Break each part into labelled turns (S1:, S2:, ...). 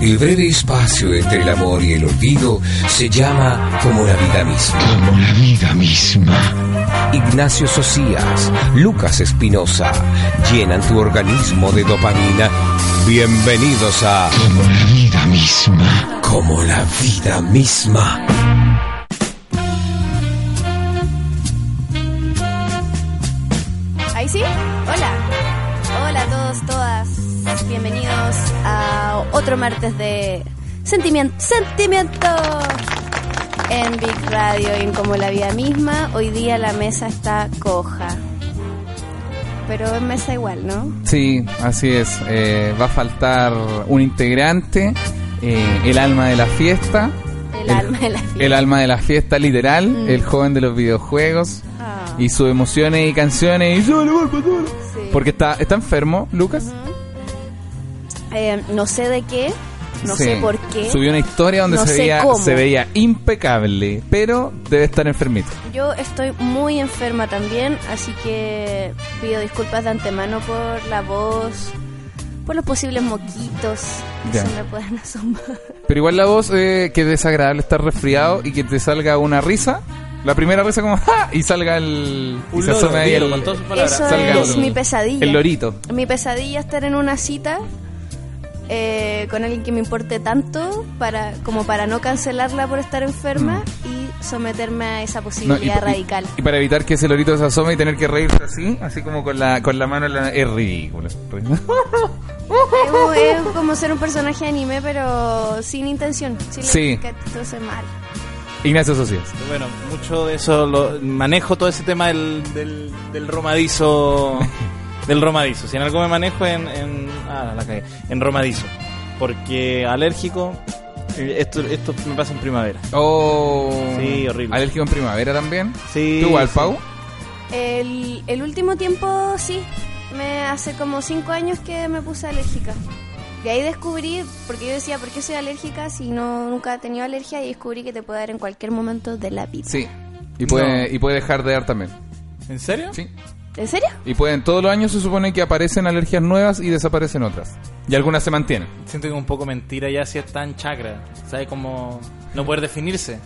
S1: El breve espacio entre el amor y el olvido se llama como la vida misma.
S2: Como la vida misma.
S1: Ignacio Socias, Lucas Espinosa, llenan tu organismo de dopamina. Bienvenidos a
S2: Como la vida misma.
S1: Como la vida misma.
S3: ¿Ahí sí? Hola. Hola a todos, todas. Bienvenidos a otro martes de Sentimiento. Sentimiento. En Big Radio y en Como la Vida Misma. Hoy día la mesa está coja. Pero en mesa igual, ¿no?
S4: Sí, así es. Eh, va a faltar un integrante, eh, el alma de la fiesta.
S3: El, alma de la fiesta.
S4: El alma de la fiesta, literal.
S3: Mm.
S4: El joven de los videojuegos.
S3: Ah,
S4: Y sus emociones y canciones. Y súbele, golpe, súbele.
S3: sí.
S4: Porque está, está enfermo, Lucas.
S3: Eh, no sé de qué, no
S4: Sí.
S3: sé por qué.
S4: Subió una historia donde
S3: No
S4: se,
S3: sé
S4: veía,
S3: cómo.
S4: se veía impecable, pero debe estar enfermito.
S3: Yo estoy muy enferma también, así que pido disculpas de antemano por la voz, por los posibles moquitos que
S4: Ya.
S3: se me puedan asomar.
S4: Pero igual la voz, eh, que es desagradable estar resfriado y que te salga una risa. La primera risa como ¡ja! y salga el... y
S5: Un
S4: se
S5: loro,
S4: asome ahí
S5: dilo
S4: el-
S5: con todas sus palabras.
S3: Eso
S4: Salga
S3: es
S4: el-
S3: mi pesadilla.
S4: el lorito.
S3: Mi pesadilla es estar en una cita eh, con alguien que me importe tanto para como para no cancelarla por estar enferma y someterme a esa
S4: Mm. No,
S3: posibilidad
S4: pa-
S3: radical.
S4: y para evitar que ese lorito se asome y tener que reírse así, así como con la, con la mano en la... Es ridículo.
S3: Es un- es, como ser un personaje de anime, pero sin intención. Sin
S4: Sí.
S3: Que te hace mal.
S4: Ignacio Socias.
S5: Bueno, mucho de eso lo- manejo todo ese tema del, del, del romadizo. Del romadizo. Si en algo me manejo en. en ah, la cagué. En romadizo. Porque alérgico. eh, Esto, esto me pasa en primavera.
S4: Oh.
S5: Sí, horrible.
S4: Alérgico en primavera también.
S5: Sí.
S4: ¿Tú igual,
S5: sí.
S4: Pau?
S3: El, el último tiempo sí, me hace como cinco años que me puse alérgica. Y ahí descubrí, porque yo decía, ¿por qué soy alérgica si no nunca he tenido alergia? Y descubrí que te puede dar en cualquier momento de la vida.
S4: Sí. Y puede, y puede dejar de dar también.
S5: ¿En serio?
S4: Sí.
S3: ¿En serio?
S4: Y pueden, todos los años se supone que aparecen alergias nuevas y desaparecen otras. Y algunas se mantienen.
S5: Siento que es un poco mentira ya si es tan chacra. ¿Sabes cómo.? No poder definirse.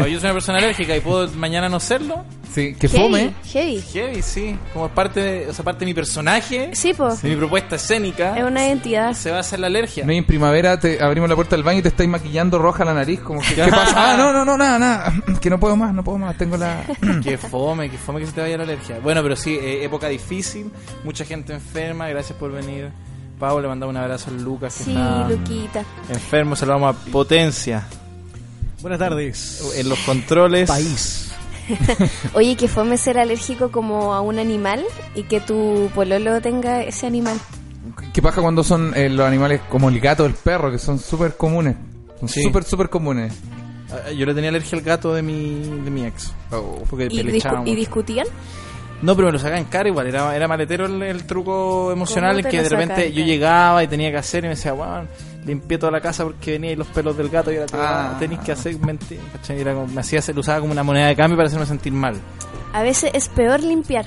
S5: O yo soy una persona alérgica y puedo mañana no serlo.
S4: Sí, que
S3: Heavy,
S4: fome.
S3: Heavy.
S5: Heavy, sí. Como es parte de, o sea, parte de mi personaje.
S3: Sí, pues.
S5: De mi propuesta escénica.
S3: Es una identidad.
S5: Se va a hacer la alergia.
S4: No, y en primavera te abrimos la puerta del baño y te estáis maquillando roja la nariz. Como que, ¿Qué pasa? Ah, no, no, no, nada, nada. Que no puedo más, no puedo más. Tengo la...
S5: Qué fome, qué fome que se te vaya la alergia. Bueno, pero sí, eh, época difícil, mucha gente enferma, gracias por venir. Pablo, le mandamos un abrazo a Lucas, que
S3: Sí,
S5: está
S3: Luquita.
S5: enfermo, saludamos a Potencia.
S6: Buenas tardes.
S5: En los controles.
S6: País.
S3: Oye, que fome ser alérgico como a un animal y que tu pololo tenga ese animal.
S4: ¿Qué pasa cuando son eh, los animales como el gato o el perro, que son súper comunes? Son
S5: Sí.
S4: súper, súper comunes.
S5: Ah, Yo le tenía alergia al gato de mi, de mi ex. Oh, Porque
S3: ¿Y,
S5: le echaba
S3: discu- y
S5: mucho.
S3: discutían?
S5: No, pero me lo sacan cara igual, era, era maletero el, el truco emocional
S3: ¿Cómo
S5: en
S3: te
S5: que
S3: lo
S5: de
S3: sacan
S5: repente yo
S3: cara?
S5: llegaba y tenía que hacer y me decía, bueno, limpié toda la casa porque venía y los pelos del gato y ahora te
S4: Ah.
S5: ah, tenés que hacer, mentira, ¿cachai? Y era como- me hacía, hacer- lo usaba como una moneda de cambio para hacerme sentir mal.
S3: A veces es peor limpiar,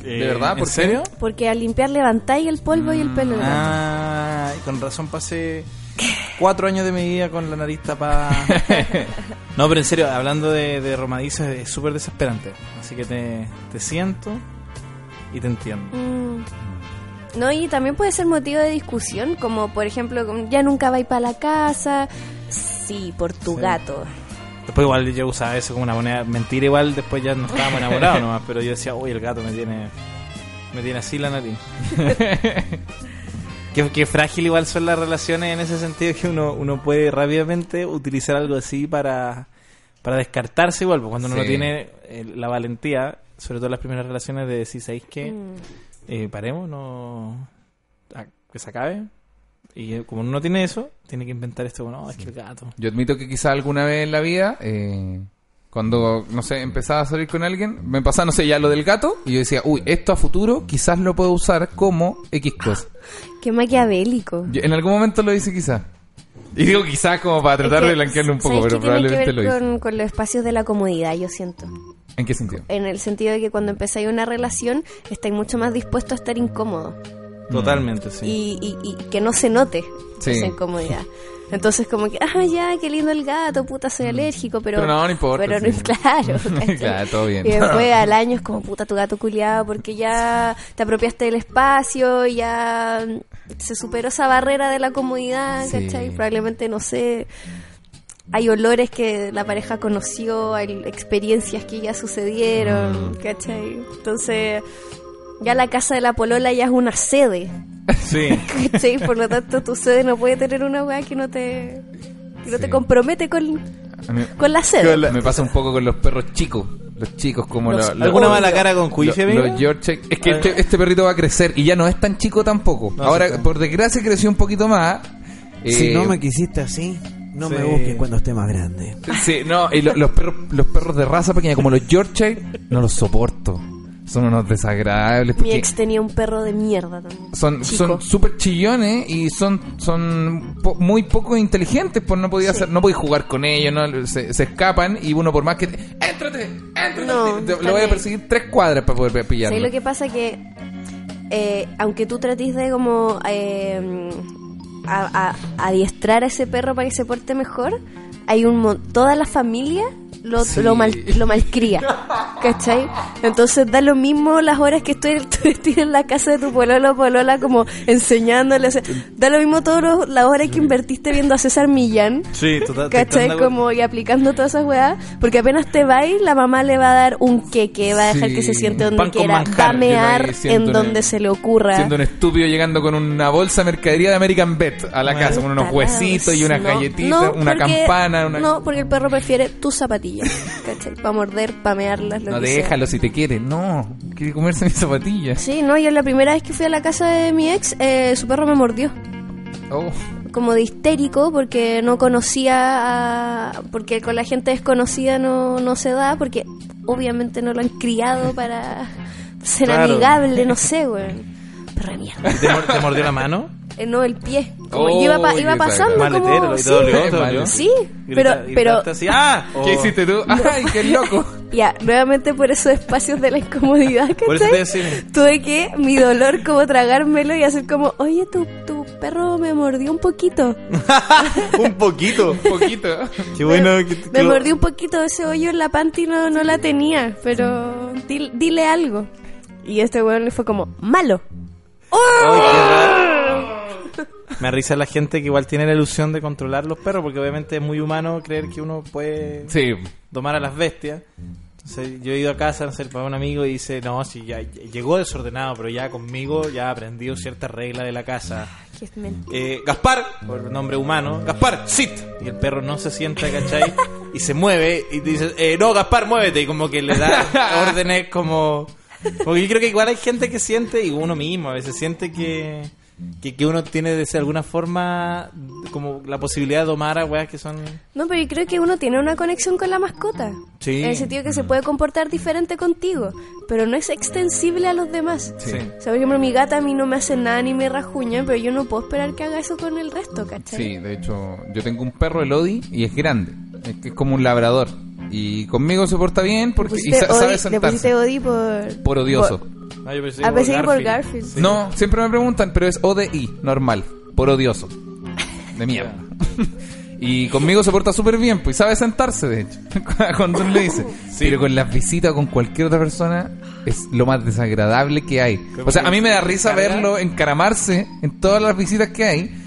S4: ¿De verdad? ¿Por
S5: ¿En serio?
S3: porque al limpiar levantáis el polvo y el pelo. del gato.
S5: Ah, y con razón pasé cuatro años de mi vida con la nariz tapada. no, pero en serio, hablando de, de romadizas es súper desesperante. Así que te, te siento y te entiendo.
S3: Mm. No, y también puede ser motivo de discusión, como por ejemplo, como, ya nunca vais para la casa. Sí, por tu
S5: Sí.
S3: gato.
S5: Después igual yo usaba eso como una moneda mentira, igual después ya nos estábamos enamorados nomás, pero yo decía, uy, el gato me tiene me tiene así la nariz. qué, qué frágil igual son las relaciones en ese sentido que uno, uno puede rápidamente utilizar algo así para, para descartarse igual, porque cuando uno
S4: Sí.
S5: no tiene eh, la valentía, sobre todo en las primeras relaciones, de decir, ¿sabéis qué?
S3: Mm.
S5: Eh, paremos, no... a- que se acabe. Y eh, como uno no tiene eso, tiene que inventar esto, no, es que el gato...
S4: Yo admito que quizá alguna vez en la vida, eh, cuando, no sé, empezaba a salir con alguien, me pasaba, no sé, ya lo del gato, y yo decía, uy, esto a futuro quizás lo puedo usar como X cosa.
S3: Qué maquiavélico.
S4: Yo en algún momento lo hice quizás. Y digo quizás como para tratar
S3: Es que,
S4: de blanquearlo un poco,
S3: ¿sabes
S4: pero
S3: qué tiene que
S4: probablemente lo Mm.
S3: ver
S4: hice.
S3: Con, con los espacios de la comodidad, yo siento.
S4: ¿En qué sentido?
S3: En el sentido de que cuando empezáis una relación, estáis mucho más dispuesto a estar incómodo
S5: Totalmente, sí.
S3: y, y- y que no se note
S4: Sí.
S3: esa incomodidad. Entonces como que, ah, ya, qué lindo el gato, puta, soy alérgico, pero...
S4: Mm. Pero no, no importa,
S3: Pero
S4: sí.
S3: no, claro. ¿cachai?
S4: Claro, todo bien.
S3: Y después al año es como, puta, tu gato culiado, porque ya te apropiaste del espacio, ya se superó esa barrera de la comodidad,
S4: Sí.
S3: ¿cachai? Probablemente, no sé... Hay olores que la pareja conoció, hay experiencias que ya
S4: Mm.
S3: sucedieron, ¿cachai? Entonces, ya la casa de la polola ya es una sede,
S5: Sí.
S3: ¿cachai? Por lo tanto, tu sede no puede tener una weá que no te, que no
S4: Sí.
S3: te compromete con,
S4: A mí-
S3: con la sede.
S4: Me pasa un poco con los perros chicos. Los chicos, como
S3: Los-
S4: los. los-
S5: ¿Alguna
S3: Obvio.
S5: mala cara con cuife,
S4: Lo-
S5: amigo?
S4: los Yorkshire- es que este, este perrito va a crecer y ya no es tan chico tampoco.
S5: No,
S4: Ahora,
S5: sí, sí.
S4: por desgracia, creció un poquito más.
S7: si
S4: Eh,
S7: no me quisiste así, no
S5: sí.
S7: me busques cuando esté más grande.
S4: sí, no, y lo- los, perros, los perros de raza pequeña, como los Yorkshire, no los soporto. Son unos desagradables.
S3: Mi
S4: porque
S3: ex tenía un perro de mierda también.
S4: Son
S3: chico.
S4: son súper chillones y son son po- muy poco inteligentes, pues no podía
S3: Sí.
S4: hacer, no podía jugar con ellos, no se, se escapan y uno por más que te- éntrate, éntrate,
S3: No,
S4: te-
S3: está
S4: lo voy a
S3: bien.
S4: perseguir tres cuadras para poder pillarlo.
S3: ¿Sabes lo que pasa? Que eh, aunque tú trates de como eh, a- a- adiestrar a ese perro para que se porte mejor, hay un mon- toda la familia lo,
S4: Sí.
S3: lo, mal- lo malcría. ¿Cachai? Entonces da lo mismo las horas que estoy, estoy en la casa de tu pololo o polola como enseñándole. o sea, da lo mismo todas las horas que invertiste viendo a César Millán.
S5: Sí, total. te están
S3: ¿Cachai?
S5: dando-
S3: Como y aplicando todas esas weas. Porque apenas te vais, la mamá le va a dar un queque, va a dejar
S4: Sí,
S3: que se siente
S4: pan
S3: donde
S4: con
S3: quiera,
S4: manjar,
S3: va a
S4: yo
S3: mear
S4: ahí siento
S3: en
S4: un-
S3: donde se le ocurra.
S4: Siendo un estúpido llegando con una bolsa de mercadería de American Bet a la casa, con unos
S3: Puta,
S4: huesitos y unas
S3: no,
S4: galletitas,
S3: no,
S4: una
S3: porque-
S4: campana, una...
S3: No, porque el perro prefiere tus zapatillas, ¿cachai? Para morder, para mearlas, lo
S4: No,
S3: que sea.
S4: déjalo si te quiere, no, quiere comerse mis zapatillas.
S3: Sí, no, yo la primera vez que fui a la casa de mi ex, eh, su perro me mordió.
S4: Oh,
S3: como de histérico porque no conocía a- porque con la gente desconocida no, no se da porque obviamente no lo han criado para ser
S5: Claro.
S3: amigable no sé güey pero de mierda
S5: ¿Te, mor- te mordió la mano?
S3: Eh, no el pie como
S4: Oh,
S3: yo iba, pa- iba
S4: qué
S3: pasando
S5: Maletero,
S3: como
S5: lo-
S3: sí,
S5: te dolió, te
S4: Sí,
S5: dolió.
S3: sí, pero
S5: Grita-
S3: pero
S5: gritaste así, ¡ah! O-
S4: ¿Qué hiciste tú? ¡Ay, qué loco!
S3: ya nuevamente por esos espacios de la incomodidad
S5: Por eso te
S3: ¿cachai?
S5: decimos.
S3: tuve que mi dolor como tragármelo y hacer como oye tu, tu perro me mordió un poquito
S5: Un poquito.
S4: Un poquito.
S5: Qué bueno
S3: Me-
S5: que te-
S3: me
S5: que lo-
S3: mordió un poquito ese hoyo en la panty, no, no la tenía, pero dil- dile algo. Y este weón le fue como, malo.
S4: Ah.
S3: Oh,
S5: Ay, qué raro. Me risa la gente que igual tiene la ilusión de controlar los perros, porque obviamente es muy humano creer que uno puede
S4: Sí,
S5: domar a las bestias. Entonces, yo he ido a casa, no sé, para un amigo y dice, no, si ya llegó desordenado, pero ya conmigo ya ha aprendido cierta regla de la casa.
S3: Que es men-
S5: Eh, Gaspar, por nombre humano, Gaspar, sit. Y el perro no se sienta, ¿cachai? Y se mueve y dice, eh, no, Gaspar, muévete. Y como que le da órdenes como... Porque yo creo que igual hay gente que siente, y uno mismo a veces siente que, que, que uno tiene de ser alguna forma como la posibilidad de domar a weas que son...
S3: No, pero yo creo que uno tiene una conexión con la mascota.
S5: Sí.
S3: En el sentido que se puede comportar diferente contigo, pero no es extensible a los demás.
S5: Sí.
S3: O sea, por ejemplo, mi gata a mí no me hace nada ni me rajuña, pero yo no puedo esperar que haga eso con el resto, ¿cachai?
S4: sí, de hecho, yo tengo un perro, el Odi, y es grande. Es, que es como un labrador. Y conmigo se porta bien porque y
S3: Pusiste
S4: sa-
S3: Odi-
S4: sabe
S3: le
S4: sentarse.
S3: pusiste Odi por...
S4: Por odioso.
S3: por-
S5: No, yo pensé
S3: a veces Ah, que por Garfield.
S4: No, siempre me preguntan, pero es ODI, normal, por odioso. De mierda. y conmigo se porta súper bien, pues y sabe sentarse, de hecho, cuando uno le dice. Pero con las visitas o con cualquier otra persona es lo más desagradable que hay. O sea, a mí me da risa verlo encaramarse en todas las visitas que hay.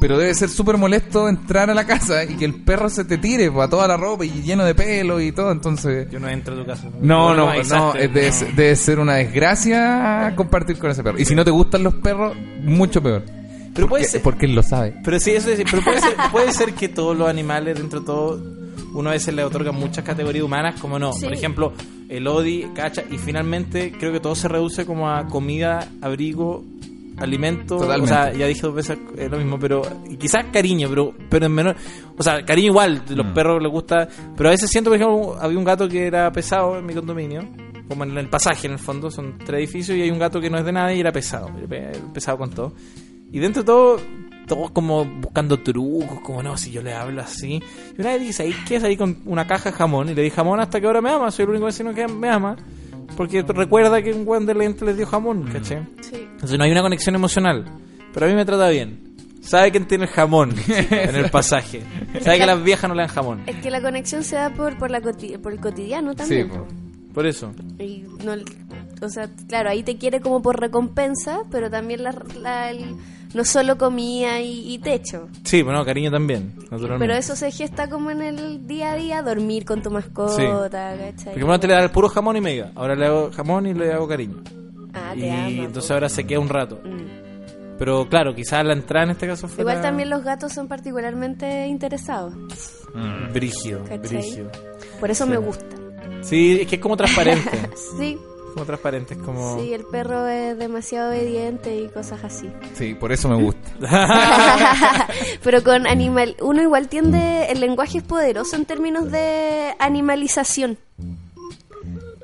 S4: Pero debe ser súper molesto entrar a la casa y que el perro se te tire pues, a toda la ropa y lleno de pelo y todo, entonces...
S5: Yo no entro a tu casa.
S4: No, no,
S5: me
S4: no,
S5: avisaste.
S4: es- debe, ser- debe ser una desgracia compartir con ese perro. Y si no te gustan los perros, mucho peor.
S5: Pero puede
S4: Porque-
S5: ser-
S4: Porque él lo sabe.
S5: Pero sí, eso es, pero puede ser, puede ser que todos los animales, dentro de todo, uno a veces le otorga muchas categorías humanas, como no.
S3: Sí.
S5: Por ejemplo, el Odi, Cacha, y finalmente creo que todo se reduce como a comida, abrigo, alimento.
S4: Totalmente.
S5: O sea, ya dije dos veces eh, lo mismo, pero y quizás cariño, pero, pero en menor. O sea, cariño igual, los perros les gusta. Pero a veces siento, por ejemplo, había un gato que era pesado en mi condominio. Como en el pasaje, en el fondo, son tres edificios y hay un gato que no es de nadie y era pesado. pe- Pesado con todo. Y dentro de todo, todos como buscando trucos, como no, si yo le hablo así. Y una vez dije, ahí qué salí con una caja de jamón? Y le di jamón hasta que ahora me ama, soy el único vecino que me ama. Porque recuerda que un weón de lente les dio jamón, ¿caché?
S3: Sí.
S5: Entonces no hay una conexión emocional. Pero a mí me trata bien. Sabe quién tiene el jamón en el pasaje. Sabe que las viejas no le dan jamón.
S3: Es que la conexión se da por, por, la coti- por el cotidiano
S4: Sí,
S3: también.
S4: po.
S5: Por eso.
S3: Y no- o sea, claro, ahí te quiere como por recompensa, pero también la, la- el- no solo comida y, y techo.
S5: Sí, bueno, cariño también, naturalmente.
S3: Pero eso se gesta como en el día a día, dormir con tu mascota, ¿cachai?
S5: Porque primero te le da el puro jamón y me diga, ahora le hago jamón y le hago cariño.
S3: Ah, te
S5: y
S3: ama,
S5: entonces
S3: po.
S5: ahora se queda un rato.
S3: Mm.
S5: Pero claro, quizás la entrada en este caso fue
S3: Igual también los gatos son particularmente interesados,
S5: Brígido,
S3: ¿cachai?
S5: brígido.
S3: por eso
S5: Sí.
S3: me gusta.
S5: Sí, es que es como transparente.
S3: Sí,
S5: es como transparente, es como...
S3: sí, el perro es demasiado obediente y cosas así.
S4: Sí, por eso me gusta.
S3: Pero con animal, uno igual tiende, el lenguaje es poderoso en términos de animalización.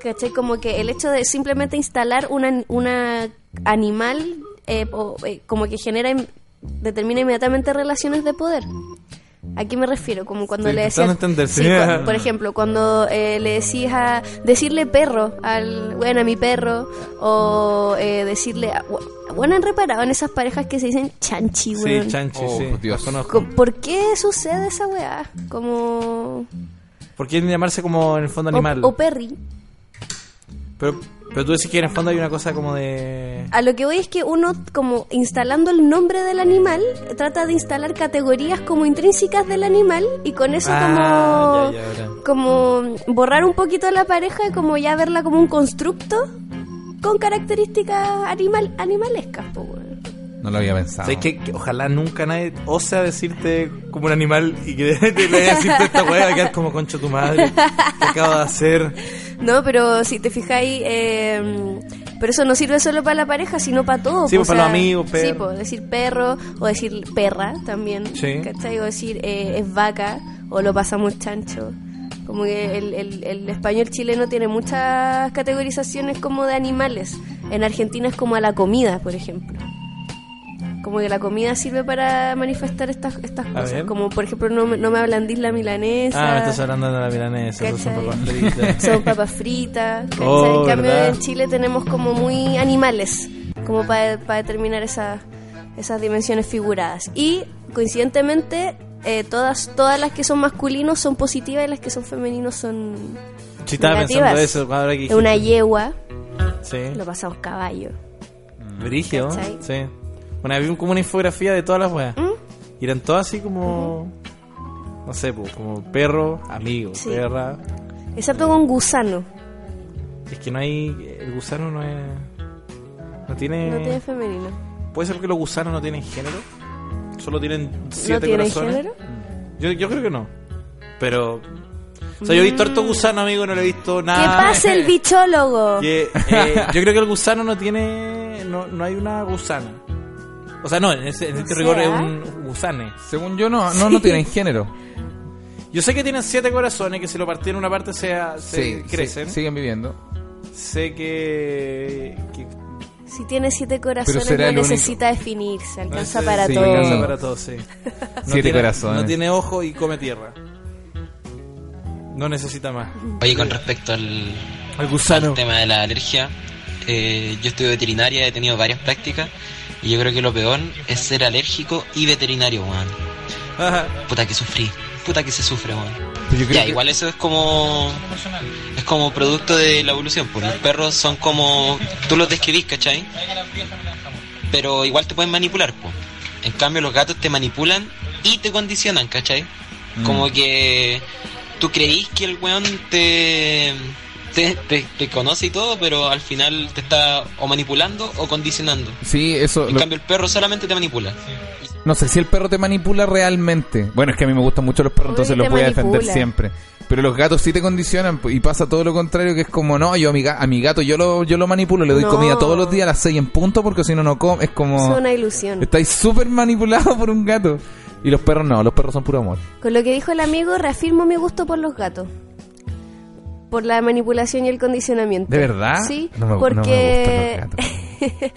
S3: ¿Cachai? Como que el hecho de simplemente instalar un an- una animal, eh, o, eh, como que genera, in- determina inmediatamente relaciones de poder. ¿A qué me refiero? Como cuando
S5: Estoy
S3: le decías...
S5: intentando entender,
S3: Sí,
S5: sí.
S3: cuando- por ejemplo, cuando eh, le decías a... Decirle perro al... Bueno, a mi perro. O eh, decirle... a- bueno, han reparado en esas parejas que se dicen chanchi,
S5: Sí,
S3: weón?
S5: chanchi,
S4: Oh,
S5: sí.
S4: Dios.
S5: las conozco.
S3: Co- ¿Por qué sucede esa weá? Como...
S5: Porque quieren llamarse como en el fondo animal.
S3: O, o perri.
S5: Pero, pero tú decís que en el fondo hay una cosa como de...
S3: A lo que voy es que uno, como instalando el nombre del animal, trata de instalar categorías como intrínsecas del animal y con eso
S5: Ah,
S3: como...
S5: ya, ya, ahora.
S3: Como borrar un poquito a la pareja y como ya verla como un constructo con características animal, animalescas, po, weón.
S4: No lo había pensado.
S5: ¿Sabes qué? Que ojalá nunca nadie osa decirte como un animal y que te le decirte esta weá va a quedar como concho tu madre. ¿Qué acabo de hacer?
S3: No, pero si te fijáis, eh, pero eso no sirve solo para la pareja, sino para todos.
S5: Sí,
S3: po,
S5: pues, para los amigos, perro.
S3: Sí, po, decir perro o decir perra también.
S5: Sí.
S3: ¿cachai? O decir eh, es vaca o lo pasamos chancho. Como que el, el- el español chileno tiene muchas categorizaciones como de animales. En Argentina es como a la comida, por ejemplo. Como que la comida sirve para manifestar estas, estas cosas.
S5: ver.
S3: Como por ejemplo, no, me- no me ablandís la milanesa.
S5: Ah, me estás hablando de la milanesa, esos son
S3: ¿Cachai?
S5: papas fritas.
S3: Son papas fritas. ¿cachai?
S5: Oh,
S3: en cambio,
S5: ¿verdad?
S3: en Chile tenemos como muy animales, como para determinar esas esas dimensiones figuradas. Y coincidentemente, eh, todas, todas las que son masculinos son positivas y las que son femeninos son
S5: Sí, estaba pensando
S3: negativas.
S5: eso ahora que
S3: Una
S5: dijiste.
S3: yegua,
S5: Sí.
S3: lo pasamos caballo.
S5: Brigio.
S3: ¿Cachai? ¿Mm?
S5: Sí. Bueno, había como una infografía de todas las weas. Y eran todas así como. No sé, pues, como perro, amigo,
S3: Sí.
S5: perra.
S3: Excepto con gusano,
S5: Es que no hay. El gusano no es. No tiene.
S3: no tiene femenino.
S5: Puede ser porque los gusanos no tienen género. Solo tienen siete
S3: ¿No tiene
S5: corazones.
S3: género?
S5: Yo, yo creo que no. Pero. O sea, yo he visto harto gusano, amigo, no le he visto
S3: Mm. ¡Que
S5: nada.
S3: pase el bichólogo!
S5: Que, eh, yo creo que el gusano no tiene. No, no hay una gusana. O sea, no, en, ese- en este
S3: O
S5: rigor
S3: sea.
S5: es un gusane.
S4: Según yo, no, no, no tienen género.
S5: Yo sé que tienen siete corazones que si lo partían una parte se, se
S4: Sí,
S5: crecen.
S4: sí, siguen viviendo.
S5: Sé que. que
S3: Si tiene siete corazones,
S4: será
S3: no
S4: el único.
S3: necesita definirse, alcanza
S5: sé,
S3: para
S5: Ah, sí,
S3: todo.
S5: Alcanza para todo, sí.
S4: Siete
S5: tiene,
S4: corazones.
S5: No tiene ojo y come tierra. No necesita más.
S8: Oye, con respecto al,
S5: El gusano.
S8: al tema de la alergia, eh, yo estudio veterinaria, he tenido varias prácticas y yo creo que lo peor es ser alérgico y veterinario, weón. Puta que sufrí, puta que se sufre, weón.
S4: Pero yo creo
S8: Ya,
S4: que-
S8: igual eso es como. Es como producto de la evolución, porque los perros son como. Tú los describís, ¿cachai? Pero igual te pueden manipular, po. En cambio, los gatos te manipulan y te condicionan, ¿cachai?
S4: Mm.
S8: Como que. Tú creís que el weón te. Te, te- te conoce y todo, pero al final te está o manipulando o condicionando.
S4: Sí, eso.
S8: En
S4: lo-
S8: cambio, el perro solamente te manipula.
S4: No sé si el perro te manipula realmente. Bueno, es que a mí me gustan mucho los perros,
S3: Uy,
S4: entonces
S3: te
S4: los voy a defender
S3: manipula.
S4: siempre. Pero los gatos sí te condicionan p- y pasa todo lo contrario, que es como, no, yo a mi, ga- a mi gato yo lo, yo lo manipulo, le doy
S3: No.
S4: comida todos los días a las 6 en punto porque si no, no come. Es como...
S3: Es una ilusión.
S4: Estáis súper manipulados por un gato. Y los perros no, los perros son puro amor.
S3: Con lo que dijo el amigo, reafirmo mi gusto por los gatos. Por la manipulación y el condicionamiento.
S4: ¿De verdad?
S3: Sí,
S4: No me- no me
S3: porque...
S4: gustan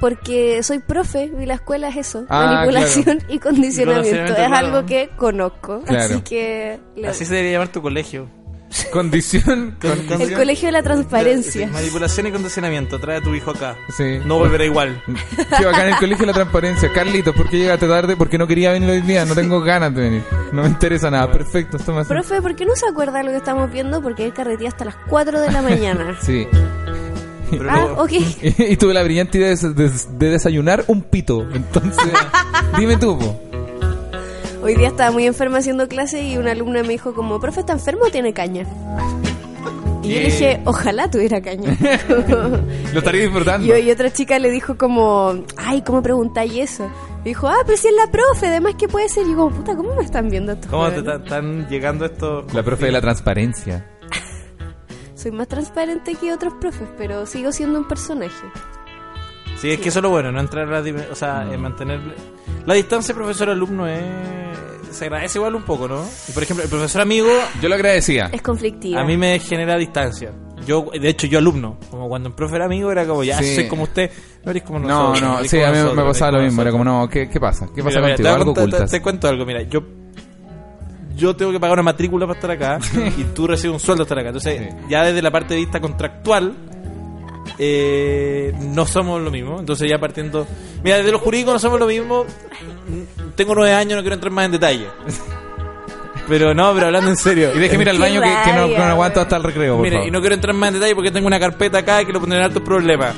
S3: porque soy profe y la escuela es eso.
S4: Ah,
S3: manipulación y condicionamiento.
S5: Relacionamiento,
S3: Es
S5: claro.
S3: algo que conozco.
S4: Claro.
S3: Así que... le-
S5: Así se debería llamar tu colegio.
S4: Condición. con-
S5: Con-
S3: El colegio de la transparencia.
S5: Manipulación y condicionamiento. Trae a tu hijo acá.
S4: Sí.
S5: No volverá igual.
S4: Qué bacán el colegio de la transparencia. Carlitos, ¿por qué llegaste tarde? Porque no quería venir hoy día. No tengo ganas de venir. No me interesa nada. Perfecto, esto me hace-
S3: Profe, ¿por qué no se acuerda de lo que estamos viendo? Porque él carretía hasta las 4 de la mañana.
S4: Sí.
S5: Pero
S3: ah,
S5: luego-
S3: ok.
S4: Y, y tuve la brillante idea de, des- des- de desayunar un pito. Entonces, dime tú, po.
S3: Hoy día estaba muy enferma haciendo clase y una alumna me dijo como, profe, ¿está enfermo o tiene caña? Y yo le dije, ojalá tuviera caña.
S4: Lo estaría disfrutando.
S3: y, y otra chica le dijo como, ay, ¿cómo preguntáis eso? Y dijo, ah, pero si es la profe, además, ¿qué puede ser? Y yo como, puta, ¿cómo me están viendo estos
S5: ¿Cómo te
S3: hueones?
S5: ta- están llegando estos?
S4: La profe de la transparencia.
S3: Soy más transparente que otros profes, pero sigo siendo un personaje.
S5: Sí, es que eso es lo bueno, no entrar a la dim- o sea, eh, mantener la distancia profesor-alumno es se agradece igual un poco, ¿no? Y, por ejemplo, el profesor amigo
S4: Yo lo agradecía.
S3: Es conflictiva.
S5: a mí me genera distancia. Yo de hecho yo alumno, como cuando el profe era amigo era como ya
S4: Sí.
S5: soy como usted, no eres como
S4: No,
S5: nosotros.
S4: no,
S5: eres
S4: sí,
S5: como
S4: a mí
S5: nosotros,
S4: me
S5: eres
S4: pasaba lo mismo. Era
S5: nosotros".
S4: como, no, ¿qué, qué pasa? ¿Qué pasa contigo?
S5: Mira, mira, te, voy a
S4: Algo
S5: contar- te-
S4: ocultas.
S5: te cuento algo, mira, yo yo tengo que pagar una matrícula para estar acá y tú recibes un sueldo para estar acá. Entonces,
S4: Sí.
S5: ya desde la parte de vista contractual eh, no somos lo mismo. Entonces, ya partiendo, mira, desde lo jurídico no somos lo mismo. Tengo nueve años, no quiero entrar más en detalle. Pero no, pero hablando en serio.
S4: Y deje ir al
S3: Eh, Qué
S4: baño que, que no,
S3: rabia,
S4: que no aguanto
S3: güey.
S4: hasta el recreo, por
S5: Mire,
S4: favor.
S5: y no quiero entrar más en detalle porque tengo una carpeta acá que lo pondré en altos problemas.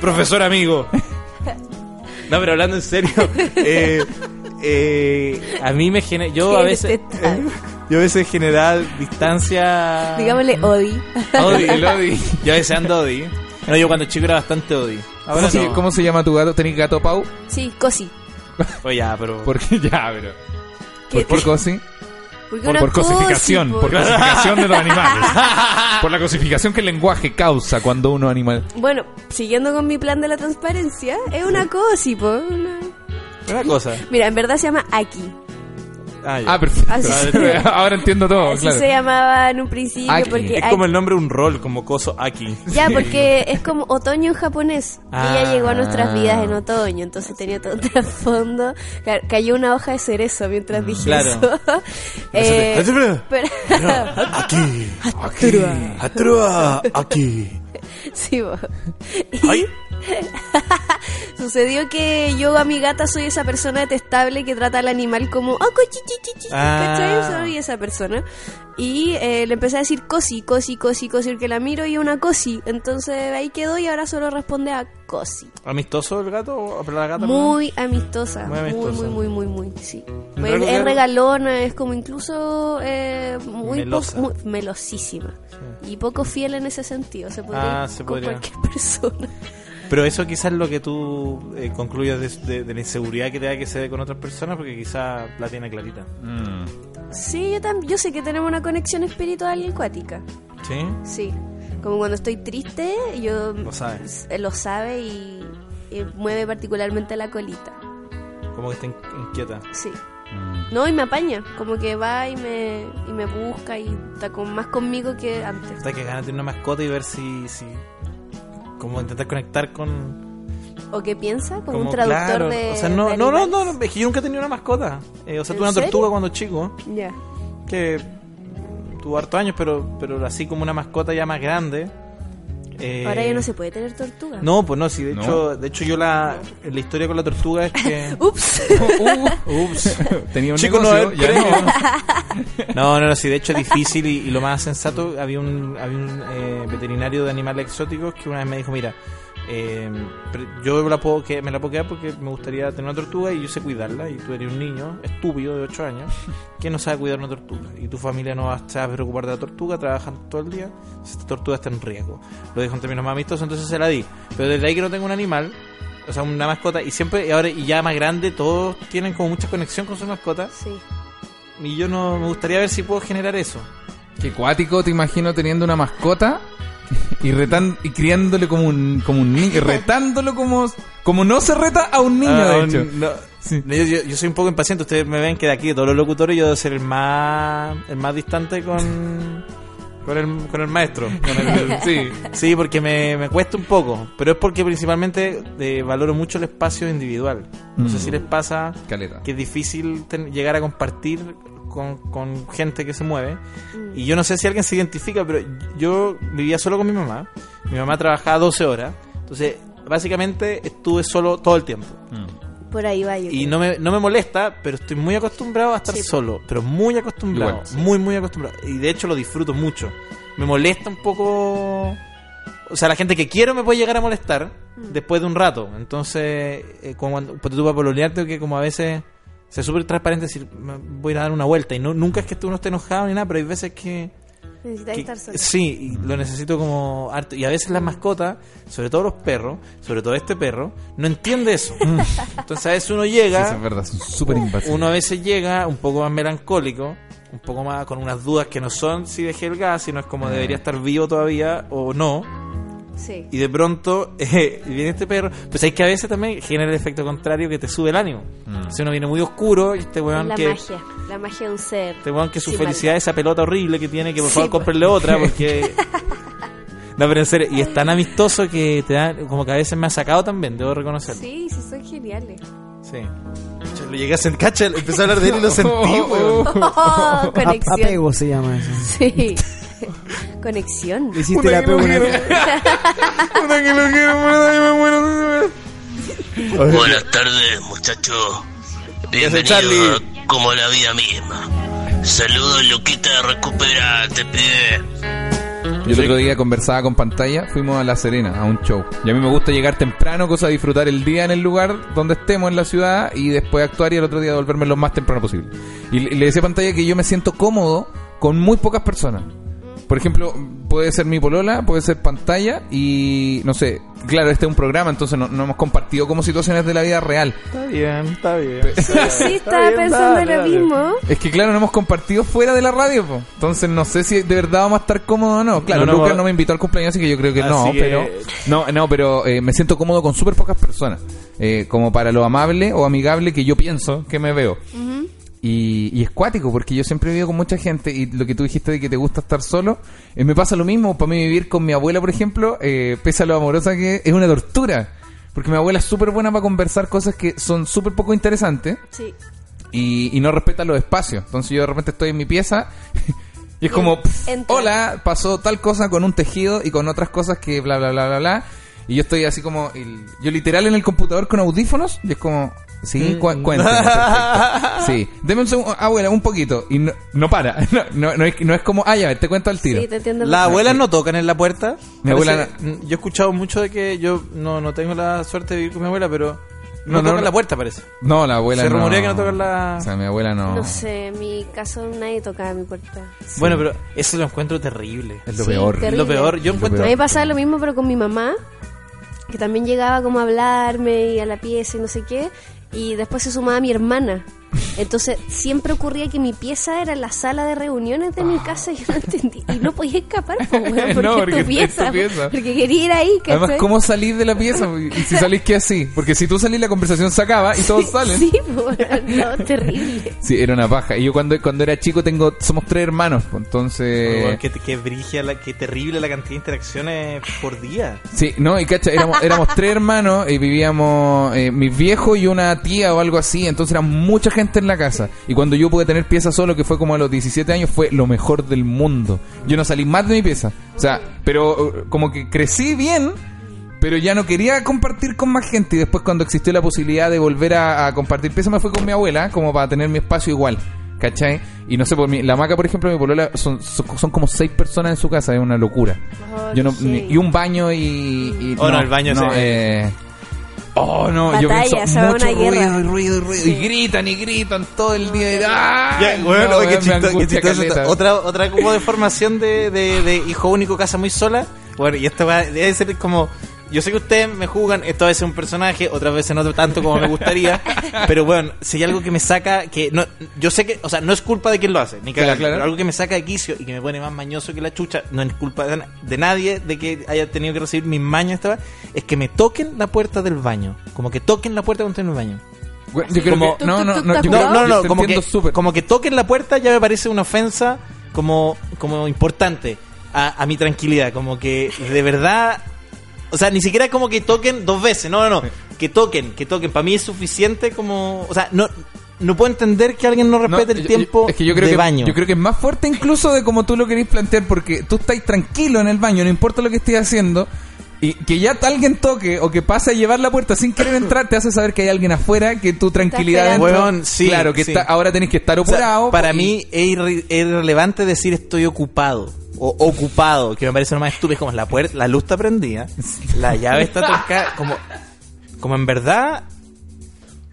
S5: Profesor amigo. No, pero hablando en serio, eh, eh, a mí me genera. Yo a
S3: Qué
S5: veces.
S3: detestable.
S5: Yo a veces genera distancia.
S3: Digámosle Odi.
S5: Odi,
S4: El Odi.
S5: Yo a veces ando Odi. No, yo cuando chico era bastante Odi.
S4: ¿Cómo,
S5: Ahora
S4: se,
S5: no.
S4: cómo se llama tu gato? ¿Tenés gato Pau?
S3: sí, Cosi.
S5: Oye, ya, pero.
S4: Porque ya, pero.
S3: ¿Qué-
S4: ¿Por, por cosi?
S3: Porque
S4: Por,
S3: una
S4: por cosificación.
S3: cosi,
S4: Por
S3: po.
S4: cosificación de los animales. Por la cosificación que el lenguaje causa cuando uno animal.
S3: Bueno, siguiendo con mi plan de la transparencia, es una Cosi, po. una-
S5: Una cosa.
S3: Mira, en verdad se llama Aki.
S5: Ah, ya.
S4: Ah, perfecto.
S3: Así se-
S4: Ahora entiendo todo,
S3: Así
S4: claro.
S3: se llamaba en un principio
S4: Aki.
S3: porque
S5: Oh, es
S3: Aki-
S5: como el nombre de un rol, como coso aquí.
S3: Ya, porque es como otoño en japonés. Y ella llegó a nuestras vidas
S5: Ah.
S3: en otoño, entonces tenía todo un trasfondo. Claro, cayó una hoja de cerezo mientras dije
S5: Mm, Claro.
S3: eso. Eh, pero-
S7: Aquí,
S3: Atrua.
S7: atrua, aquí.
S3: Sí, vos. Y sucedió que yo a mi gata soy esa persona detestable que trata al animal como... "Ah, cochi, chi, chi, chi",
S5: Ah.
S3: ¿cachai? Soy esa persona. Y eh, le empecé a decir cosi, cosi, cosi, cosi, porque la miro y una cosi. Entonces ahí quedó y ahora solo responde a cosi.
S5: ¿Amistoso el gato? o- pero la gata?
S3: Muy amistosa.
S5: Ah, Muy
S3: Muy,
S5: amistosa.
S3: muy, muy, muy, muy, sí. Pues
S5: En
S3: Es-
S5: realidad-
S3: es regalona, es como incluso eh, muy, po-
S5: Melosa.
S3: muy- melosísima. Y poco fiel en ese sentido, se podría
S5: Ah, se
S3: con
S5: podría.
S3: cualquier persona.
S5: Pero eso quizás es lo que tú eh, concluyas de, de- de la inseguridad que te da que se dé con otras personas, porque quizás la tiene clarita.
S3: Sí, yo, tam- yo sé que tenemos una conexión espiritual y acuática.
S5: ¿Sí?
S3: Sí. Como cuando estoy triste, yo...
S5: Lo sabe.
S3: s- Lo sabe y, y mueve particularmente la colita.
S5: Como que está in- inquieta.
S3: Sí.
S5: Mm.
S3: No, y me apaña. Como que va y me, y me busca y está con, más conmigo que antes.
S5: Está que ganas de una mascota y ver si. si como intentar conectar con.
S3: ¿O qué piensa? Como,
S5: como-
S3: un traductor
S5: claro,
S3: de.
S5: O sea, no,
S3: de
S5: no, no, no,
S3: animales.
S5: no, es que yo nunca he tenido una mascota. Eh, o sea,
S3: ¿En
S5: tuve una
S3: serio?
S5: tortuga cuando chico,
S3: Ya.
S5: que tuvo hartos años, pero, pero así como una mascota ya más grande. eh,
S3: Ahora ya no se puede tener tortuga.
S5: No, pues no, sí, de
S4: No.
S5: hecho, de hecho yo la, la historia con la tortuga es que...
S3: Ups.
S4: Uh, Ups. Tenía un
S5: Chico, no,
S4: negocio.
S5: el
S4: ya
S5: premio.
S4: no.
S5: No, no, no, sí, de hecho es difícil y, y lo más sensato, había un, había un eh, veterinario de animales exóticos que una vez me dijo, mira, eh, pre- yo la puedo que, me la puedo quedar porque me gustaría tener una tortuga y yo sé cuidarla y tú eres un niño estúpido de 8 años que no sabe cuidar una tortuga y tu familia no va a saber preocupar de la tortuga, trabajan todo el día, entonces esta tortuga está en riesgo. Lo dijo en términos más amistosos, entonces se la di. Pero desde ahí que no tengo un animal, o sea, una mascota y siempre, y ahora y ya más grande, todos tienen como mucha conexión con su mascota
S3: Sí.
S5: y yo no me gustaría ver si puedo generar eso.
S4: Qué cuático, te imagino teniendo una mascota y retan y criándole como un como un niño, retándolo como como no se reta a un niño,
S5: Ah,
S4: de hecho.
S5: no,
S4: Sí.
S5: no, yo, yo- yo soy un poco impaciente. Ustedes me ven que de aquí, de todos los locutores, yo debo ser el más, el más distante con, con, el, con el maestro.
S4: Con el- sí.
S5: Sí, porque me, me cuesta un poco. Pero es porque principalmente eh, valoro mucho el espacio individual. No sé
S4: Mm.
S5: si les pasa
S4: Caleta.
S5: que es difícil ten- llegar a compartir con, con gente que se mueve. Y yo no sé si alguien se identifica, pero yo vivía solo con mi mamá. Mi mamá trabajaba 12 horas. Entonces, básicamente estuve solo todo el tiempo.
S3: Por ahí va yo.
S5: Y
S3: creo.
S5: no me, no me molesta, pero estoy muy acostumbrado a estar
S3: Sí.
S5: solo. Pero muy acostumbrado.
S4: Igual, sí.
S5: Muy, muy acostumbrado. Y de hecho lo disfruto mucho. Me molesta un poco... O sea, la gente que quiero me puede llegar a molestar
S3: Mm.
S5: después de un rato. Entonces, eh, como cuando pues, tú vas a pololear, tengo que como a veces... Se súper transparente decir, "Me voy a ir a dar una vuelta. Y no, nunca es que tú no esté enojado ni nada, pero hay veces que...
S3: Necesitáis
S5: Que-
S3: estar solo.
S5: Sí, y lo necesito como harto. Y a veces las mascotas, sobre todo los perros, sobre todo este perro, no entiende eso. Entonces a veces uno llega,
S4: Eso es verdad, son súper invasivos.
S5: uno a veces llega un poco más melancólico, un poco más con unas dudas que no son si dejé el gas, sino es
S9: Ah.
S5: como debería estar vivo todavía o no.
S3: Sí.
S5: Y de pronto eh, viene este perro. Pues hay que a veces también genera el efecto contrario que te sube el ánimo.
S9: Mm.
S5: Si uno viene muy oscuro y este weón
S3: la
S5: que...
S3: magia. La magia de un ser.
S5: Este weón que su
S3: sin
S5: felicidad es esa pelota horrible que tiene, que por
S3: Sí,
S5: favor
S3: pues.
S5: cómprenle otra, porque. No, pero en serio, y es tan amistoso que te da, como que a veces me ha sacado también, debo
S3: valor.
S5: reconocerlo.
S3: Sí, sí, son geniales.
S5: Sí.
S9: Yo Lo llegué a sentir, cacha, empecé a hablar de él y lo sentí, weón.
S3: Oh,
S7: A-
S3: conexión.
S7: apego se llama eso.
S3: Sí. conexión.
S7: Le hiciste el apego una vez.
S8: Buenas tardes, muchachos. Bienvenido a como la vida misma. Saludos, Luquita, recuperate, pibe.
S4: Yo el otro día conversaba con pantalla, fuimos a La Serena, a un show. Y a mí me gusta llegar temprano, cosa de disfrutar el día en el lugar donde estemos en la ciudad y después actuar y el otro día volverme lo más temprano posible. Y le le decía a pantalla que yo me siento cómodo con muy pocas personas. Por ejemplo, puede ser mi polola, puede ser pantalla y no sé, claro, este es un programa, entonces no, no hemos compartido como situaciones de la vida real.
S5: Está bien, está bien.
S3: Sí, estaba pensando lo mismo.
S4: Es que claro, no hemos compartido fuera de la radio, po. entonces no sé si de verdad vamos a estar cómodos o no. Claro,
S5: No, no,
S4: Lucas
S5: va-
S4: no me invitó al cumpleaños, así que yo creo que no,
S5: Así que-
S4: pero no, no, pero eh, me siento cómodo con súper pocas personas, Eh, como para lo amable o amigable que yo pienso que me veo. Y, y es cuático, porque yo siempre he vivido con mucha gente y lo que tú dijiste de que te gusta estar solo, eh, me pasa lo mismo. Para mí vivir con mi abuela, por ejemplo, eh, pese a lo amorosa que es, es una tortura. Porque mi abuela es súper buena para conversar cosas que son súper poco interesantes
S3: Sí.
S4: y, y no respeta los espacios. Entonces yo de repente estoy en mi pieza y es
S3: Y
S4: como, pf,
S3: entra.
S4: hola, pasó tal cosa con un tejido y con otras cosas que bla, bla, bla, bla, bla. Y yo estoy así como, el- yo literal en el computador con audífonos y es como,
S5: Mm.
S4: sí, cuen- cuénteme, perfecto. Sí, deme un segundo, abuela, un poquito. Y no, no para, no, no, no es, no es como, ah, ya, te cuento al tiro.
S3: Sí, te entiendo.
S5: ¿Las abuelas no tocan en la puerta?
S4: Mi
S5: A
S4: abuela
S5: veces, mm, Yo he escuchado mucho de que yo no, no tengo la suerte de vivir con mi abuela, pero. No,
S4: No, no,
S5: tocan
S4: no.
S5: la puerta, parece.
S4: No, la abuela
S5: Se
S4: no.
S5: rumorea que no tocan la-
S4: O sea, mi abuela no.
S3: No sé, en mi caso nadie tocaba mi puerta. Sí,
S5: Bueno, pero eso lo encuentro terrible.
S4: Es lo
S3: Sí,
S4: peor.
S3: terrible.
S5: Lo peor, yo
S4: Lo
S5: encuentro.
S3: A mí
S4: peor.
S3: me pasaba lo mismo, pero con mi mamá, que también llegaba como a hablarme y a la pieza y no sé qué, y después se sumaba mi hermana. Entonces siempre ocurría que mi pieza era la sala de reuniones de mi casa y yo no entendí. Y no podía escapar, po, weón, porque,
S4: No, porque
S3: tu pieza,
S4: es tu pieza.
S3: porque quería ir ahí. ¿cachai?
S4: Además, ¿cómo salís de la pieza? Y si salís, ¿qué así? Porque si tú salís, la conversación se acaba y todos salen.
S3: Sí, po, weón, no, terrible.
S4: Sí, era una paja. Y yo cuando, cuando era chico tengo, somos tres hermanos, pues,
S5: Weón,
S4: entonces...
S5: qué, qué brigia la- qué terrible la cantidad de interacciones por día.
S4: Sí, no, y cacha, éramos, éramos tres hermanos y vivíamos eh, mis viejos y una tía o algo así, entonces era mucha gente en la casa. Y cuando yo pude tener pieza solo, que fue como a los 17 años, fue lo mejor del mundo. Yo no salí más de mi pieza. O sea, pero eh, como que crecí bien, pero ya no quería compartir con más gente. Y después cuando existió la posibilidad de volver a, a compartir pieza, me fui con mi abuela, como para tener mi espacio igual. ¿Cachai? Y no sé, por mi, la maca, por ejemplo, mi polola, son, son, son como seis personas en su casa, es una locura.
S3: Oh,
S4: Yo no-
S3: qué heavy.
S4: y un baño y... y
S5: Oh, no, el baño
S4: no,
S5: se-
S4: eh, Oh, no, yo
S3: Batalla,
S4: pienso
S3: se va
S4: mucho
S3: una guerra.
S4: ruido, y ruido, y ruido. Y gritan, y gritan todo el día. y- ¡Ah!
S5: Ya,
S4: No,
S5: weón, oye,
S4: weón,
S5: qué
S4: me
S5: chistoso, qué
S4: angustia
S5: chistoso.
S4: caleta.
S5: Otra, otra como de formación de, de- de hijo único, casa muy sola. Bueno, y esto va, debe ser como. Yo sé que ustedes me jugan, esto a veces es un personaje, otras veces no tanto como me gustaría. pero bueno, si hay algo que me saca, que no, yo sé que, o sea, no es culpa de quien lo hace, ni cagando,
S4: Claro, claro.
S5: pero algo que me saca de quicio y que me pone más mañoso que la chucha, no es culpa de, na- de nadie de que haya tenido que recibir mis mañas esta vez, es que me toquen la puerta del baño, como que toquen la puerta cuando estoy en el baño.
S4: Weón, Yo creo
S5: Como-
S4: que... No, no, no. yo
S5: No,
S4: creo-
S5: no,
S4: yo
S5: no,
S4: te
S5: como que,
S4: entiendo súper.
S5: como que toquen la puerta ya me parece una ofensa como, como importante a, a mi tranquilidad. Como que de verdad. O sea, ni siquiera como que toquen dos veces. No, no, no. Que toquen, que toquen. Para mí es suficiente como. O sea, no. no puedo entender que alguien no
S4: No,
S5: respete el
S4: yo-
S5: tiempo
S4: yo- es que yo creo
S5: de
S4: que,
S5: baño.
S4: Yo creo que es más fuerte incluso de como tú lo querés plantear, porque tú estás tranquilo en el baño, no importa lo que estés haciendo, y que ya alguien toque o que pase a llevar la puerta sin querer entrar, te hace saber que hay alguien afuera, que tu tranquilidad
S10: esperando.
S4: adentro-
S5: Huevón, sí,
S4: Claro, que
S5: sí.
S4: está- ahora tenés que estar
S5: O sea,
S4: apurado. pues,
S5: para
S4: y-
S5: mí es, irre- es irrelevante decir estoy ocupado o ocupado, que me parece lo más estúpido, es como la puerta, la luz está prendida, la llave está trancada, como, como en verdad,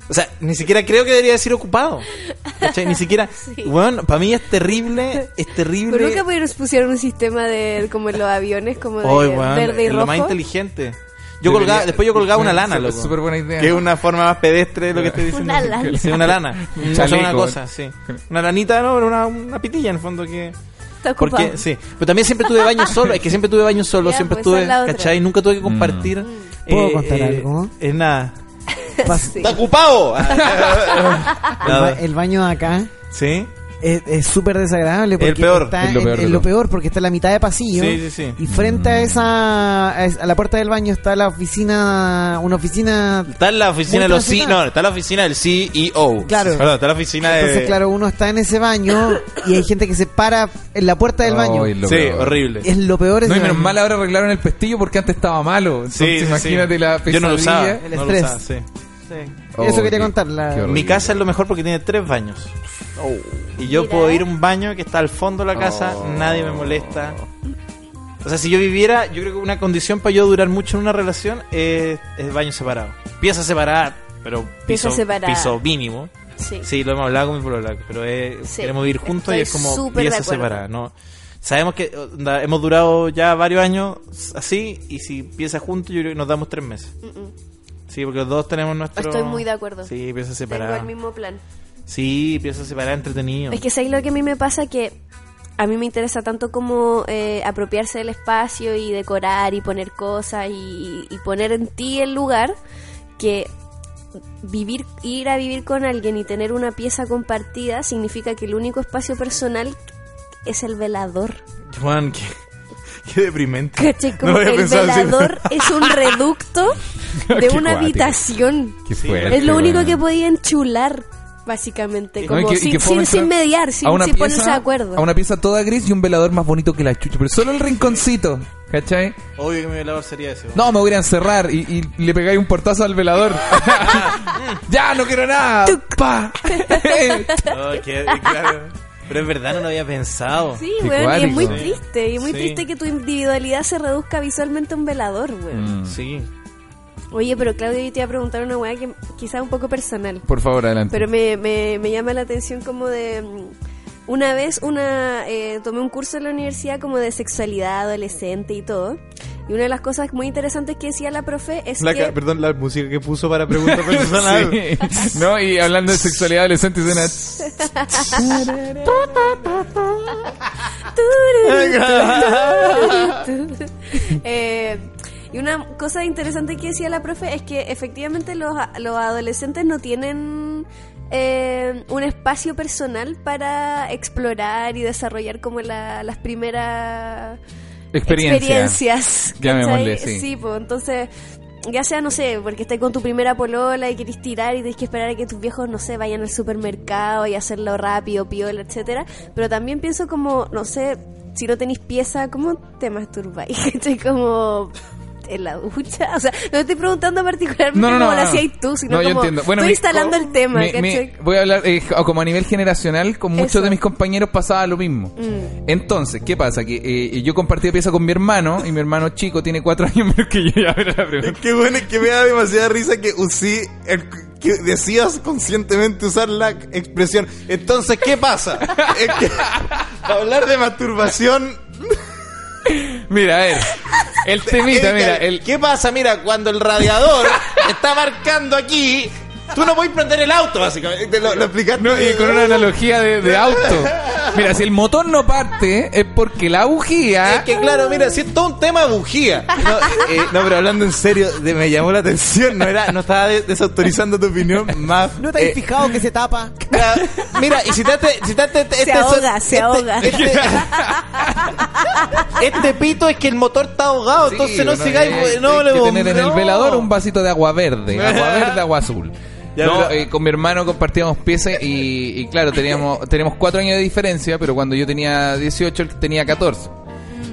S5: o sea, ni siquiera creo que debería decir ocupado, ¿cachai? ni siquiera,
S10: Sí.
S5: bueno, para mí es terrible, es terrible,
S3: Pero nunca pudieron- pusieron un sistema de como en los aviones, como de
S5: Ay, weón,
S3: verde y
S5: es
S3: rojo.
S5: lo más inteligente. Yo
S4: Debería-
S5: colgaba, después yo colgaba una lana,
S4: Súper-
S5: loco.
S4: súper buena idea.
S5: Que es una forma más pedestre de lo que estoy diciendo.
S10: Una lana.
S5: Sí, una lana.
S4: Un
S5: O sea, una
S4: chaleco.
S5: cosa, sí. Una lanita, no, pero una, una pitilla en el fondo que...
S10: Está ocupado.
S5: Porque, sí. Pero también siempre tuve baño solo, es que siempre tuve baño solo,
S10: Ya,
S5: siempre
S10: pues,
S5: tuve,
S10: esa es la otra.
S5: ¿cachai? Nunca tuve que compartir. eh,
S7: ¿Puedo contar algo?
S5: Es nada.
S7: Pas-
S3: Sí.
S5: ¡Está ocupado!
S7: el, ba- el baño de acá
S5: ¿sí.
S7: es es súper desagradable. Porque
S5: peor,
S7: está
S4: es lo
S7: en-
S4: peor de
S7: en lo
S4: todo.
S7: peor, porque está en la mitad de pasillo.
S5: Sí, sí, sí.
S7: Y frente
S4: Mm.
S7: a esa. a es- a la puerta del baño está la oficina. Una oficina.
S5: Está en la oficina
S7: Muy
S5: de los C-
S7: transitada.
S5: no, está en la oficina del CEO.
S7: Claro.
S5: Perdón, está en la oficina
S4: Eh.
S5: de
S7: Entonces, claro, uno está en ese baño y hay gente que se para en la puerta del baño.
S4: Ay, lo
S5: Sí,
S4: peor.
S5: horrible.
S7: Es lo peor.
S4: No,
S7: ese
S4: y menos
S7: baño.
S4: mal ahora arreglaron el pestillo porque antes estaba malo. Entonces,
S5: Sí, sí,
S4: imagínate
S5: sí.
S4: la
S5: Yo no lo usaba.
S4: pesadilla.
S7: El
S5: no lo
S7: estrés.
S5: usaba, sí.
S4: Oh,
S7: Eso quería
S4: qué-
S7: contar.
S4: qué
S7: La...
S4: horror.
S5: Mi casa es lo mejor porque tiene tres baños. Y yo
S10: Oh. Mira.
S5: puedo ir a un baño que está al fondo de la casa, nadie me molesta. O sea, si yo viviera, yo creo que una condición para yo durar mucho en una relación es, es baño separado. Pieza separada, pero
S10: Pieza
S5: piso,
S10: separada.
S5: piso mínimo.
S10: Sí.
S5: Sí, lo hemos hablado con mi polola, pero es-
S10: Sí,
S5: queremos vivir juntos y es
S10: estoy
S5: como
S10: súper de
S5: pieza
S10: acuerdo.
S5: separada. No, sabemos que onda, hemos durado ya varios años así y si pieza juntos yo creo que nos damos tres meses.
S10: Mm-mm.
S5: Sí, porque los dos tenemos nuestro...
S10: Mm, Estoy muy de acuerdo.
S5: Sí, pieza
S3: Tengo
S5: separada.
S3: el mismo plan.
S5: Sí, pieza separada entretenido.
S10: Es que ¿sabes lo que a mí me pasa? Que a mí me interesa tanto como eh, apropiarse del espacio y decorar y poner cosas y, y poner en ti el lugar que vivir ir a vivir con alguien y tener una pieza compartida significa que el único espacio personal es el velador.
S5: Juan, qué, qué deprimente.
S10: ¿Cachai? Como
S5: No había
S10: el
S5: pensado así.
S10: velador es un reducto de
S4: Qué
S10: una
S4: cuático.
S10: habitación.
S4: Qué
S5: Sí,
S4: fuerte,
S10: Es lo único
S4: weón.
S10: que podía enchular, básicamente.
S4: No, y
S10: Como
S4: que- y
S10: sin,
S4: que fue
S10: sin-
S4: mezclar
S10: sin mediar, sin,
S4: a una
S10: sin ponerse de
S4: pieza-
S10: acuerdo.
S4: A una pieza toda gris y un velador más bonito que la chucha. Pero solo el rinconcito, ¿cachai?
S5: Obvio que mi velador sería ese.
S4: No, me voy a ir a encerrar y, y le pegáis un portazo al velador. ya, no quiero nada. Pa.
S5: No, que- claro. Pero en verdad no lo había pensado.
S10: Sí,
S4: Qué
S10: weón, y es
S4: cuático.
S10: muy
S4: Sí.
S10: triste. Y es muy
S5: Sí.
S10: triste que tu individualidad se reduzca visualmente a un velador, weón.
S4: Mm.
S5: Sí.
S3: Oye, pero Claudio, yo te iba a preguntar una weá que quizá un poco personal.
S4: Por favor, adelante.
S3: Pero me, me, me llama la atención como de... mm, Una vez una eh, tomé un curso en la universidad como de sexualidad adolescente y todo. Y una de las cosas muy interesantes que decía la profe es
S5: La
S3: que...
S5: ca- perdón, la música que puso para preguntas personal.
S4: Sí. No, y hablando de sexualidad adolescente, suena.
S3: Eh, y una cosa interesante que decía la profe es que efectivamente los, los adolescentes no tienen eh, un espacio personal para explorar y desarrollar como la- las primeras
S4: Experiencia.
S3: experiencias.
S4: Llamémosle,
S3: ¿cachai?
S4: sí.
S3: pues, entonces, ya sea, no sé, porque estás con tu primera polola y querés tirar y tenés que esperar a que tus viejos, no sé, vayan al supermercado y hacerlo rápido, piola, etcétera. Pero también pienso como, no sé, si no tenéis pieza, ¿cómo te masturbáis? ¿Cachai? Como en la ducha. O sea, no estoy preguntando particularmente
S4: No, no, no.
S3: cómo lo
S4: no, no.
S3: hacías tú, sino
S4: No, yo
S3: como
S4: entiendo. Bueno,
S3: estoy
S4: mi-
S3: instalando el tema,
S4: mi- mi-
S3: ¿cachai?
S4: voy a hablar eh, como a nivel generacional, con muchos
S3: Eso. Mm.
S4: de mis compañeros pasaba lo mismo. Entonces, ¿qué pasa? Que eh, yo compartía pieza con mi hermano y mi hermano chico tiene cuatro años menos que yo. Ya verá la pregunta.
S11: Qué bueno, es que me da demasiada risa que usí, el- que decías conscientemente usar la expresión. Entonces, ¿qué pasa? Es que hablar de masturbación.
S4: Mira, a ver. El temita,
S11: es que-
S4: mira. El,
S5: ¿Qué pasa? Mira, cuando el radiador está marcando aquí, tú no puedes prender el auto, básicamente.
S11: Te lo, lo explicaste.
S4: no, y con una analogía de, de auto. Mira, si el motor no parte es porque la bujía...
S5: Es que claro, mira, si es todo un tema de bujía.
S11: No, eh, no, pero hablando en serio, de- me llamó la atención. No era, no estaba de- desautorizando tu opinión más. eh,
S7: ¿No te has
S4: Eh.
S7: fijado que se tapa?
S5: Mira, Mira, y si te este si
S3: Se ahoga, se ahoga.
S5: Este pito es que el motor está ahogado,
S4: Sí,
S5: entonces no
S4: bueno,
S5: sigáis. pues,
S4: eh,
S5: no,
S4: hay
S5: le
S4: que tener en el
S5: no.
S4: velador un vasito de agua verde, agua verde, agua azul.
S5: Ya,
S4: no,
S5: pero-
S4: eh, con mi hermano compartíamos piezas y, y claro, teníamos, tenemos cuatro años de diferencia, pero cuando yo tenía 18, él tenía 14.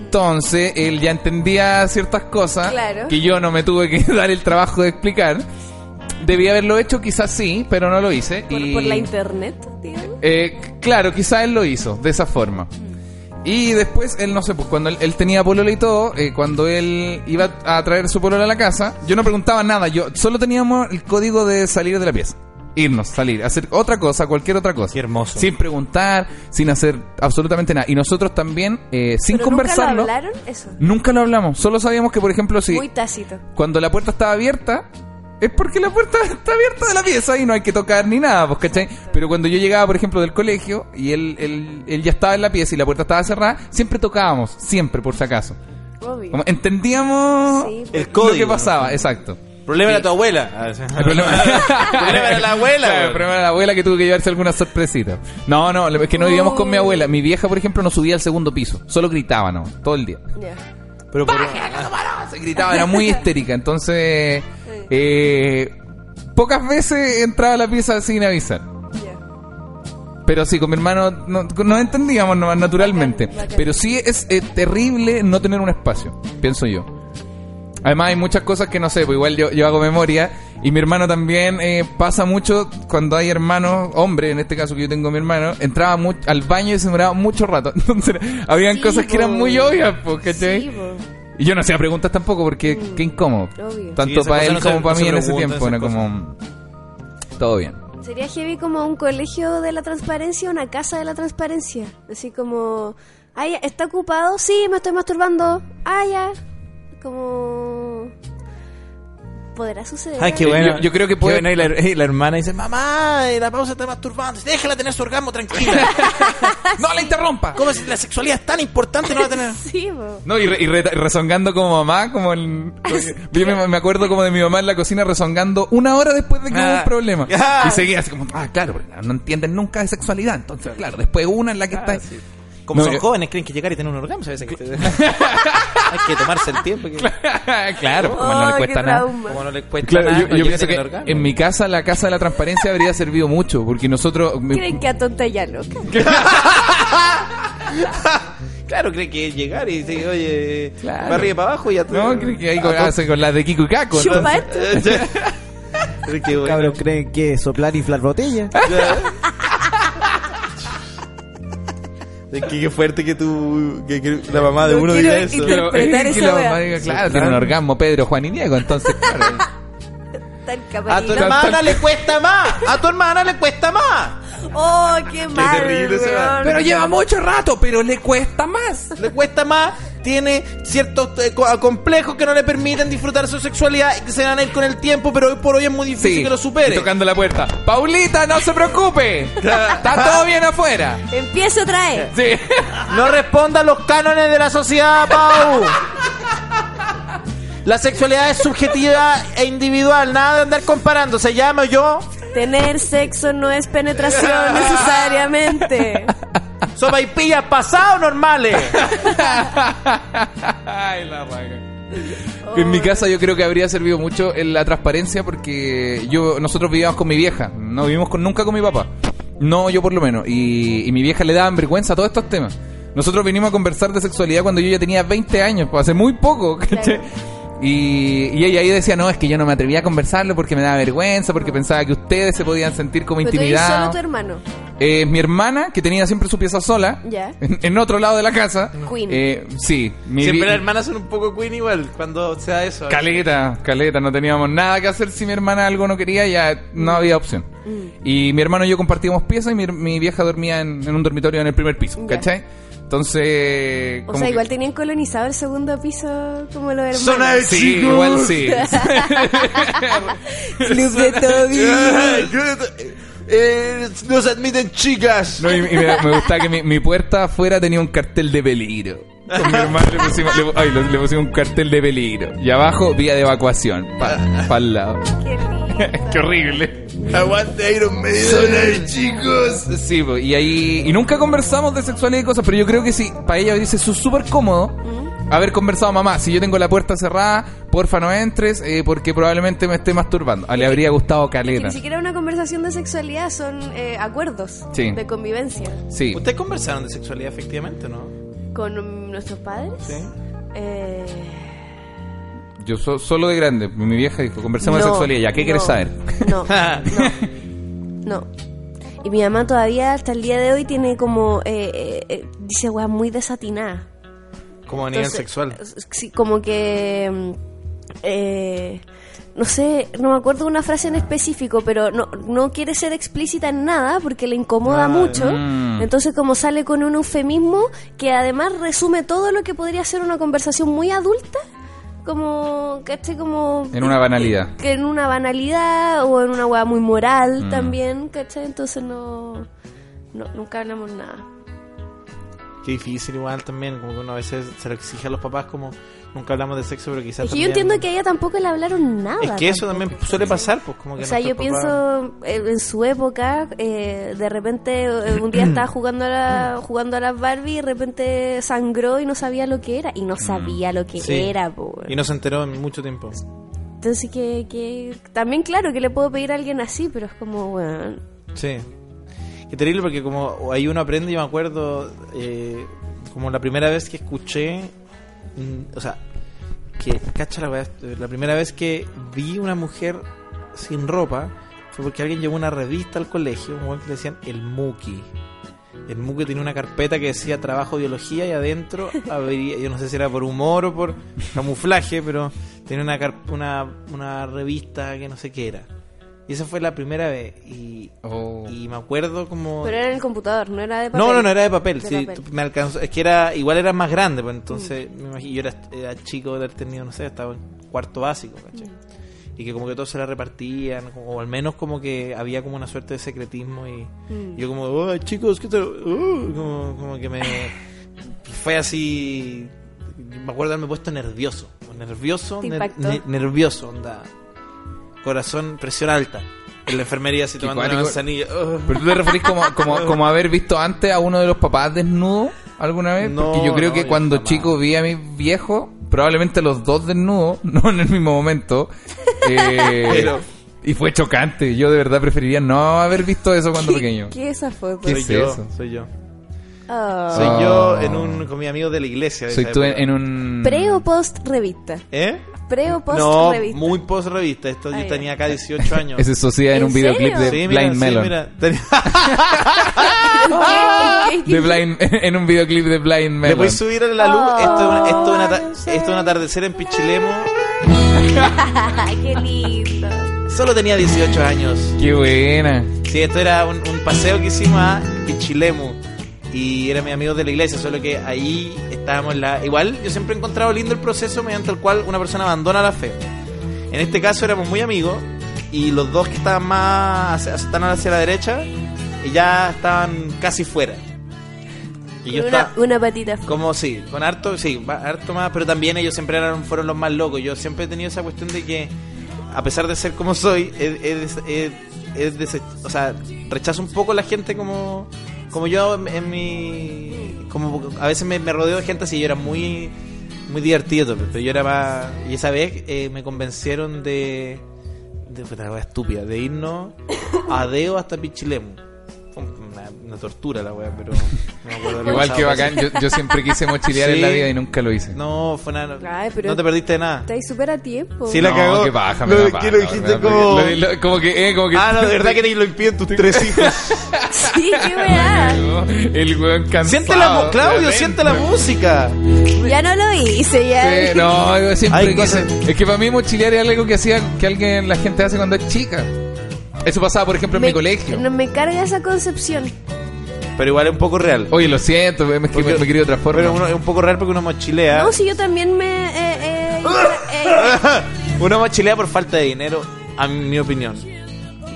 S4: Entonces, él ya entendía ciertas cosas
S3: Claro.
S4: que yo no me tuve que dar el trabajo de explicar. Debía haberlo hecho, quizás sí, pero no lo hice.
S3: Por,
S4: y...
S3: por la internet, digamos.
S4: Eh, c- claro, quizás él lo hizo de esa forma. Y después él, no sé, pues cuando él, él tenía polola y todo, eh, cuando él iba a traer su polola a la casa, yo no preguntaba nada, yo solo teníamos el código de salir de la pieza. Irnos, salir, hacer otra cosa, cualquier otra cosa.
S12: Qué hermoso.
S4: Sin preguntar, sin hacer absolutamente nada. Y nosotros también, eh, sin
S3: Pero
S4: conversarlo,
S3: ¿Nunca lo hablaron? Eso.
S4: nunca lo hablamos. Solo sabíamos que, por ejemplo, si
S3: Muy tácito.
S4: cuando la puerta estaba abierta, es porque la puerta está abierta de la pieza y no hay que tocar ni nada, pues, ¿cachai? Pero cuando yo llegaba, por ejemplo, del colegio y él, él, él ya estaba en la pieza y la puerta estaba cerrada, siempre tocábamos, siempre, por si acaso.
S3: Obvio.
S4: Como entendíamos
S3: Sí,
S5: El
S4: lo
S5: código.
S4: que pasaba, exacto.
S5: El problema era tu abuela. Ah, sí.
S4: El problema,
S5: problema era la abuela,
S4: Claro,
S5: weón.
S4: el problema era la abuela que tuvo que llevarse alguna sorpresita. No, no, es que no vivíamos con mi abuela. Mi vieja, por ejemplo, no subía al segundo piso. Solo gritaba, ¿no? Todo el día.
S3: Ya.
S5: Pero por-
S4: se gritaba, era muy histérica. Entonces, eh, pocas veces entraba a la pieza sin avisar.
S3: Ya.
S4: Pero sí, con mi hermano no, no entendíamos nomás naturalmente. Pero sí es eh, terrible no tener un espacio, pienso yo. Además hay muchas cosas que no sé, pues igual yo, yo hago memoria y mi hermano también eh, pasa mucho cuando hay hermanos, hombre, en este caso que yo tengo mi hermano, entraba mu- al baño y se demoraba mucho rato. Entonces, habían
S3: Sí,
S4: cosas que eran
S3: po.
S4: muy obvias, pues, ¿cachai?
S3: Sí, po.
S4: Y yo no hacía preguntas tampoco porque qué incómodo.
S3: obvio.
S4: Tanto
S12: Sí,
S4: para
S12: esas
S4: él
S12: cosas no
S4: como
S12: se-
S4: para
S12: no
S4: mí
S12: se
S4: en ese
S12: preguntan,
S4: tiempo. Era
S12: esas
S4: como. Todo bien.
S3: Sería heavy como un colegio de la transparencia, una casa de la transparencia. Así como, ay, ¿está ocupado? Sí, me estoy masturbando. Ah, ya. Como... ¿Podrá suceder?
S12: Ay, Ah, qué bueno.
S4: Yo- yo creo que puede-
S12: Qué bueno, Y la, y la hermana dice, mamá, eh, la pausa está masturbando. Déjala tener su orgasmo tranquila.
S4: ¡No la interrumpa!
S12: ¿Cómo es? La sexualidad es tan importante, no la va a tener.
S3: Sí, po.
S4: No, y, re- y re- rezongando como mamá, como el. Yo me, me acuerdo como de mi mamá en la cocina rezongando una hora después de que hubo
S12: Ah.
S4: un problema.
S12: Ah.
S4: Y seguía así como, ah, claro, porque no entienden nunca de sexualidad. Entonces, claro, después una en la que está.
S12: Como
S4: No,
S12: son
S4: yo-
S12: jóvenes, creen que llegar y tener un orgasmo. a veces que te- Hay que tomarse el tiempo. que-
S4: claro, pues, como no
S3: Oh,
S4: le
S3: qué
S4: cuesta nada.
S3: trauma.
S12: Como no le cuesta
S4: Claro,
S12: nada,
S4: yo-
S12: no
S4: yo,
S12: llegan
S4: pienso
S12: al
S4: que
S12: orgasmo.
S4: en mi casa la casa de la transparencia habría servido mucho, porque nosotros... mi-
S3: Creen que a tonta ya loca.
S12: Claro, cree que es llegar y decir, oye,
S4: Claro.
S12: para arriba y para abajo y ya te-
S4: No, creo que ahí con,
S12: Ah,
S4: hacen con la de Kiko y Kako. ¿no?
S3: Chupar.
S12: creo
S4: Ah,
S12: que bueno.
S7: Cabros creen que soplar y inflar botella.
S5: Es que qué fuerte que tú. Que, que la mamá de
S3: No
S5: uno
S3: quiero
S5: diga Ah, eso.
S3: inter- Interpretar
S4: Y
S3: esa
S4: la
S3: wea.
S4: mamá diga, claro, tiene un orgasmo Pedro, Juan y Diego, entonces, claro.
S3: Tan
S4: Ah,
S12: A tu
S3: capaz.
S12: hermana le cuesta más. A tu hermana le cuesta más.
S3: Oh, qué mal.
S5: terrible ese
S3: weón.
S4: Pero lleva mucho rato, pero le cuesta más.
S12: Le cuesta más. Tiene ciertos eh, co- complejos que no le permiten disfrutar su sexualidad y que se van a ir con el tiempo, pero hoy por hoy es muy difícil
S4: Sí,
S12: que lo supere.
S4: y tocando la puerta. Paulita, no se preocupe. Está todo bien afuera.
S3: Empieza otra vez.
S4: Sí.
S12: No responda a los cánones de la sociedad, Pau. La sexualidad es subjetiva e individual, nada de andar comparando. Se llama yo
S3: Tener sexo no es penetración necesariamente.
S12: sopa y pilla pasado normales.
S4: Ay, la vaga. En mi casa yo creo que habría servido mucho en la transparencia porque yo nosotros vivíamos con mi vieja, no vivimos con, nunca con mi papá. No, yo por lo menos. Y, y mi vieja le daban vergüenza a todos estos temas. Nosotros vinimos a conversar de sexualidad cuando yo ya tenía 20 años, pues, hace muy poco. ¿cachai? Y, y ella ahí decía, no, es que yo no me atrevía a conversarlo porque me daba vergüenza, porque pensaba que ustedes se podían sentir como
S3: Pero tú eres
S4: intimidados.
S3: solo tu hermano.
S4: Eh, mi hermana, que tenía siempre su pieza sola,
S3: Ya.
S4: en, en otro lado de la casa.
S3: Queen.
S4: Eh, sí, mi vi-
S12: Siempre las hermanas son un poco queen igual cuando se da eso.
S4: Caleta, caleta, no teníamos nada que hacer si mi hermana algo no quería, ya no
S3: Mm.
S4: había opción. Y mi hermano y yo compartíamos piezas y mi, mi vieja dormía en, en un dormitorio en el primer piso,
S3: Ya.
S4: ¿cachai? Entonces...
S3: O
S4: como
S3: sea,
S4: que-
S3: igual tenían colonizado el segundo piso como los hermanos.
S5: Zona de
S4: Sí,
S5: chicos.
S4: igual sí.
S3: Club de Toby.
S5: Ay, eh, nos admiten chicas.
S4: No, y, y me, me gustaba que mi, mi puerta afuera tenía un cartel de peligro. Con mi hermano le pusimos, le- ay, le- le pusimos un cartel de peligro. Y abajo, vía de evacuación, para el lado.
S3: Ah. Qué lindo.
S4: Qué horrible.
S5: Aguante Iron Maiden. Zona de chicos.
S4: Pues, Sí, po, y ahí. Y nunca conversamos de sexualidad y cosas, pero yo creo que sí, para ella dice, es súper cómodo haber conversado, mamá. Si yo tengo la puerta cerrada, porfa no entres eh, porque probablemente me esté masturbando. Ah, le habría gustado
S3: Que
S4: caleta.
S3: ni siquiera una conversación de sexualidad, son eh, acuerdos
S4: Sí.
S3: de convivencia.
S4: Sí.
S5: ¿Ustedes conversaron de sexualidad efectivamente, no?
S3: ¿Con nuestros padres?
S5: Sí.
S3: Eh,
S4: Yo so- solo de grande, mi vieja dijo, conversemos de
S3: no,
S4: sexualidad, ya, ¿qué
S3: no,
S4: quieres saber?
S3: No, no, no. Y mi mamá todavía hasta el día de hoy tiene como, eh, eh, eh, dice weas muy desatinada.
S5: Como a nivel
S3: Entonces,
S5: sexual.
S3: eh, Sí, como que. mm, eh, no sé, no me acuerdo una frase en específico, pero no, no quiere ser explícita en nada porque le incomoda
S5: Ah,
S3: mucho.
S4: mm.
S3: Entonces, como sale con un eufemismo que además resume todo lo que podría ser una conversación muy adulta, como. ¿cachai? Como.
S4: En una banalidad. Mm.
S3: Que en una banalidad o en una hueá muy moral también, ¿cachai? Entonces, no, no. Nunca hablamos nada.
S5: Qué difícil igual también, como que uno a veces se lo exige a los papás como nunca hablamos de sexo, pero quizás
S3: Es que yo entiendo que a ella tampoco le hablaron nada.
S5: Es que eso
S3: tampoco,
S5: también
S3: ¿cachai?
S5: suele pasar, pues como que
S3: O sea, yo
S5: nuestros papás-
S3: pienso eh, en su época, eh, de repente eh, un día estaba jugando a, la- jugando a las Barbie y de repente sangró y no sabía lo que era. Y no sabía lo que
S5: Sí.
S3: era, po.
S5: Y no se enteró en mucho tiempo.
S3: Entonces, que, que- También, claro, que le puedo pedir a alguien así, pero es como, bueno.
S5: Sí. Qué terrible porque como ahí uno aprende y me acuerdo eh, como la primera vez que escuché, mm, o sea, que cacha la weá, eh, la primera vez que vi una mujer sin ropa fue porque alguien llevó una revista al colegio, un weón que le decían el Muki. El Muki tenía una carpeta que decía trabajo biología y adentro habría, yo no sé si era por humor o por camuflaje, pero tenía una, car- una, una revista que no sé qué era. Y esa fue la primera vez. Y,
S4: Oh.
S5: y me acuerdo como...
S3: Pero era en el computador, no era de papel.
S5: No, no, no, era de papel.
S3: De
S5: sí,
S3: papel. Mm.
S5: tú- me alcanzó. Es que era, igual era más grande, pues entonces, me imagino, yo era, era chico de haber tenido, no sé, estaba en cuarto básico,
S3: Mm.
S5: ¿cachai? Y que como que todos se la repartían, como- o al menos como que había como una suerte de secretismo y
S3: Mm.
S5: y yo como, oh, chicos, ¿qué tal? Uh", como, como que me... fue así... Me acuerdo haberme puesto nervioso, nervioso,
S3: Te
S5: ner-
S3: impactó.
S5: ne- nervioso, onda. Corazón, presión alta. En la enfermería así
S4: Qué
S5: tomando una
S4: cuático.
S5: manzanilla. "Oh".
S4: Pero tú te referís como, como, como haber visto antes a uno de los papás desnudo alguna vez.
S5: No,
S4: Porque yo creo
S5: no,
S4: que
S5: yo
S4: cuando
S5: jamás.
S4: chico vi a mis viejos, probablemente los dos desnudos, no en el mismo momento. eh,
S5: Pero-
S4: Y fue chocante. Yo de verdad preferiría no haber visto eso cuando pequeño.
S3: ¿Qué es esa foto?
S4: ¿Qué
S5: soy
S4: es
S5: yo,
S4: eso?
S5: soy yo.
S3: Ah.
S5: Soy
S4: Ah.
S5: yo en un, con mis amigos de la iglesia. de
S4: Soy
S5: esa
S4: tú en,
S5: época.
S4: en un...
S3: Pre o post revista.
S5: ¿Eh?
S3: Pre o post
S5: no,
S3: revista.
S5: muy post revista. Esto
S3: Ah,
S5: yo
S3: ya.
S5: tenía acá 18 años.
S4: Ese es Socia en,
S3: ¿En
S4: un videoclip
S3: serio?
S4: de
S5: Sí, mira,
S4: Blind
S5: sí,
S4: Melon.
S5: mira. Tenía-
S4: De Blind, en un videoclip de Blind
S5: Le
S4: Melon.
S5: voy a subir a la luz. Esto es una- esto es una ta- esto es un atardecer en Pichilemo.
S3: Ay, qué lindo.
S5: Solo tenía 18 años.
S4: Qué buena.
S5: Sí, esto era un, un paseo que hicimos a Pichilemu. Y eran mis amigos de la iglesia, solo que ahí estábamos en la... Igual yo siempre he encontrado lindo el proceso mediante el cual una persona abandona la fe. En este caso éramos muy amigos y los dos que estaban más... hacia- estaban hacia la derecha y ya estaban casi fuera. Y yo
S3: una,
S5: estaba...
S3: una patita afuera.
S5: Como sí, con harto, sí, va- harto más, pero también ellos siempre eran, fueron los más locos. Yo siempre he tenido esa cuestión de que, a pesar de ser como soy, es, es- es- es dese- o sea, rechazo un poco la gente como, como yo en, en mi, como a veces me, me rodeo de gente así. Yo era muy, muy divertido, pero yo era más, y esa vez eh, me convencieron de, de fue una cosa estúpida, de irnos a Deo hasta Pichilemu. Fue Una, una tortura la wea, pero no me acuerdo de lo
S4: Igual que
S5: pasado,
S4: bacán, yo, yo siempre quise mochilear en la
S5: Sí.
S4: vida y nunca lo hice.
S5: no, fue nada.
S3: Ay, pero-
S5: no te perdiste de nada.
S3: Estáis súper a tiempo.
S5: Sí, la
S4: No,
S5: cagó.
S4: qué baja, me
S5: Lo-
S4: da
S5: que
S4: paja,
S5: lo
S4: me
S5: dijiste
S4: da paja.
S5: como-
S4: Lo- lo- como que, eh, como que...
S5: Ah, no, de verdad que te lo impiden tus tres hijos.
S3: Sí, qué weá.
S4: El weón cansado.
S5: siente la, mu- Claudio,
S4: de
S5: siente la
S4: adentro.
S5: música.
S3: Ya no lo hice, ya.
S4: Sí, no, yo siempre
S5: Ay,
S4: quise- Es que para mí mochilear es algo que hacía que alguien, la gente hace cuando es chica. Eso pasaba, por ejemplo, en mi colegio.
S3: no, me carga esa concepción.
S5: Pero igual es un poco real.
S4: Oye, lo siento, es que me, me quería otra forma.
S5: Pero uno, es un poco real porque uno mochilea.
S3: No, si yo también me. eh, eh, eh,
S5: uno mochilea por falta de dinero, a mi opinión.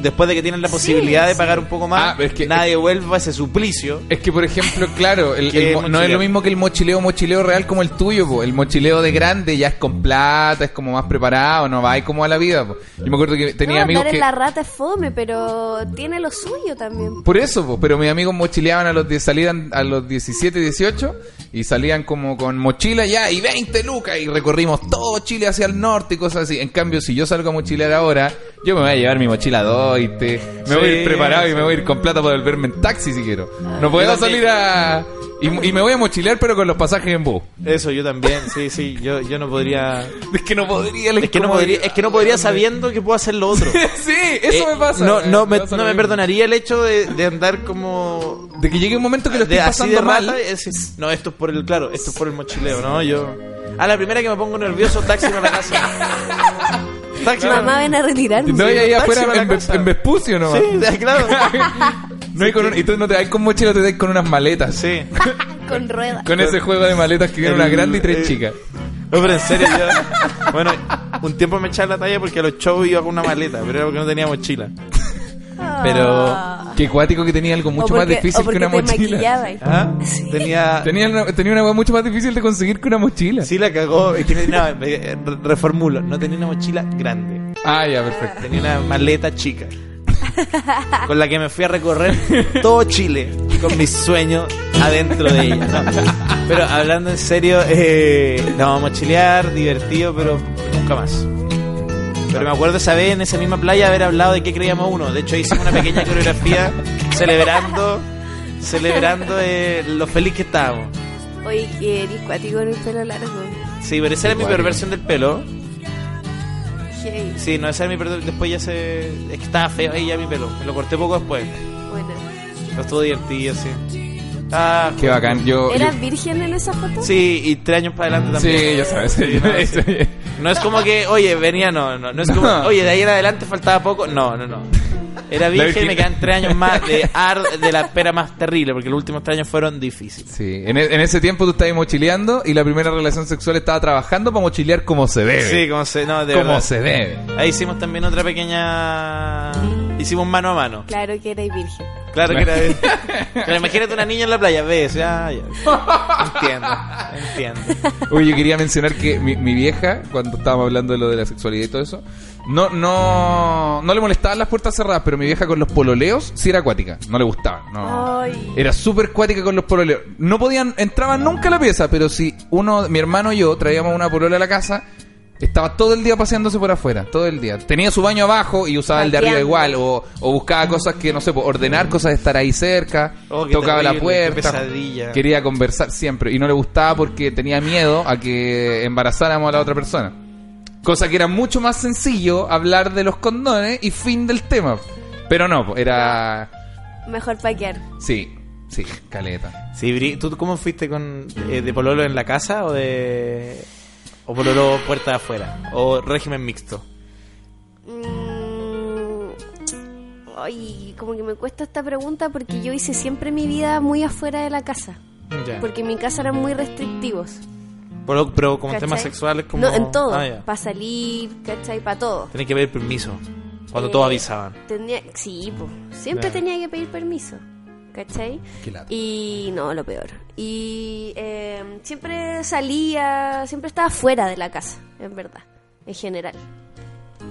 S5: después de que tienen la posibilidad de pagar un poco más,
S4: Ah, pero es que-
S5: nadie vuelva a ese suplicio.
S4: Es que, por ejemplo, claro, el-
S5: Que
S4: el mo- no es
S5: mochileo.
S4: lo mismo que el mochileo, mochileo real como el tuyo, po. el mochileo de grande ya es con plata, es como más preparado, no va ahí como a la vida. po. Yo me acuerdo que tenía
S3: no,
S4: amigos
S3: andar en
S4: que...
S3: la rata es fome, pero tiene lo suyo también.
S4: Por eso, po, pero mis amigos mochileaban a los die- salían a los 17, 18 y salían como con mochila ya y 20 lucas y recorrimos todo Chile hacia el norte y cosas así. En cambio, si yo salgo a mochilear ahora, yo me voy a llevar mi mochila doite, me voy a
S5: Sí, Ah,
S4: ir preparado y
S5: sí.
S4: me voy a ir con plata para volverme en taxi si quiero. No puedo
S5: yo también.
S4: salir a... Y, y me voy a mochilear pero con los pasajes en bus.
S5: Eso yo también, sí, sí, yo, yo no podría...
S4: Es que no podría, la
S5: Es que no podría,
S4: incomodidad.
S5: es que no podría sabiendo que puedo hacer lo otro.
S4: Sí, Ah, eso
S5: Eh,
S4: me pasa.
S5: No, no me,
S4: pasa
S5: no
S4: lo
S5: me
S4: mismo.
S5: perdonaría el hecho de, de andar como
S4: De que llegue un momento que lo estoy
S5: de- así
S4: pasando
S5: de
S4: mal.
S5: rata, es- es- no, esto es por el, claro, esto es por el mochileo, ¿no? Yo. A la primera que me pongo nervioso, taxi para la casa. taxi para
S3: Mamá, ven a retirarme.
S4: No, y ahí
S5: Taxi
S4: afuera
S5: para la
S4: en, Ve-
S5: casa.
S4: en Vespucio nomás.
S5: Sí, de- claro.
S4: No, y, con un- y tú no te vas con mochila, te vas con unas maletas.
S5: Sí.
S3: Con ruedas.
S4: Con ese juego de maletas que viene una
S5: El- eh,
S4: grande y tres
S5: el-
S4: chicas.
S5: No, pero en serio, yo. Bueno, un tiempo me echaba la talla porque a los shows iba con una maleta, pero era porque no tenía mochila. Pero.
S4: Qué cuático que tenía algo
S3: O
S4: mucho
S3: porque-
S4: más
S3: Ah. o
S4: difícil que
S3: porque
S4: una
S3: te
S4: mochila.
S3: maquillabas.
S5: ¿Ah? Tenía.
S4: Tenía una, tenía una hueá mucho más difícil de conseguir que una mochila.
S5: Sí, la cagó. Es que no, tenía- me- re- reformulo. No tenía una mochila grande.
S4: Ah, ya, perfecto.
S5: Tenía una maleta chica. Con la que me fui a recorrer todo Chile. Con mis sueños adentro de ella. No, pero hablando en serio, eh, no, mochilear, divertido, pero nunca más. Pero me acuerdo esa vez en esa misma playa haber hablado de qué creíamos uno. De hecho, hicimos una pequeña coreografía celebrando celebrando eh, lo feliz que estábamos.
S3: Oye, que eres cuático con el pelo largo.
S5: Sí, pero esa era mi peor versión del pelo.
S3: Hey,
S5: Sí, no, esa era mi peor. Después ya se. Es que estaba feo ahí ya mi pelo. Me lo corté poco después.
S3: bueno.
S5: Pero estuvo divertido, sí. Ah,
S4: Qué bacán. Yo, yo-
S3: ¿Eras virgen en esa foto?
S5: Sí, y tres años para adelante también.
S4: Sí, ya sabes.
S5: no, sí. No es como que, oye, venía, no, no. No es como,
S4: No.
S5: oye, de ahí en adelante faltaba poco. No, no, no. Era virgen,
S4: virgen.
S5: me quedan tres años más de, ar- de la espera más terrible, porque los últimos tres años fueron difíciles.
S4: Sí, en, e- en ese tiempo tú estabas mochileando y la primera relación sexual estaba trabajando para mochilear como se debe.
S5: Sí, como se, no, de
S4: como
S5: verdad.
S4: se debe.
S5: Ahí hicimos también otra pequeña. Hicimos mano a mano.
S3: Claro que eres virgen.
S5: Claro que era. Pero imagínate una niña en la playa, ves, ya, ya. Entiendo, entiendo.
S4: Oye, yo quería mencionar que mi, mi vieja, cuando estábamos hablando de lo de la sexualidad y todo eso, no, no, no le molestaban las puertas cerradas, pero mi vieja con los pololeos sí era acuática, no le gustaban. No.
S3: Ay.
S4: Era súper acuática con los pololeos. No podían, entraban nunca a la pieza, pero si uno, mi hermano y yo traíamos una polola a la casa, estaba todo el día paseándose por afuera, todo el día. Tenía su baño abajo y usaba el de arriba
S3: Pateando.
S4: igual, o, o buscaba cosas que, no sé, pues, ordenar cosas de estar ahí cerca,
S5: Mm. Oh, qué
S4: tocaba la
S5: terrible, qué
S4: puerta.
S5: pesadilla.
S4: Quería conversar siempre y no le gustaba porque tenía miedo a que embarazáramos a la otra persona. Cosa que era mucho más sencillo hablar de los condones y fin del tema. Pero no, po, era...
S3: Mejor paquear.
S4: Sí, sí, caleta.
S5: Sí, Bri, ¿tú cómo fuiste con eh, de pololo en la casa o de o pololo puerta de afuera o régimen mixto?
S3: Mm, Ay, como que me cuesta esta pregunta porque yo hice siempre mi vida muy afuera de la casa.
S5: Ya.
S3: Porque en mi casa eran muy restrictivos.
S5: Pololo, pero como
S3: ¿cachai?
S5: temas sexuales como
S3: No, en todo.
S5: Ah, ya.
S3: Para salir, ¿cachai? Para todo.
S5: Tenés que pedir permiso cuando
S3: Eh,
S5: todos avisaban.
S3: Tenía, sí, po. siempre
S5: Ya.
S3: tenía que pedir permiso, ¿cachai?
S4: Qué lata.
S3: Y no, lo peor. Y eh, siempre salía, siempre estaba fuera de la casa, en verdad, en general.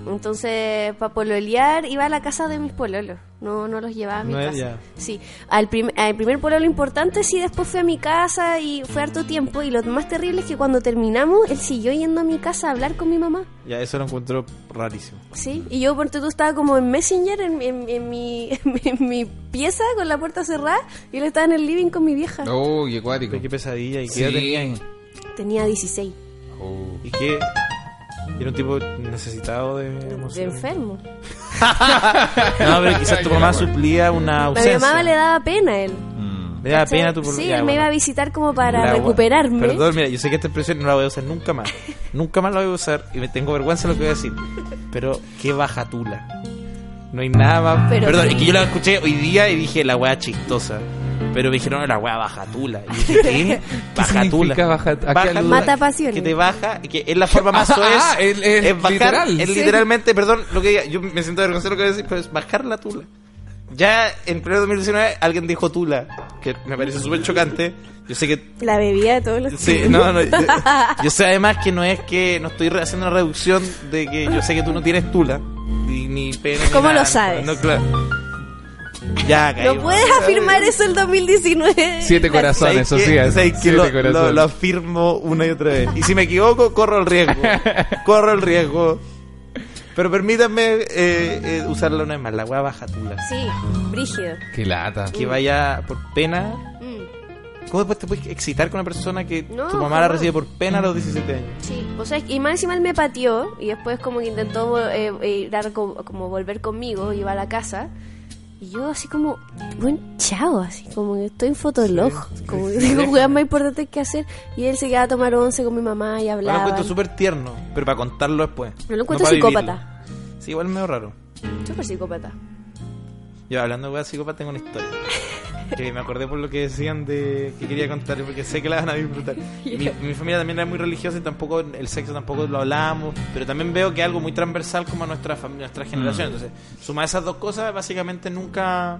S3: Entonces, para pololear, iba a la casa de mis pololos. No, no los llevaba a mi
S5: No,
S3: casa.
S5: ya.
S3: Sí, al, prim- al primer pololo importante, sí, después fui a mi casa y fue harto tiempo. Y lo más terrible es que cuando terminamos, él siguió yendo a mi casa a hablar con mi mamá.
S5: Ya eso lo encuentro rarísimo.
S3: Sí, y yo por tú estaba como en Messenger en, en- en mi, en, mi- en mi pieza con la puerta cerrada y él estaba en el living con mi vieja.
S4: Uy, acuático.
S5: Qué pesadilla y qué
S4: Sí.
S5: edad tenía ahí?
S3: Tenía 16,
S4: Oh.
S5: y qué y era un tipo necesitado de
S3: de enfermo.
S5: No, pero quizás tu mamá suplía una
S3: A mi
S5: ausencia.
S3: mamá le daba pena a él.
S4: Mm.
S5: Le daba
S3: ¿cachai?
S5: pena tu
S3: Sí,
S5: ya,
S3: él me
S5: bueno.
S3: iba a visitar como para
S5: La-
S3: recuperarme.
S5: Perdón, mira, yo sé que esta expresión no la voy a usar nunca más. nunca más la voy a usar y me tengo vergüenza de lo que voy a decir. Pero qué bajatula. No hay nada más.
S3: Pero
S5: Perdón,
S3: sí.
S5: es que yo la escuché hoy día y dije la weá chistosa. Pero me dijeron, no, la weá baja tula. Y dije, ¿qué? Baja tula.
S4: significa baja- a qué alude?
S5: tula,
S3: Mata pasiones.
S5: Que te baja, que es la forma más
S4: Ah,
S5: soez.
S4: ah, es- es
S5: bajar,
S4: literal.
S5: Es
S4: Sí.
S5: literalmente, perdón, lo que diga, yo me siento avergonzado de lo que voy a decir, pero es bajar la tula. Ya en pleno 2019 alguien dijo tula, que me parece súper chocante. Yo sé que
S3: La bebida de todos los
S5: Sí,
S3: chilenos.
S5: no, no. Yo, yo sé además que no es que no estoy re- haciendo una reducción de que yo sé que tú no tienes tula. Ni, ni pene. ni
S3: ¿Cómo
S5: nada,
S3: lo
S5: no,
S3: sabes?
S5: No, claro. Ya, caí,
S3: No puedes
S5: bueno.
S3: afirmar eso el 2019.
S4: Siete corazones,
S5: ¿Sabes qué?
S4: Socias.
S5: ¿Sabes qué?
S4: Siete
S5: Lo,
S4: corazones.
S5: lo- lo afirmo una y otra vez. Y si me equivoco, corro el riesgo. Corro el riesgo. Pero permítanme eh, eh, usarla una vez más. La weá baja tula.
S3: Sí, brígido.
S4: Qué lata.
S5: Que vaya por pena.
S3: Mm,
S5: ¿Cómo después te puedes excitar con una persona que
S3: No,
S5: tu mamá la
S3: jamás.
S5: recibe por pena a los 17 años?
S3: sí. O sea, y más encima él me pateó y después como que intentó eh, eh, dar co- como volver conmigo, iba a la casa. Y yo así como, bueno, chao, así como que estoy en fotolog. como que digo, weón, más importante que hacer. Y él se quedaba a tomar once con mi mamá y
S5: Yo lo
S3: hablaba.
S5: encuentro súper tierno, pero para contarlo después.
S3: Yo lo encuentro
S5: para
S3: psicópata.
S5: vivirlo. Sí, igual es medio raro.
S3: Súper psicópata.
S5: Yo hablando de weas psicópata tengo una historia. que me acordé por lo que decían de que quería contar, porque sé que la van a disfrutar. Mi, mi familia también era muy religiosa y tampoco el sexo tampoco lo hablábamos, pero también veo que es algo muy transversal como a nuestra, fam- nuestra generación.
S3: Mm.
S5: Entonces, suma esas dos cosas, básicamente nunca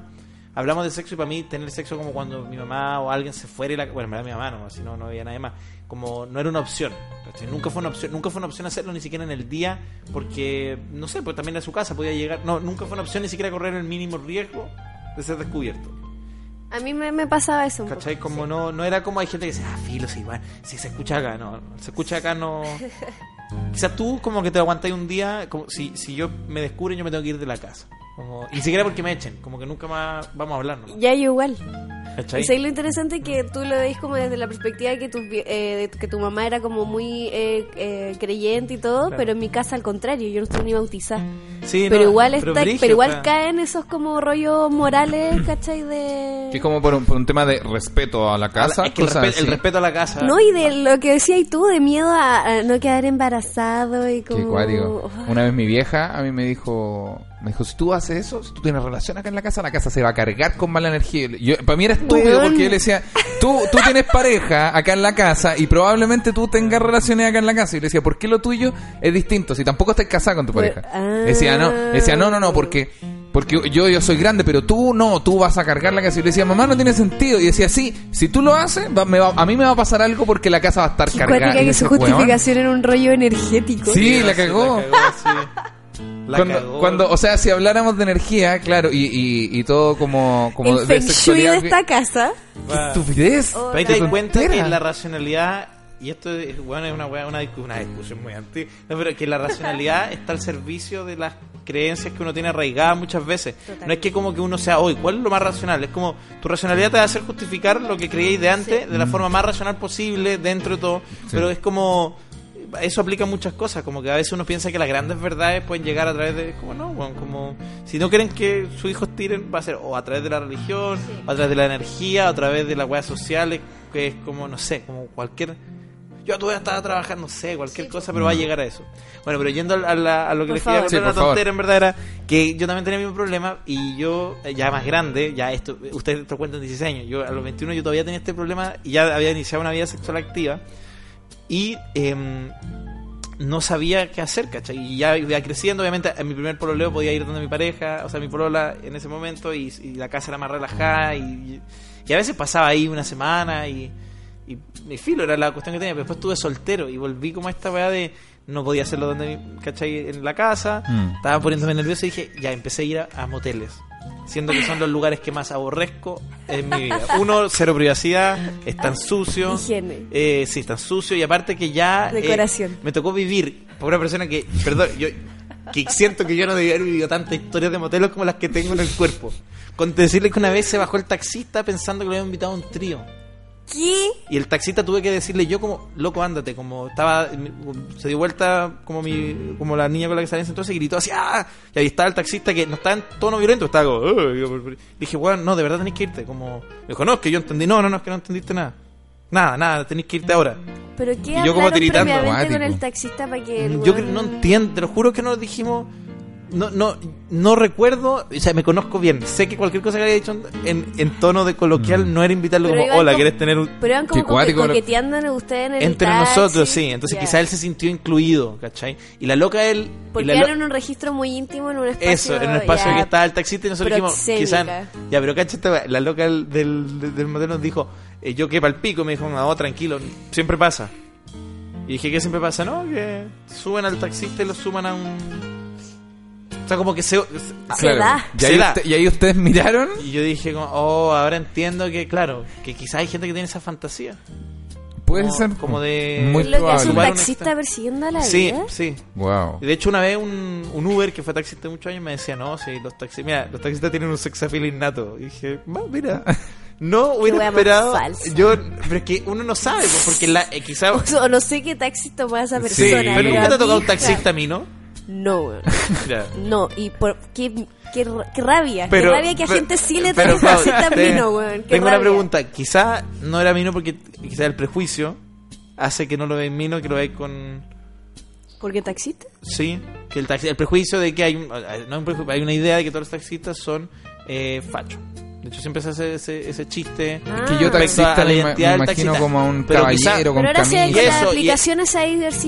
S5: hablamos de sexo y para mí tener sexo como cuando mi mamá o alguien se fuera y la... Bueno, me da mi mamá, no, así no, no había nadie más. Como no era una opción. ¿cachai? Nunca fue una opción, nunca fue una opción hacerlo ni siquiera en el día, porque, no sé, pues también a su casa podía llegar... No, nunca fue una opción ni siquiera correr el mínimo riesgo de ser descubierto.
S3: A mí me, me pasaba eso un
S5: ¿Cachai?
S3: poco,
S5: Como no, no era como hay gente que dice, ah, filo, sí, bueno, si se escucha acá, no, se escucha acá, no. Quizás tú como que te aguantáis un día, como si, si yo me descubren, yo me tengo que ir de la casa. Como, y ni siquiera porque me echen, como que nunca más vamos a hablar, ¿no?
S3: sí. Ya yo igual.
S5: ¿Cachai?
S3: Y sabes lo interesante que tú lo veis como desde la perspectiva de que tu, eh, de que tu mamá era como muy eh, eh, creyente y todo,
S5: Claro.
S3: pero en mi casa al contrario, yo no estoy ni bautizada.
S5: Sí,
S3: pero
S5: no,
S3: igual está,
S5: brígido,
S3: pero igual
S5: está.
S3: caen esos como rollos morales, ¿cachai? De...
S4: Que es como por un, por un tema de respeto a la casa.
S5: Es que el,
S4: cosas
S5: respeto, el
S4: así.
S5: respeto a la casa.
S3: No, y de lo que decías tú, de miedo a, a no quedar embarazado y como...
S4: Qué cuático.
S3: Oh,
S4: Una vez mi vieja a mí me dijo, me dijo, si tú haces eso, si tú tienes relación acá en la casa, la casa se va a cargar con mala energía. Yo, para mí era estúpido
S3: Weón.
S4: porque yo le decía, tú, tú tienes pareja acá en la casa y probablemente tú tengas relaciones acá en la casa. Y yo le decía, ¿por qué lo tuyo es distinto? Si tampoco estás casada con tu
S3: Pero-
S4: pareja.
S3: ah.
S4: Decía, no, decía, no, no, no, porque... Porque yo, yo soy grande, pero tú no, tú vas a cargar la casa. Y yo le decía, mamá, no tiene sentido. Y decía, sí, si tú lo haces, va- me va- a mí me va a pasar algo porque la casa va a estar
S3: qué
S4: cargada.
S3: cuática
S4: Y yo
S3: que su
S4: decía, "Weón".
S3: justificación era un rollo energético.
S4: Sí, la
S5: Sí,
S4: cagó.
S5: sí. La
S4: Cuando,
S5: cagó.
S4: cuando, o sea, si habláramos de energía, claro, y, y, y todo como, como
S3: El feng shui de esta casa.
S5: Va.
S4: estupidez.
S3: Oh,
S5: Pero ahí te das
S4: Qué
S5: cuenta
S4: tontera.
S5: que la racionalidad, y esto es, bueno, es una, wea- una, discu- una discusión muy antigua, no, pero que la racionalidad está al servicio de las creencias que uno tiene arraigadas muchas veces.
S3: Total.
S5: No es que como que uno sea hoy, ¿cuál es lo más racional? Es como tu racionalidad te va a hacer justificar lo que creíais de antes de la forma más racional posible dentro de todo, pero es como... Eso aplica a muchas cosas, como que a veces uno piensa que las grandes verdades pueden llegar a través de, como no, weón, como si no quieren que sus hijos tiren, va a ser o a través de la religión, o a través de la energía, o a través de las weas sociales, que es como, no sé, como cualquier... Yo todavía estaba trabajando, no sé, cualquier cosa, pero va a llegar a eso. Bueno, pero yendo a, la- a lo que
S3: Por
S5: les quería
S3: favor.
S5: contar,
S4: Sí, por
S5: una
S4: favor.
S5: tontera, en verdad era que yo también tenía el mismo problema y yo, eh, ya más grande, ya esto, ustedes te lo cuentan 16 años, yo a los 21 yo todavía tenía este problema y ya había iniciado una vida sexual activa y em, no sabía qué hacer, ¿cachai? Y ya iba creciendo, obviamente, en mi primer pololeo podía ir donde mi pareja, o sea, mi polola en ese momento, y, y la casa era más relajada, y, y a veces pasaba ahí una semana, y, y mi filo era la cuestión que tenía, pero después estuve soltero, y volví como a esta weá de no podía hacerlo donde, mi- ¿cachai? En la casa, estaba poniéndome nervioso y dije, ya, empecé a ir a, a moteles. Siendo que son los lugares que más aborrezco en mi vida. Uno, cero privacidad, es tan sucio.
S3: Higiene.
S5: Eh, sí, tan sucio y aparte que ya... eh,
S3: Decoración.
S5: me tocó vivir por una persona que, perdón, yo que siento que yo no debía haber vivido tantas historias de motelos como las que tengo en el cuerpo. Con decirle que una vez se bajó el taxista pensando que lo había invitado a un trío.
S3: ¿Qué?
S5: Y el taxista tuve que decirle yo como, loco, ándate, como estaba, se dio vuelta como mi, como la niña con la que salí en ese entonces y gritó así, ¡ah! Y ahí estaba el taxista que no estaba en tono violento, estaba como, "Ugh", y yo, por- por- dije, bueno, no, de verdad tenés que irte, como, me dijo, no, es que yo entendí, no, no, no, es que no entendiste nada. Nada, nada, tenés que irte ahora.
S3: ¿Pero qué
S5: Y yo como
S3: hablaron
S5: tiritando,
S3: previamente
S4: guático.
S3: con el taxista para que el
S5: Mm, Yo
S3: weón-
S5: cre- no entiendo, te lo juro que no dijimos. no, no, no recuerdo, o sea, me conozco bien. Sé que cualquier cosa que haya dicho en, en tono de coloquial no era invitarlo
S3: Pero
S5: como,
S3: iban
S5: hola,
S3: como-
S5: ¿quieres tener un...
S3: Pero eran como
S4: Qué cuático,
S3: coque-
S4: lo-
S3: coqueteando ustedes en el
S5: Entre
S3: taxi.
S5: nosotros, sí. Entonces
S3: Ya.
S5: quizás él se sintió incluido, ¿cachai? Y la loca él... y
S3: Porque
S5: la
S3: era
S5: lo-
S3: en un registro muy íntimo, en un espacio...
S5: Eso, en un espacio
S3: ya,
S5: que estaba el taxista y nosotros dijimos,
S3: proxémica.
S5: quizás... Ya, pero cachai, esta wea, la loca del, del, del motel nos dijo, eh, yo que pa'l pico, me dijo, no, tranquilo, siempre pasa. Y dije, ¿qué siempre pasa? No, que suben al taxista y lo suman a un... O sea, como que se...
S3: Se da.
S4: Y
S5: Se
S4: ahí,
S5: da.
S4: usted- y ahí ustedes miraron.
S5: Y yo dije, como, oh, ahora entiendo que, claro, que quizás hay gente que tiene esa fantasía.
S4: Puede
S5: Como-
S4: ser.
S5: como de-
S4: Muy
S3: Lo que hace un
S5: Igual
S4: probable.
S5: una
S3: taxista
S5: extra-
S3: persiguiendo a la
S5: Sí,
S3: vida.
S5: sí.
S4: Wow.
S5: Y De hecho, una vez un, un Uber que fue taxista de muchos años me decía, no, si los taxistas, mira, los taxistas tienen un sex appeal innato. Y dije, "Ma, mira, no
S3: wea
S5: hubiera
S3: más
S5: esperado.
S3: falsa.
S5: Yo, pero es que uno no sabe, pues, porque la, eh, quizá...
S3: O sea, no sé qué taxi tomaba esa persona.
S4: Sí,
S5: Sí, pero
S3: pero
S5: nunca te ha tocado un
S3: mija,
S5: taxista a mí, ¿no?
S3: No, weón.
S5: Mira.
S3: No, y por qué, qué, ra- qué rabia.
S5: Pero-
S3: qué rabia que a
S5: pero-
S3: gente sí le
S5: pero,
S3: trae
S5: Pau,
S3: taxista
S5: te-
S3: mino, weón. Qué
S5: Tengo una
S3: rabia.
S5: pregunta. Quizá no era mino porque quizá el prejuicio hace que no lo veáis mino, que lo veáis con...
S3: ¿Por qué taxista?
S5: Sí, que el, taxi- el prejuicio de que hay, un- no un prejuicio, hay una idea de que todos los taxistas son eh, fachos. De hecho, siempre se hace ese, ese chiste.
S4: Que yo
S3: Ah.
S4: taxista
S5: Respecto a la
S4: me, me
S5: identidad del
S4: imagino
S5: taxista.
S4: como a un
S5: Pero
S4: caballero
S5: quizá-
S4: con
S3: Pero ahora sí,
S4: camisa.
S3: con las
S5: Eso, y-
S3: aplicaciones se ha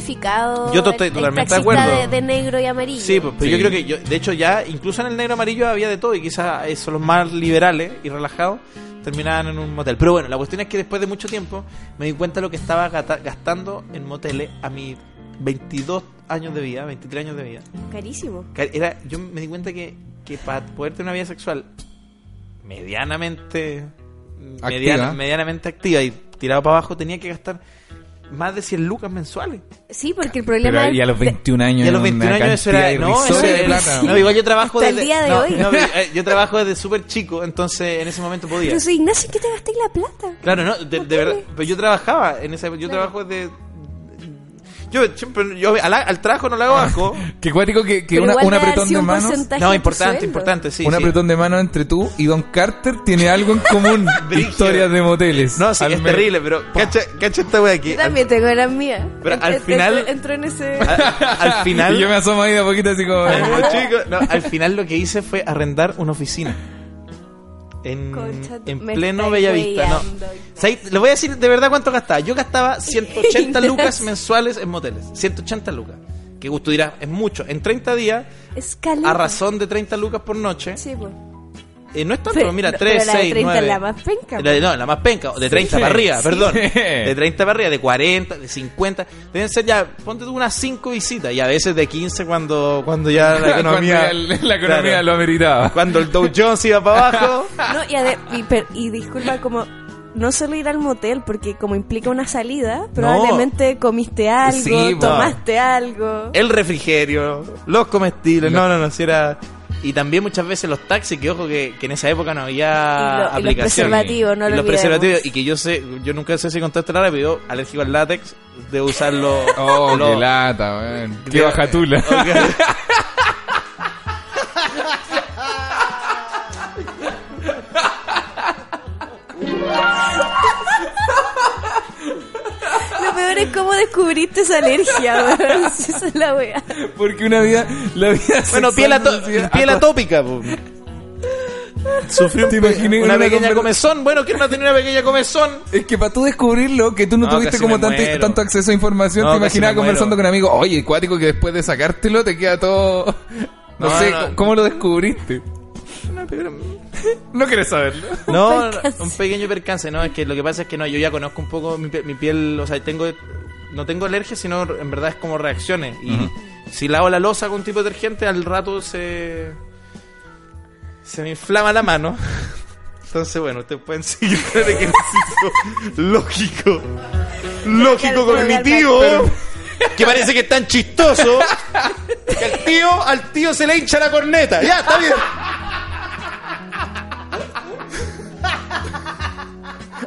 S3: diversificado.
S5: Yo to- estoy
S3: el-
S5: totalmente de
S3: el taxista
S5: acuerdo.
S3: De, de negro y amarillo.
S5: Sí, pues, pero
S4: Sí.
S5: yo creo que, yo- de hecho, ya incluso en el negro amarillo había de todo y quizás esos los más liberales y relajados terminaban en un motel. Pero bueno, la cuestión es que después de mucho tiempo me di cuenta de lo que estaba gata- gastando en moteles a mis 22 años de vida, 23 años de vida.
S3: Carísimo.
S5: Car- Era, yo me di cuenta que, que para poder tener una vida sexual medianamente
S4: Activa.
S5: mediana- medianamente activa y tirado para abajo tenía que gastar más de 100 lucas mensuales.
S3: Sí, porque el
S4: Pero
S3: problema
S4: ahí a los
S3: de-
S4: 21 años.
S5: Y a los
S4: una
S5: 21 años eso era...
S4: cantidad
S5: No, eso
S4: irrisoria
S5: era-
S4: de plata.
S5: no, igual yo trabajo
S3: Hasta el
S5: desde...
S3: día de
S5: no,
S3: hoy.
S5: no, eh, yo trabajo desde súper chico, entonces en ese momento podía.
S3: Pero soy Ignacio, ¿qué te gasté la plata?
S5: Claro, no, de, de verdad. Pero yo trabajaba en esa época, Yo trabajo desde... Yo siempre... Yo al, al trabajo no le
S4: Ah.
S5: hago asco.
S4: Qué cuático que, que
S3: Pero
S4: una,
S3: igual
S4: un
S3: debe haber
S4: apretón
S3: sido
S4: de
S3: un
S4: manos.
S3: porcentaje de
S5: No,
S3: tu
S5: importante,
S3: sueldo.
S5: importante, sí.
S4: un
S5: sí.
S4: apretón de manos entre tú y Don Carter tiene algo en común.
S5: Brígido.
S4: Historias de moteles.
S5: No, sí,
S4: Al
S5: es
S4: menos.
S5: terrible, pero cacha, cacha esta wea aquí.
S3: Yo también tengo las mías.
S5: Pero
S3: Ent-
S5: al
S3: ent-
S5: final-
S3: entro- Entro en ese.
S5: Al, al final,
S4: Y yo me asomo ahí de a poquito así como.
S5: Como chico, no, al final lo que hice fue arrendar una oficina. En,
S3: Concha,
S5: en
S3: me
S5: pleno
S3: estáis
S5: Bellavista, no.
S3: weyando.
S5: ¿Sabéis? Les voy a decir de verdad cuánto gastaba. Yo gastaba 180 lucas mensuales en moteles. 180 lucas. Que gusto dirás, es mucho. En 30 días,
S3: Escalera.
S5: a razón de 30 lucas por noche,
S3: Sí, pues.
S5: eh, no es tanto,
S3: Pero-
S5: mira,
S3: pero
S5: 3,
S3: la de
S5: 6,
S3: 30
S5: 9.
S3: es la más penca,
S5: La de- no, la más penca, de 30 para arriba,
S4: Sí.
S5: perdón. De 30 para arriba, de 40, de 50. Deben ser ya, ponte tú unas 5 visitas y a veces de 15 cuando, cuando ya la economía,
S4: Cuando el- la economía
S5: Claro.
S4: lo ameritaba.
S5: Cuando el Dow Jones iba para abajo.
S3: No, y, ade- y, per- y disculpa, como no solo ir al motel, porque como implica una salida, probablemente comiste algo,
S4: Sí, po.
S3: tomaste algo.
S5: el refrigerio, los comestibles, no, no, no, si era... Y también muchas veces los taxis, que ojo que, que en esa época no había
S3: Y lo- y los
S5: aplicaciones.
S3: preservativos, no lo
S5: Y los
S3: olvidemos.
S5: preservativos, y que yo sé, yo nunca sé si conté esto Lara, pero yo alérgico al látex, de usarlo...
S4: Oh,
S5: lo-
S4: qué lata, weón. Qué
S5: de-
S4: bajatula.
S3: Lo peor es cómo descubriste esa alergia, weón. Esa es la wea.
S4: Porque una vida. La vida
S5: Bueno,
S4: sexual
S5: piel, ato-
S4: no se-
S5: piel
S4: Ah,
S5: atópica. po. Sufrí un
S4: Te
S5: pe-
S4: imaginé
S5: una
S4: una
S5: pequeña
S4: conver-
S5: comezón. Bueno, ¿quién no ha tenido una pequeña comezón?
S4: Es que para tú descubrirlo, que tú no,
S5: No,
S4: tuviste
S5: casi
S4: como
S5: me
S4: tanto,
S5: muero.
S4: tanto acceso a información,
S5: No,
S4: te
S5: casi
S4: imaginabas
S5: me muero.
S4: conversando con amigos, oye, cuático que después de sacártelo te queda todo... No,
S5: No,
S4: sé,
S5: no.
S4: ¿cómo- ¿cómo lo descubriste? No quieres saberlo.
S5: No, no,
S3: percance.
S5: un pequeño percance, no, es que lo que pasa es que no, yo ya conozco un poco mi, pe- mi piel, o sea, tengo no tengo alergia, sino en verdad es como reacciones y si lavo la losa con un tipo de detergente al rato se se me inflama la mano. Entonces, bueno, ustedes pueden seguir con el ejercicio lógico, lógico cognitivo, que parece que es tan chistoso que al tío, al tío se le hincha la corneta. Ya, está bien.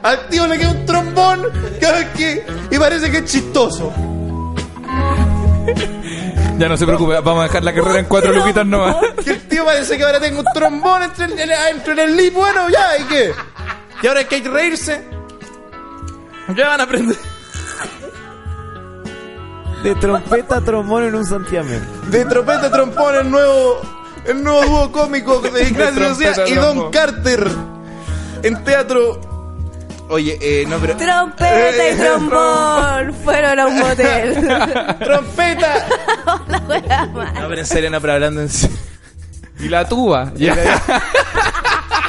S5: Al tío le queda un trombón cada vez que. Y parece que es chistoso.
S4: Ya no se preocupe, vamos a dejar la carrera en cuatro luquitas nomás.
S5: Que el tío parece que ahora tengo un trombón entre el, entre el lip. Bueno, ya, ¿y qué? Y ahora es que hay que reírse. Ya van a aprender.
S7: De trompeta a trombón en un santiamén.
S13: De Tropeta Trompón, el nuevo, el nuevo dúo cómico de Ignacio Rocía
S4: Trompeta
S13: y Don
S4: Trompón.
S13: Carter. En teatro. Oye, eh, no, pero.
S3: Trompeta
S13: Eh,
S3: y trombón fueron a un motel.
S13: ¡Trompeta!
S5: No, pero en serio, no, pero hablando en serio.
S4: Y la tuba.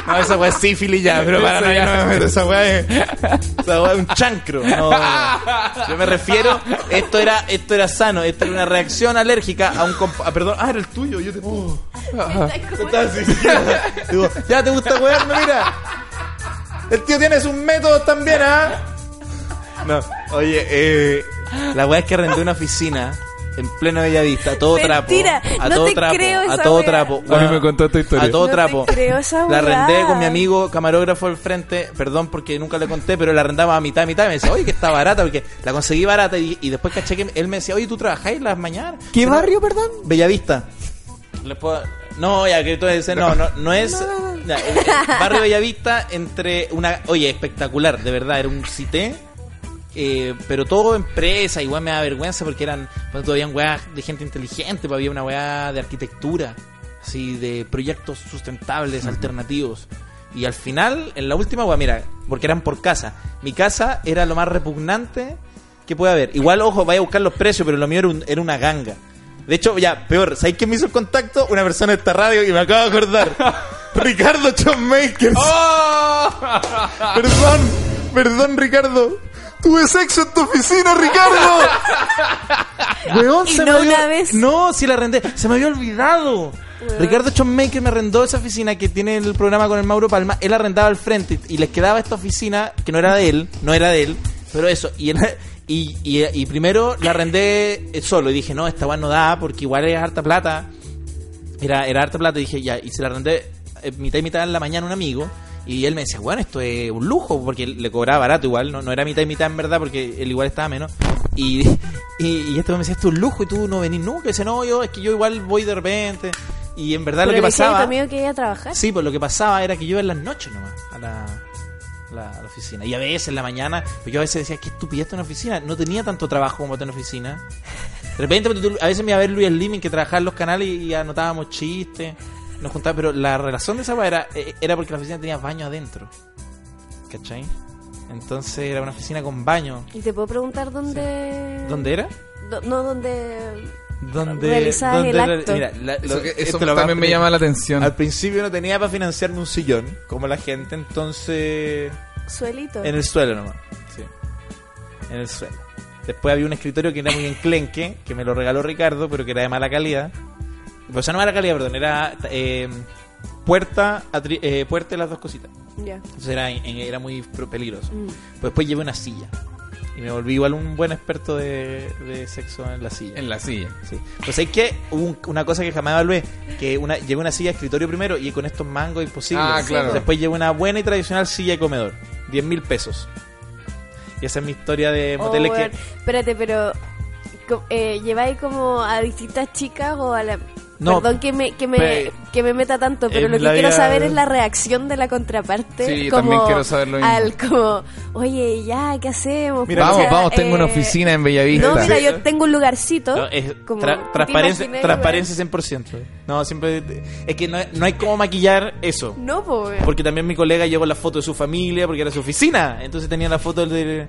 S5: No, esa weá es sífilis ya, pero para no,
S13: Esa
S5: ya no me
S13: ya-
S5: meto.
S13: esa weá es-
S5: Esa weá es un chancro. No, no, no. Yo me refiero, esto era, esto era sano, esto era una reacción alérgica a un comp- ah, perdón, ah, era el tuyo, yo te oh, estaba así, Digo, ya te gusta wearme, mira.
S13: El tío tiene sus métodos también, ¿ah?
S5: No, oye, eh, la weá es que arrendé una oficina en pleno Bellavista, a todo
S3: Mentira,
S5: trapo. A
S3: no
S5: todo
S3: te
S5: trapo,
S3: creo
S5: a
S3: esa
S5: todo
S3: weá.
S5: trapo.
S4: A mí me contó esta historia.
S5: A todo
S3: No te
S5: trapo.
S3: creo esa
S5: la
S3: weá.
S5: arrendé con mi amigo camarógrafo al frente, perdón porque nunca le conté, pero la arrendaba a mitad, a mitad. Y me decía, oye, que está barata, porque la conseguí barata. Y, y después caché que él me decía, oye, tú trabajáis las mañanas.
S7: ¿Qué
S5: Pero-
S7: barrio, perdón?
S5: Bellavista. Les puedo- No, ya que tú dices, no, no, no es. ya, eh, barrio Bellavista entre una. Oye, espectacular, de verdad, era un cité. eh, pero todo empresa, igual me da vergüenza porque eran. Cuando todavía weas de gente inteligente, pues había una wea de arquitectura, así, de proyectos sustentables, alternativos. Y al final, en la última wea, mira, porque eran por casa. Mi casa era lo más repugnante que puede haber. Igual, ojo, vaya a buscar los precios, pero lo mío era, un- era una ganga. De hecho, ya, peor, ¿sabéis quién me hizo el contacto? Una persona de esta radio y me acabo de acordar.
S13: Ricardo Chopmakers. Perdón, perdón, Ricardo. Tuve sexo en tu oficina, Ricardo.
S5: Weón,
S3: Y
S5: se
S3: no
S5: me había-
S3: una vez.
S5: No, sí la arrendé. Se me había olvidado. Ricardo Chonmaker me arrendó esa oficina que tiene el programa con el Mauro Palma. Él arrendaba al frente y les quedaba esta oficina que no era de él, no era de él, pero eso. Y, él- y, y- y primero la arrendé eh, solo y dije, no, esta weá no da porque igual es harta plata. Era, era harta plata y dije, ya, y se la arrendé eh, mitad y mitad en la mañana a un amigo. Y él me decía, bueno, esto es un lujo, porque le cobraba barato igual, no, no era mitad y mitad en verdad, porque él igual estaba menos. Y, y, y este me decía, esto es un lujo y tú no venís nunca. Y dice, no, yo es que yo igual voy de repente. Y en verdad
S3: Pero
S5: lo que
S3: le dije a mi
S5: pasaba...
S3: amigo que iba a trabajar.
S5: Sí, pues lo que pasaba era que yo iba en las noches nomás a la, la- a la oficina. Y a veces en la mañana, pues yo a veces decía, qué estupidez en una oficina. No tenía tanto trabajo como en una oficina. De repente, pues, tú- a veces me iba a ver Luis Slimming que trabajaba en los canales y, y anotábamos chistes. Nos juntábamos, pero la relación de esa weá era, eh, era porque la oficina tenía baño adentro. ¿Cachai? Entonces era una oficina con baño.
S3: ¿Y te puedo preguntar dónde.
S5: ¿Dónde era?
S3: Do- no, dónde.
S5: Donde,
S3: Realizabas el acto.
S5: Mira, la-
S4: Eso,
S5: lo-
S4: que- eso
S5: esto lo va a
S4: también me
S5: poner-
S4: llama la atención.
S14: Al principio no tenía para financiarme un sillón, como la gente, entonces...
S3: Suelito.
S5: En el suelo nomás. Sí. En el suelo. Después había un escritorio que era muy enclenque, que me lo regaló Ricardo, pero que era de mala calidad. O sea, no mala calidad, perdón, era eh, puerta, atri- eh, puerta y las dos cositas.
S3: Ya.
S5: Entonces era, en- era muy pro- peligroso.
S3: Mm.
S5: Pues después llevé una silla. Y me volví igual un buen experto de, de sexo en la silla.
S4: En la silla.
S5: Sí. Pues es que hubo un- una cosa que jamás evalué, que una, llevé una silla de escritorio primero y con estos mangos imposibles.
S4: Ah, claro.
S5: Después llevé una buena y tradicional silla de comedor, 10 mil pesos. Y esa es mi historia de
S3: Oh,
S5: moteles
S3: weón.
S5: que...
S3: Espérate, pero. co- Eh, ¿Lleváis como a distintas chicas o a la.?
S5: No,
S3: Perdón que me, que, me,
S5: pe-
S3: que me meta tanto, pero
S5: en
S3: lo que
S5: la
S3: quiero
S5: vida-
S3: saber es la reacción de la contraparte.
S4: Sí, yo
S3: como
S4: también quiero saber lo mismo.
S3: Al como, oye, ya, ¿qué hacemos?
S5: Mira,
S4: vamos,
S3: O sea,
S4: vamos, tengo una
S3: eh,
S4: oficina en Bellavista.
S3: No, mira, yo tengo un lugarcito.
S5: No, es
S3: como-
S5: tra-
S3: ¿tú te
S5: transparencia,
S3: imaginas,
S5: transparencia 100%. No, siempre... Es que no, no hay cómo maquillar eso.
S3: weón? No, pues.
S5: Porque también mi colega llevó la foto de su familia, porque era su oficina. Entonces tenía la foto de...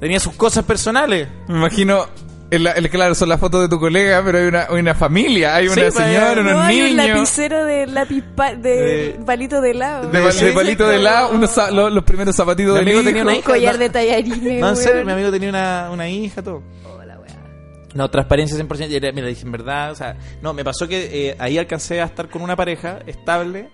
S5: Tenía sus cosas personales.
S4: Me imagino, el, el- claro, son las fotos de tu colega, pero hay una, una familia, hay una
S5: pues,
S4: señora,
S5: no,
S4: unos
S3: no, hay un
S4: niños.
S3: lapicero de lápiz pa- de,
S5: De-
S3: palito de helado.
S4: De, de palito de lado, unos za- lo- los, primeros zapatitos
S5: Mi
S4: de
S5: amigo
S4: hijo.
S5: tenía una
S3: Un
S5: hija,
S3: collar
S5: no-
S3: de tallarines.
S5: No, en serio, mi
S3: weón.
S5: amigo tenía una, una hija, todo.
S3: Hola, weón.
S5: No, transparencia 100%. Y era- Mira, dije, en verdad, o sea, no, me pasó que eh, ahí alcancé a estar con una pareja estable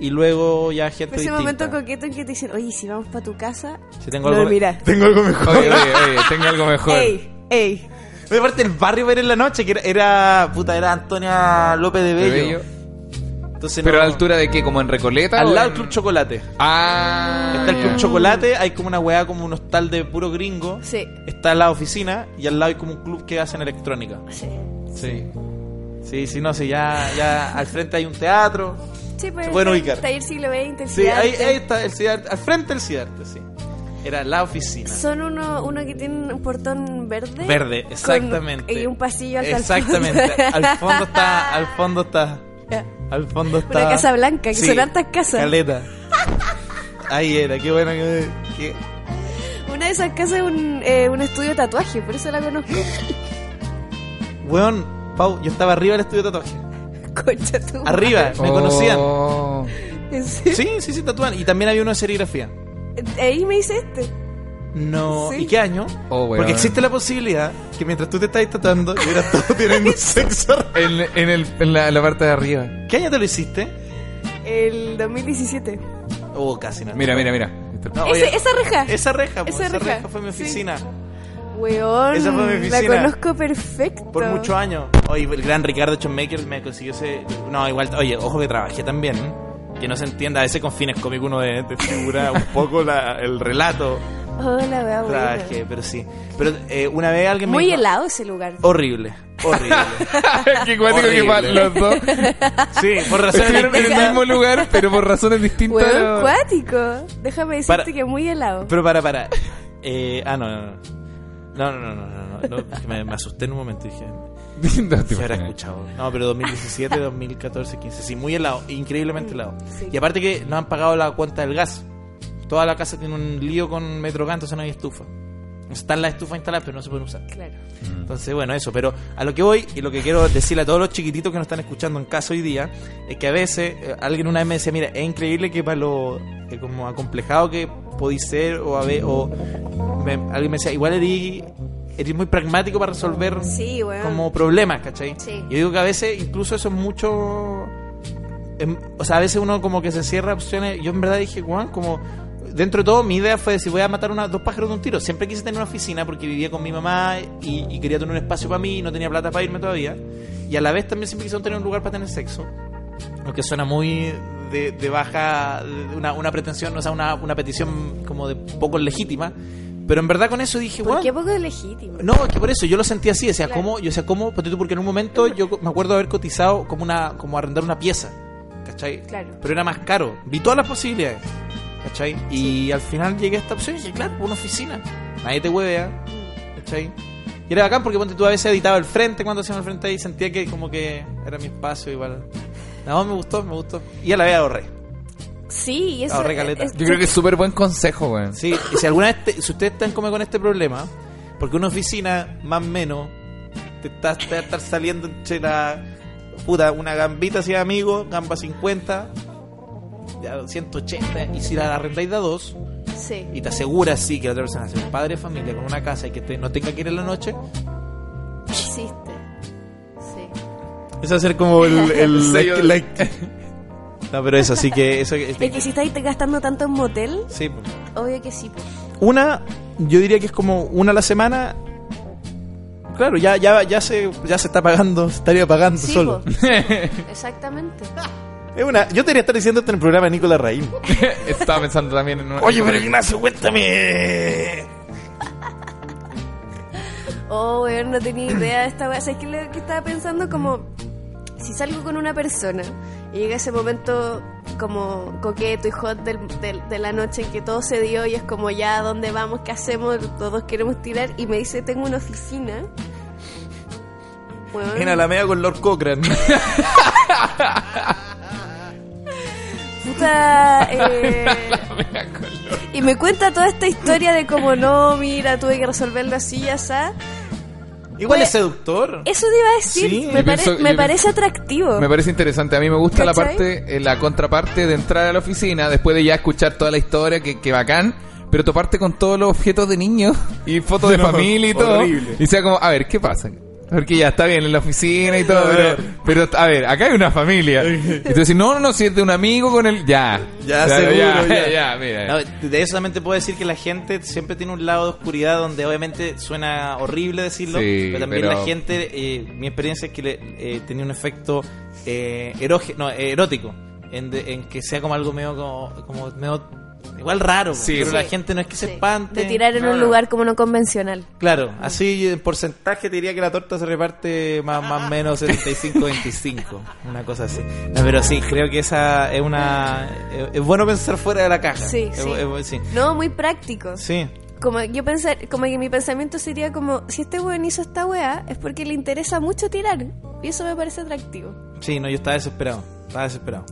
S5: y luego ya gente
S3: Ese
S5: distinta.
S3: momento coqueto en que te dicen, oye, si vamos para tu casa,
S5: Si tengo
S3: lo
S5: algo-
S3: mirás.
S13: Tengo algo mejor.
S4: Oye, oye, oye, tengo algo mejor.
S3: Ey, ey.
S5: Oye, aparte, el barrio era en la noche, que era, era, puta, era Antonia López de
S4: Te
S5: Bello.
S4: veo yo.
S5: Entonces,
S4: Pero
S5: no-
S4: a la altura de qué, como en Recoleta. o
S5: Al lado
S4: en-
S5: del Club Chocolate.
S4: Ah,
S5: Está el Club
S4: ya.
S5: Chocolate, hay como una weá, como un hostal de puro gringo.
S3: Mm. Sí,
S5: Está la oficina y al lado hay como un club que hacen electrónica.
S3: sí.
S5: Sí. Sí, sí, no, sí, ya, ya al frente hay un teatro.
S3: Sí, pues,
S5: Se pueden
S3: ta-
S5: ubicar.
S3: Taller siglo XX, el
S5: Sí, ahí,
S3: Cidarte.
S5: ahí está el CIDARTE, al frente del CIDARTE, sí. Era la oficina.
S3: Son uno, uno que tiene un portón verde.
S5: Verde,
S3: con-
S5: exactamente.
S3: y un pasillo hasta el
S5: Exactamente.
S3: fondo.
S5: al fondo está, al fondo está,
S3: Ya.
S5: al fondo está.
S3: Una casa blanca, que
S5: Sí,
S3: son hartas casas.
S5: Caleta. Ahí era, qué bueno que, que-
S3: Una de esas casas es un, eh, un estudio de tatuaje, por eso la conozco.
S5: Weón, Pau, yo estaba arriba del estudio de tatuaje.
S3: Concha tu madre.
S5: Arriba,
S4: Oh.
S5: me conocían.
S3: ¿En serio?
S5: Sí, sí, sí, tatúan. Y también había uno de serigrafía.
S3: Ahí me hice este.
S5: No.
S3: Sí.
S5: ¿Y qué año?
S4: Oh, weón.
S5: Porque existe la posibilidad que mientras tú te estás tatuando, yo era todo teniendo sexo.
S4: En, en el- en la, la parte de arriba.
S5: ¿Qué año te lo hiciste?
S3: El 2017.
S5: Oh, casi nada.
S4: Mira, mira, mira.
S5: No,
S3: Ese-
S5: oye,
S3: esa reja.
S5: Esa reja, po,
S3: Esa
S5: esa
S3: reja.
S5: reja, fue mi oficina.
S3: Weón.
S5: Esa fue mi
S3: La
S5: oficina.
S3: conozco perfecto.
S5: Por muchos años. Oye, el gran Ricardo Chonmaker me consiguió ese. No, igual, oye, ojo que trabajé también. ¿eh? Que no se entienda, a veces con fines cómicos uno de, de figura un poco la- el relato.
S3: Hola, vea,
S5: Trabajé, pero sí. Pero eh, una vez alguien me.
S3: Muy
S5: dijo-
S3: helado ese lugar.
S5: Horrible, horrible.
S4: Qué cuático que
S5: Horrible.
S4: va- los dos
S5: Sí, por razones
S4: estuvieron en el mismo lugar, pero por razones distintas.
S3: Weón cuático. Déjame decirte
S5: Para-
S3: que muy helado.
S5: Pero para, para. Eh, ah, no, no, no. No, no, no, no, no, no, no, me, me asusté en un momento y dije.
S4: No te
S5: Se habrá
S4: imaginas.
S5: escuchado. No, pero 2017, 2014, 15. Sí, muy helado, increíblemente helado.
S3: Sí.
S5: Y aparte que no han pagado la cuenta del gas. Toda la casa tiene un lío con Metrogas, entonces no hay estufa. Están las estufas instaladas, pero no se pueden usar.
S3: Claro.
S5: Entonces, bueno, eso. Pero a lo que voy y lo que quiero decirle a todos los chiquititos que nos están escuchando en casa hoy día es que a veces eh, alguien una vez me decía: Mira, es increíble que para lo eh, como acomplejado que podéis ser, o a ve- o me- alguien me decía: Igual eres, eres muy pragmático para resolver
S3: Sí, weón.
S5: como problemas, ¿cachai?
S3: Sí.
S5: Yo digo que a veces incluso eso es mucho... em, o sea, a veces uno como que se cierra opciones. Yo en verdad dije, Juan, como... Dentro de todo, mi idea fue decir, voy a matar una, dos pájaros de un tiro. Siempre quise tener una oficina porque vivía con mi mamá y, y quería tener un espacio para mí y no tenía plata para irme todavía. Y a la vez también siempre quise tener un lugar para tener sexo. Lo que suena muy de, de baja, de una, una pretensión, o sea, una, una petición como de poco legítima. Pero en verdad con eso dije,
S3: ¿Por
S5: Juan,
S3: qué poco legítimo?
S5: no, es que por eso yo lo sentí así, o sea,
S3: Claro.
S5: como, yo decía, ¿cómo? Ponte tú, Porque en un momento yo co- me acuerdo haber cotizado como una, como arrendar una pieza, ¿cachai?
S3: Claro.
S5: Pero era más caro. Vi todas las posibilidades, ¿cachai? Y al final llegué a esta opción y dije, claro, una oficina. Nadie te huevea, ¿cachai? Y era bacán porque ponte tú a veces editaba el frente cuando hacíamos el frente y sentía que como que era mi espacio igual. No, me gustó, me gustó. Y a la vez ahorré.
S3: Sí, y eso.
S5: Ahorré caleta.
S3: es-
S4: Yo creo que es súper buen consejo, weón.
S5: Sí, y si alguna vez, te- si ustedes están como con este problema, porque una oficina, más o menos, te está, te va a estar saliendo entre la. Puta, una gambita si es amigo, gamba 50, ya 180, y si la arrendáis de a dos,
S3: Sí.
S5: y te aseguras sí que la otra persona sea un padre de familia con una casa y que te- no tenga que ir en la noche,
S3: Existe. Sí.
S5: es hacer como el. el
S4: sello
S5: like-
S4: del-
S5: like- No, pero eso, así que. Eso,
S3: Es que si estáis gastando tanto en motel,
S5: sí, pues.
S3: obvio que sí. po.
S5: una yo diría que es como una a la semana claro ya ya ya se ya se está pagando se estaría pagando
S3: Sí,
S5: solo
S3: po. Exactamente.
S5: es una yo debería estar diciendo esto en el programa de Nicolás Raín
S4: Estaba pensando también en una.
S15: Oye, pero Ignacio, cuéntame.
S3: Oh, weón, no tenía idea de esta weá. O sea, es que lo que estaba pensando como si salgo con una persona y llega ese momento como coqueto y hot del- del- de la noche en que todo se dio y es como ya, ¿dónde vamos? ¿Qué hacemos? Todos queremos tirar y me dice, tengo una oficina. Weón,
S5: en Alameda con Lord Cochran
S3: puta, eh, y me cuenta toda esta historia de como no, mira, tuve que resolverlo así, ya sabes.
S5: igual
S3: Pues-
S5: es seductor
S3: Eso te iba a decir,
S5: Sí,
S3: me,
S4: yo
S3: pare-
S4: pienso-
S3: me
S4: yo
S3: parece atractivo.
S4: Me parece interesante. A mí me gusta la
S3: ¿Cachai?
S4: parte, eh, la contraparte de entrar a la oficina después de ya escuchar toda la historia, que, que bacán. Pero toparte con todos los objetos de niños y fotos de
S5: No,
S4: familia y todo.
S5: horrible.
S4: Y sea como, a ver, ¿qué pasa? Porque ya está bien en la oficina y todo, pero, pero, a ver, acá hay una familia. Y tú decís, no, no, no, si es de un amigo con el. Ya.
S5: Ya,
S4: Claro,
S5: seguro,
S4: ya,
S5: ya.
S4: ya, mira.
S5: No, de eso también te puedo decir que la gente siempre tiene un lado de oscuridad donde obviamente suena horrible decirlo,
S4: Sí,
S5: pero también
S4: pero-
S5: la gente, eh, mi experiencia es que le, eh, tenía un efecto eh, eroge- no, eh, erótico, en, de- en que sea como algo medio como, como medio Igual raro,
S12: Sí,
S5: pero la
S12: sí.
S5: gente no es que se
S3: Sí.
S5: espante.
S3: De tirar en un
S5: Claro.
S3: lugar como no convencional.
S5: Claro, así en porcentaje te diría que la torta se reparte más más o menos 75-25, una cosa así. No, pero sí, creo que esa es una... Es, es bueno pensar fuera de la caja.
S3: Sí,
S5: Es-
S3: sí.
S5: es- sí.
S3: No, muy práctico.
S5: Sí.
S3: Como yo pensar, como que mi pensamiento sería como, si este weón hizo esta weá, es porque le interesa mucho tirar. Y eso me parece atractivo.
S5: Sí, no, yo estaba desesperado. Estaba desesperado.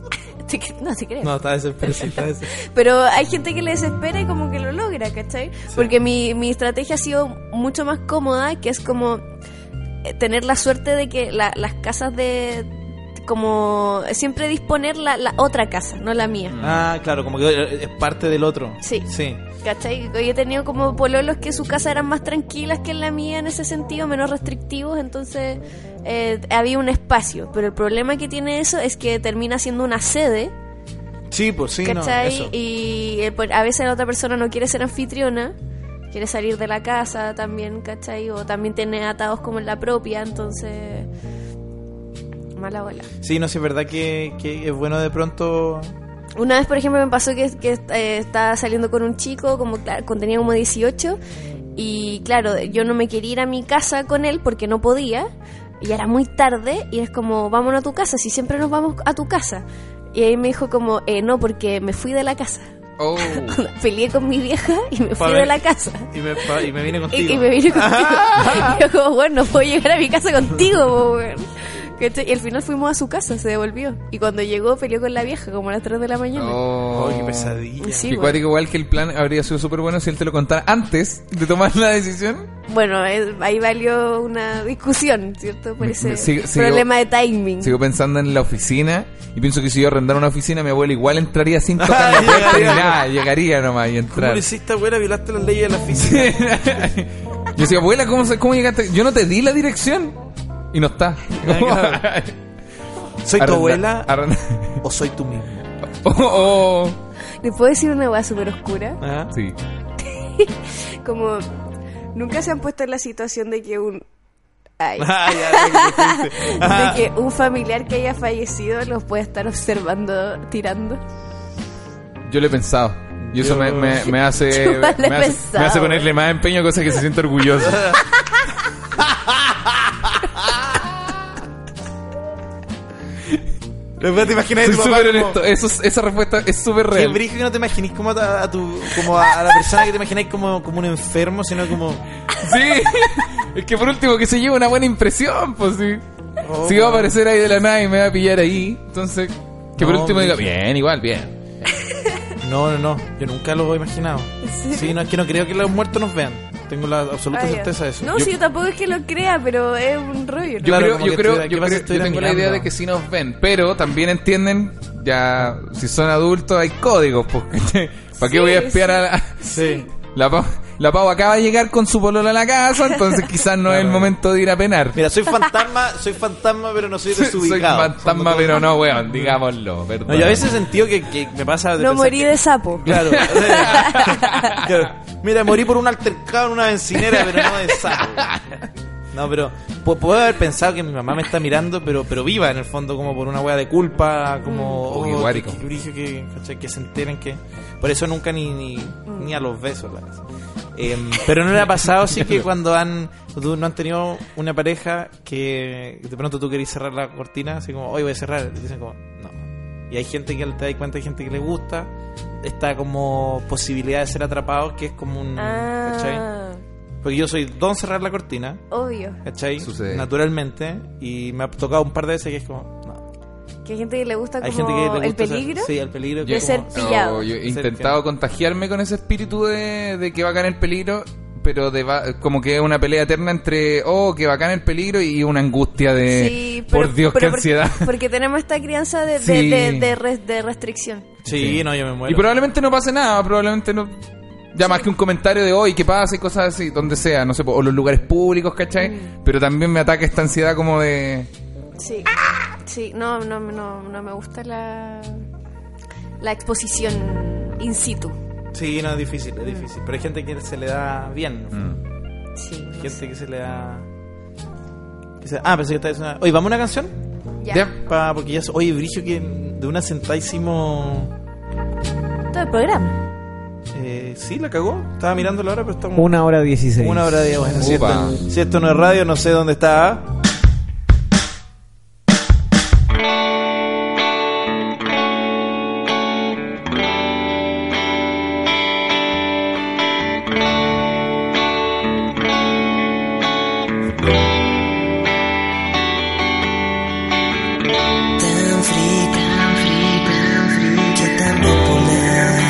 S3: Te cre- No, te creo.
S5: No, estaba desesperado. sí, estaba desesperado.
S3: Pero hay gente que le desespera y como que lo logra, ¿cachai? Porque mi, mi estrategia ha sido mucho más cómoda, que es como eh, tener la suerte de que la- las casas de... como siempre disponer la, la otra casa, no la mía.
S5: Ah, claro, como que es parte del otro.
S3: Sí.
S5: Sí.
S3: ¿Cachai? Yo he tenido como pololos que su casa eran más tranquilas que en la mía en ese sentido, menos restrictivos, entonces eh, había un espacio. Pero el problema que tiene eso es que termina siendo una sede,
S5: Sí, pues sí, no,
S3: ¿cachai?
S5: eso.
S3: y eh, pues, a veces la otra persona no quiere ser anfitriona, quiere salir de la casa también, ¿cachai? O también tiene atados como en la propia, entonces... Mala bola.
S5: Sí, no, sí, es verdad que, que es bueno de pronto...
S3: Una vez, por ejemplo, me pasó que, que eh, estaba saliendo con un chico, como claro, con- tenía como 18, y claro, yo no me quería ir a mi casa con él porque no podía, y era muy tarde, y es como, vámonos a tu casa, si siempre nos vamos a tu casa. Y ahí me dijo como, eh, no, porque me fui de la casa.
S4: Oh.
S3: Peleé con mi vieja y me fui
S5: Para-
S3: de la casa.
S5: Y me, pa- y me vine
S3: Y,
S5: contigo.
S3: y me vine contigo. Y yo como, bueno, no puedo llegar a mi casa contigo, po, weón. ¿Cachai? Y al final fuimos a su casa, se devolvió. Y cuando llegó, peleó con la vieja, como a las 3 de la mañana.
S4: Oh,
S5: qué pesadilla.
S3: Sí,
S4: Qué
S3: bueno.
S4: cuático, igual que el plan habría sido súper bueno si él te lo contara antes de tomar la decisión.
S3: Bueno, eh, ahí valió una discusión, ¿cierto? Por
S4: Me-
S3: ese
S4: me sigo- sigo-
S3: problema de timing.
S4: Sigo pensando en la oficina y pienso que si yo arrendara una oficina, mi abuela igual entraría sin tocar la puerta ni nada. Llegaría nomás y
S5: ¿Cómo
S4: entrar.
S5: lo hiciste, abuela? Violaste las leyes de la física.
S4: Yo decía, abuela, ¿cómo, se- cómo llegaste? Yo no te di la dirección y no está.
S5: ¿Soy tu
S4: Arrenda-
S5: abuela
S4: arrenda-
S5: o soy tú mismo?
S4: Oh, oh,
S3: ¿Le puedo decir una hueá súper oscura?
S4: oh. Sí.
S3: Como, nunca se han puesto en la situación de que un... Ay.
S5: Ah,
S3: de que un familiar que haya fallecido los puede estar observando, tirando.
S4: Yo lo he pensado. Y eso me, me- me hace,
S3: Yo
S4: me,
S3: lo he
S4: hace,
S3: pensado.
S4: me hace ponerle más empeño, cosa que se siente orgulloso.
S5: Después te imaginas a
S4: Soy
S5: tu papá
S4: súper
S5: como-
S4: honesto. Eso es- esa respuesta es súper
S5: Qué
S4: real.
S5: brillo que no te imaginís como a, a tu, como a, a la persona que te imagináis como, como un enfermo, sino como...
S4: Sí. Es que por último que se lleve una buena impresión, pues sí.
S5: Oh,
S4: si va a aparecer ahí de la nada y me va a pillar ahí, entonces que por
S5: No,
S4: último diga,
S5: brillo.
S4: bien, igual, bien.
S5: No, no, no. Yo nunca lo he imaginado. Sí, no, es que no creo que los muertos nos vean. Tengo la absoluta
S3: Ay,
S5: certeza de eso.
S3: Ah, No,
S5: Yo-
S3: si yo tampoco es que lo crea, pero es un rollo. ¿no?
S4: Yo
S5: Claro,
S4: creo,
S5: como
S4: yo
S5: que
S4: creo,
S5: estuviera-
S4: yo
S5: ¿qué pasa si
S4: creo, yo
S5: estuviera
S4: tengo la idea
S5: mirando?
S4: de que sí nos ven, pero también entienden, ya, si son adultos hay códigos, pues, ¿cachai? ¿para qué voy a espiar a la...
S5: Sí.
S4: La, Pau- la Pau acaba de llegar con su polola a la casa, entonces quizás no es el momento de ir a penar.
S5: Mira, soy fantasma, soy fantasma, pero no soy
S4: Soy
S5: desubicado.
S4: fantasma, pero no, weón, digámoslo, perdón.
S5: No, yo a veces he sentido que, que me pasa de
S3: No
S5: pensar
S3: morí
S5: que-
S3: de sapo.
S5: Claro. Claro. Mira, morí por un altercado en una bencinera, pero no de sapo. No, pero pu- puedo haber pensado que mi mamá me está mirando, pero pero viva en el fondo, como por una wea de culpa, como.
S4: Oh, qué
S5: que-
S4: guárico.
S5: que, brillo, que, ¿cachai? que se enteren que. Por eso nunca ni, ni, ni a los besos. la verdad. Em, pero no le ha pasado así que cuando han tú- no han tenido una pareja que de pronto tú querés cerrar la cortina, así como, hoy voy a cerrar. Y dicen como, no. Y hay gente que te das cuenta, hay gente que le gusta esta como posibilidad de ser atrapado, que es como un... ¿cachai?
S3: Ah,
S5: Porque yo soy don cerrar la cortina,
S3: obvio.
S5: ¿cachai?
S4: Sucede.
S5: Naturalmente. Y me ha tocado un par de veces que es como... No.
S3: Que hay gente que le gusta
S5: Hay
S3: como
S5: gente que le gusta...
S3: el
S5: ser-
S3: peligro.
S5: sí, el peligro.
S3: de
S5: que es
S3: ser
S5: como-
S3: pillado.
S4: No, yo he
S5: Ser
S4: intentado
S5: pillado.
S4: contagiarme con ese espíritu de, de que bacán el peligro, pero de va- como que es una pelea eterna entre, oh, que bacán el peligro y una angustia de,
S3: Sí,
S4: por Dios, qué
S3: pero porque-
S4: ansiedad.
S3: Porque, tenemos esta crianza de, de,
S4: Sí.
S3: de, de res- de restricción.
S5: Sí, no, yo me muero.
S4: Y probablemente no pase nada, probablemente no. Ya más que un comentario de hoy, que pasa y cosas así, donde sea, no sé, po- o los lugares públicos, ¿cachai?
S3: Mm.
S4: Pero también me ataca esta ansiedad como de.
S3: Sí. Sí, no, no, no, no me gusta la, la exposición in situ.
S5: Sí, no, es difícil, es difícil. Pero hay gente que se le da bien.
S4: Mm.
S3: Sí, no
S5: Gente
S3: sé.
S5: que se le da... que se- Ah, pensé que estaba diciendo... Oye, ¿vamos a una canción?
S3: Ya.
S4: Ya.
S5: Pa- porque ya... so- Oye, Brigio, que de una sentada hicimos...
S3: Todo el programa.
S5: Eh, sí, la cagó. Estaba mirando la hora, pero estamos.
S7: Una hora dieciséis.
S5: Una hora de bueno, si
S7: Upa.
S5: esto, si esto no es radio, no sé dónde está.
S16: Tan frío, tan frío, tan frío, que tan bipolar.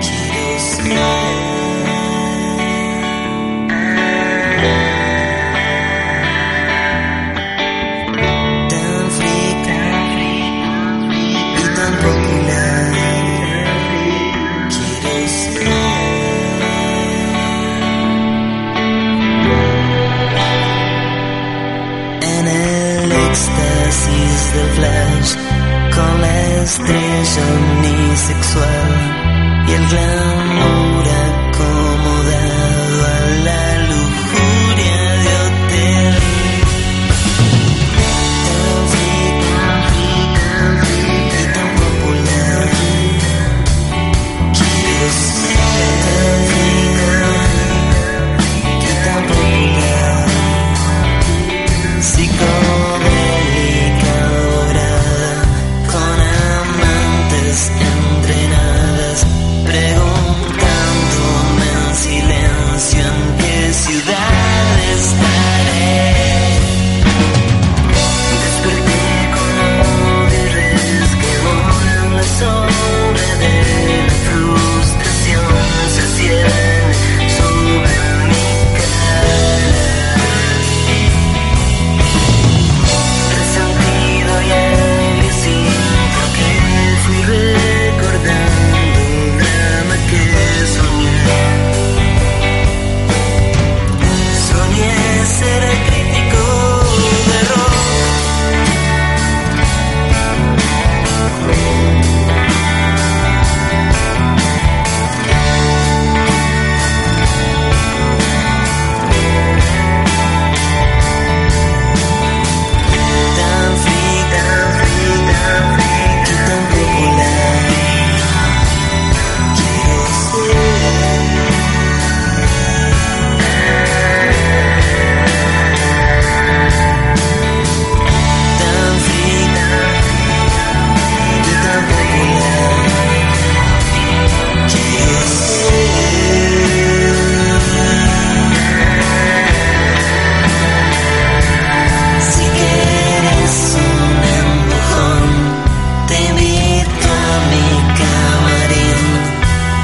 S16: Quiero ser. Tan frío, tan frío, y tan popular. Quiero ser. En el éxtasis del flash, con la estrella unisexual y el glamour acomodado a la lujuria de hotel. Tan free, tan free, tan free y tan popular. Quiero ser tan free, tan free y tan popular. Psicodélica dorada, con amantes entrenadas, preguntándome en silencio en qué ciudad estaré. Desperté como de res que vola en la sombra de la frustración, se cierne sobre mi cara. Resentido y el instinto que fui recordando un drama que soñé. Soñé ser el crítico de rock. Tan free, tan free, tan free y tan popular. Quiero ser. Tan free, tan free y tan popular. Quiero ser. Si quieres un empujón, te invito a mi camarín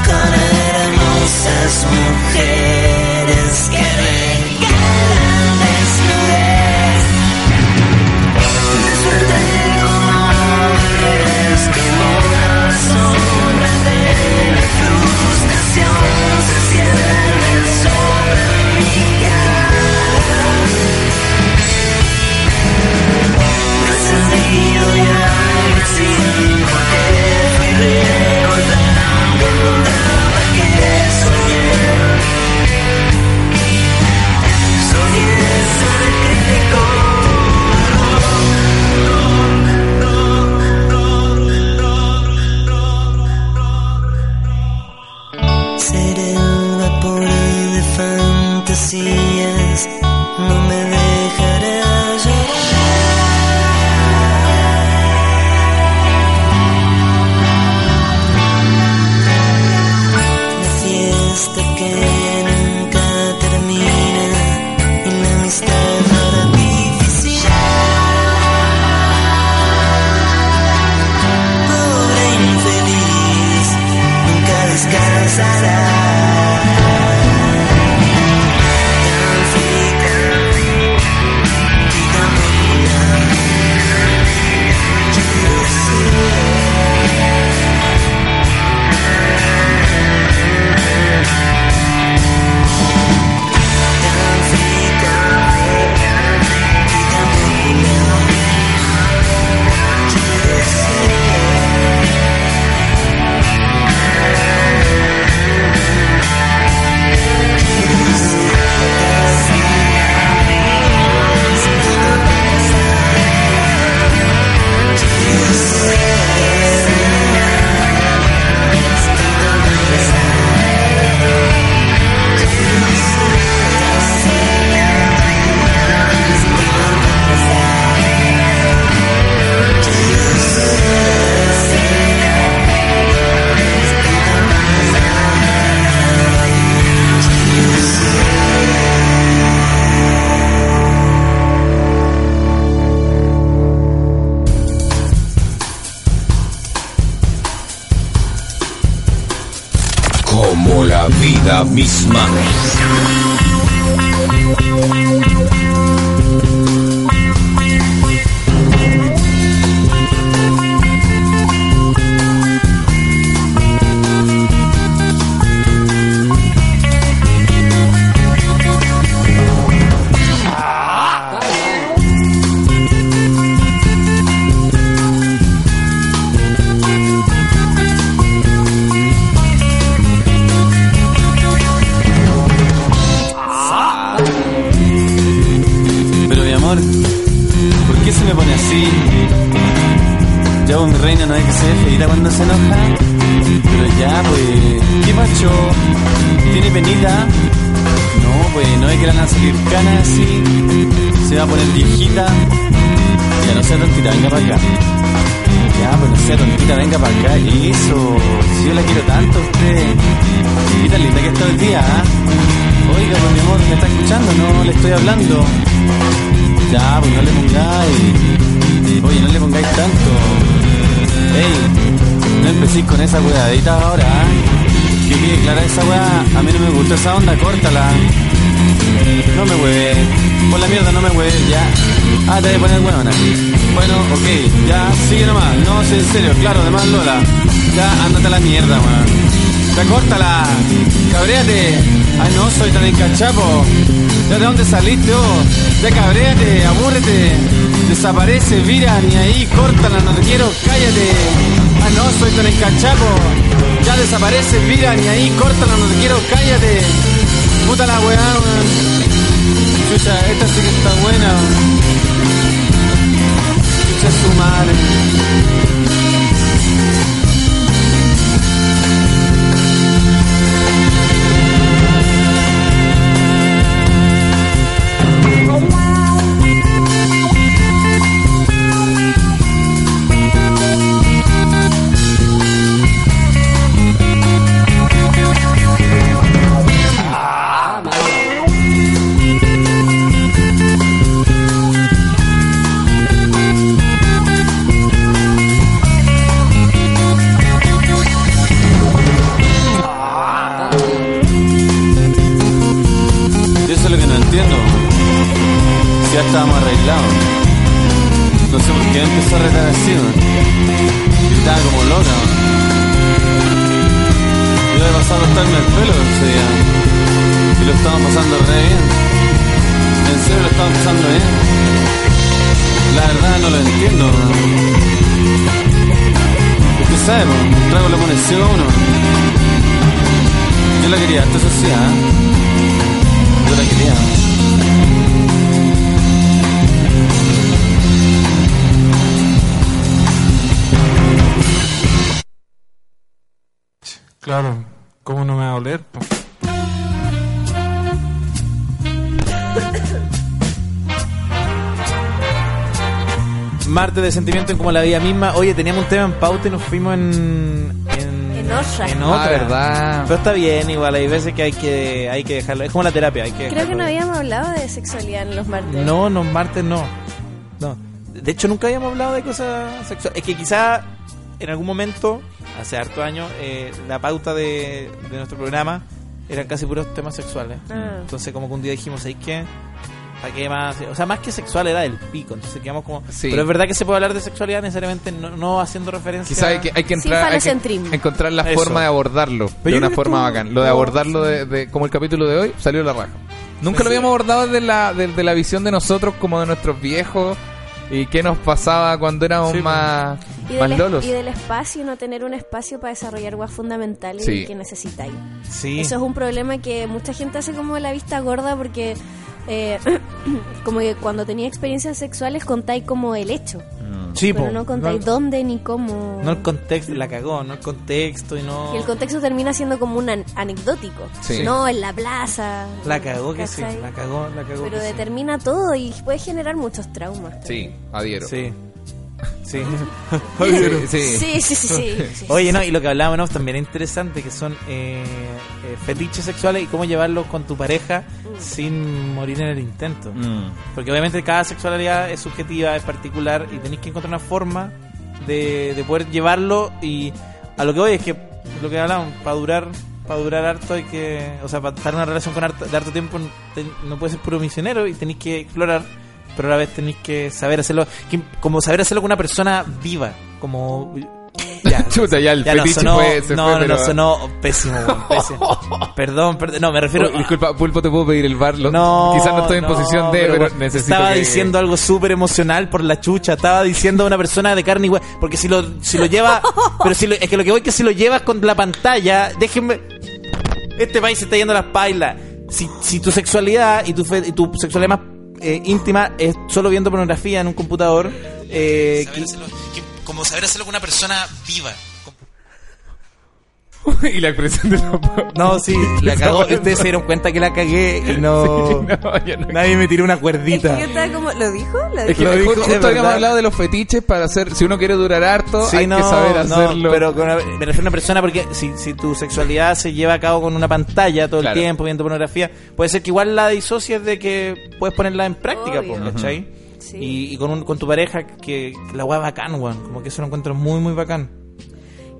S16: con hermosas mujeres que regalan desnudez. Desperté como mujeres que mojan la sombra de la frustración se cierne sobre mi cara. Resentido y aire sin poder fui recordando un drama que soñé. Soñé ser crítico Ser el vapor de fantasías no me dejará llorar. La fiesta que nunca termina y la amistad artificial. Pobre infeliz, nunca descansará. Tan free, tan free y tan popular. Quiero ser. Tan free, tan free, tan free y tan popular. Quiero ser.
S1: como la vida misma.
S17: Pero mi amor, ¿por qué se me pone así? Ya un reina no hay que ser feíta cuando se enoja. Pero ya, pues, ¿qué macho? ¿Tiene penita? No, pues, no es que le van a salir canas así. Se va a poner viejita. Ya no sea tontita, venga para acá. Ya, pues no sea tontita, venga para acá. Y eso, si yo la quiero tanto a usted. Y tan linda que está hoy día, ¿ah? Oiga, pues mi amor, ¿me está escuchando? No, le estoy hablando. Ya, pues no le pongáis. Oye, no le pongáis tanto. Ey, no empecéis con esa weadita ahora, ¿ah? Que quede clara esa weá. A mí no me gusta esa onda, córtala. No me hueve. Por la mierda no me hueve, ya. Ah, te voy a poner huevona. Bueno, ok, ya, sigue nomás. No, sí, en serio, claro, además Lola. Ya, ándate a la mierda, weón. Ya, córtala. Cabréate. Ay, no, soy tan encachapo. ¿Ya de dónde saliste vos? Ya cabréate, abúrrete. Desaparece, vira, ni ahí, córtala, no te quiero, cállate. Ah, no, soy tan encachapo. Ya desaparece, vira, ni ahí, córtala, no te quiero, cállate. Puta la weá, weón. Chucha, esta sí que está buena, weón. Chucha su madre. Yo eso es lo que no entiendo. Si ya estábamos arreglados. No sé por qué empezó a retar así, weón. Gritaba como loca, weón. Yo le pasado a cortarme el pelo ese día. Y lo estaba pasando re bien. En serio lo estaba pasando bien. La verdad no lo entiendo, weón. Usted sabe, weón. Un trago lo conoció uno. Yo la quería, esto eso sí, ¿ah? Yo la quería.
S18: Claro, ¿cómo no me va a oler? po?
S5: Martes de sentimiento en como la vida misma. Oye, teníamos un tema en pauta y nos fuimos en. En,
S3: En otra.
S5: en
S3: Ah,
S5: otra.
S4: verdad.
S5: Pero está bien, igual. Hay veces que hay que, hay que dejarlo. Es como la terapia, hay que.
S3: Creo que
S5: dejarlo.
S3: no habíamos hablado de sexualidad en los martes.
S5: No, no, martes no. No. De hecho, nunca habíamos hablado de cosas sexuales. Es que quizá en algún momento, hace harto años, eh, la pauta de, de nuestro programa eran casi puros temas sexuales.
S3: Ah.
S5: Entonces, como que un día dijimos, ¿sabes qué? ¿Para qué más? O sea, más que sexual era del pico. Entonces quedamos como.
S4: Sí.
S5: Pero es verdad que se puede hablar de sexualidad necesariamente no, no haciendo referencia.
S4: Quizás hay que, hay que entrar hay que encontrar la
S5: Eso.
S4: forma de abordarlo
S5: Pero
S4: de
S5: yo
S4: una
S5: creo que
S4: forma
S5: tú-
S4: bacán. Lo de
S5: no,
S4: abordarlo de, de- como el capítulo de hoy salió la raja. Nunca lo habíamos abordado desde la desde la visión de nosotros como de nuestros viejos y qué nos pasaba cuando éramos
S5: pues.
S4: más
S3: Y del,
S4: más
S3: es-
S4: lolos.
S3: y del espacio, no tener un espacio para desarrollar guas fundamentales
S4: Sí.
S3: que necesitáis.
S4: Sí.
S3: Eso es un problema que mucha gente hace como la vista gorda porque eh, como que cuando tenía experiencias sexuales contáis como el hecho.
S5: Sí,
S3: pero
S5: po.
S3: no contáis
S5: No-
S3: dónde ni cómo.
S5: No el contexto, la cagó, no el contexto y no.
S3: Y el contexto termina siendo como un an- anecdótico.
S5: Sí.
S3: No, en la plaza.
S5: La cagó que sí,
S3: ¿Cachai?
S5: la cagó, la cagó.
S3: Pero
S5: que sí.
S3: determina todo y puede generar muchos traumas.
S4: Sí, adhiero.
S5: Sí. Sí.
S4: Adhiero. Sí. Sí, sí, sí, sí, sí.
S5: Oye, no, y lo que hablábamos ¿no? también es interesante, que son eh, eh, fetiches sexuales y cómo llevarlos con tu pareja
S4: Mm.
S5: sin morir en el intento. Porque obviamente cada sexualidad es subjetiva, es particular y tenéis que encontrar una forma de, de poder llevarlo y a lo que voy es que lo que hablamos, para durar para durar harto hay que. O sea, para estar en una relación con harto, de harto tiempo te- no puedes ser puro misionero y tenéis que explorar, pero a la vez tenéis que saber hacerlo. que- Como saber hacerlo con una persona viva. Como. Ya,
S4: Chuta, ya el
S5: no,
S4: fetiche
S5: sonó-
S4: fue- se
S5: no,
S4: fue,
S5: no,
S4: pero-
S5: no, sonó pésimo, weón, pésimo. Perdón, perdón, no, me refiero.
S4: Oh, disculpa, Pulpo, te puedo pedir el bar. Lo-
S5: No,
S4: Quizás no estoy en posición de, pero,
S5: bueno,
S4: necesito.
S5: Estaba
S4: que-
S5: diciendo algo súper emocional por la chucha. Estaba diciendo a una persona de carne y hue- Porque si lo, si lo lleva. pero si lo- es que lo que voy es que si lo llevas con la pantalla. Déjenme. Este país se está yendo a las pailas. Si, si tu sexualidad y tu, fe- y tu sexualidad más eh, íntima es solo viendo pornografía en un computador. eh, como saber hacerlo con una persona viva.
S4: y la expresión de la
S5: No, sí, la cagó. Ustedes se dieron cuenta que la cagué y no. Nadie me tiró una cuerdita.
S3: Yo estaba como, ¿lo dijo? ¿Lo
S4: Es que
S3: dijo?
S5: Lo dijo,
S4: justo,
S5: es
S4: justo
S5: verdad.
S4: habíamos hablado de los fetiches para hacer. Si uno quiere durar harto, hay que saber
S5: no,
S4: hacerlo.
S5: pero con una- me refiero a una persona porque si, si tu sexualidad se lleva a cabo con una pantalla todo
S4: Claro.
S5: el tiempo viendo pornografía, puede ser que igual la disocies de que puedes ponerla en práctica,
S3: Obvio.
S5: po, ¿cachai? Y, y con, un- con tu pareja, que, que la weá es bacán, weón. Como que eso lo encuentro muy, muy bacán.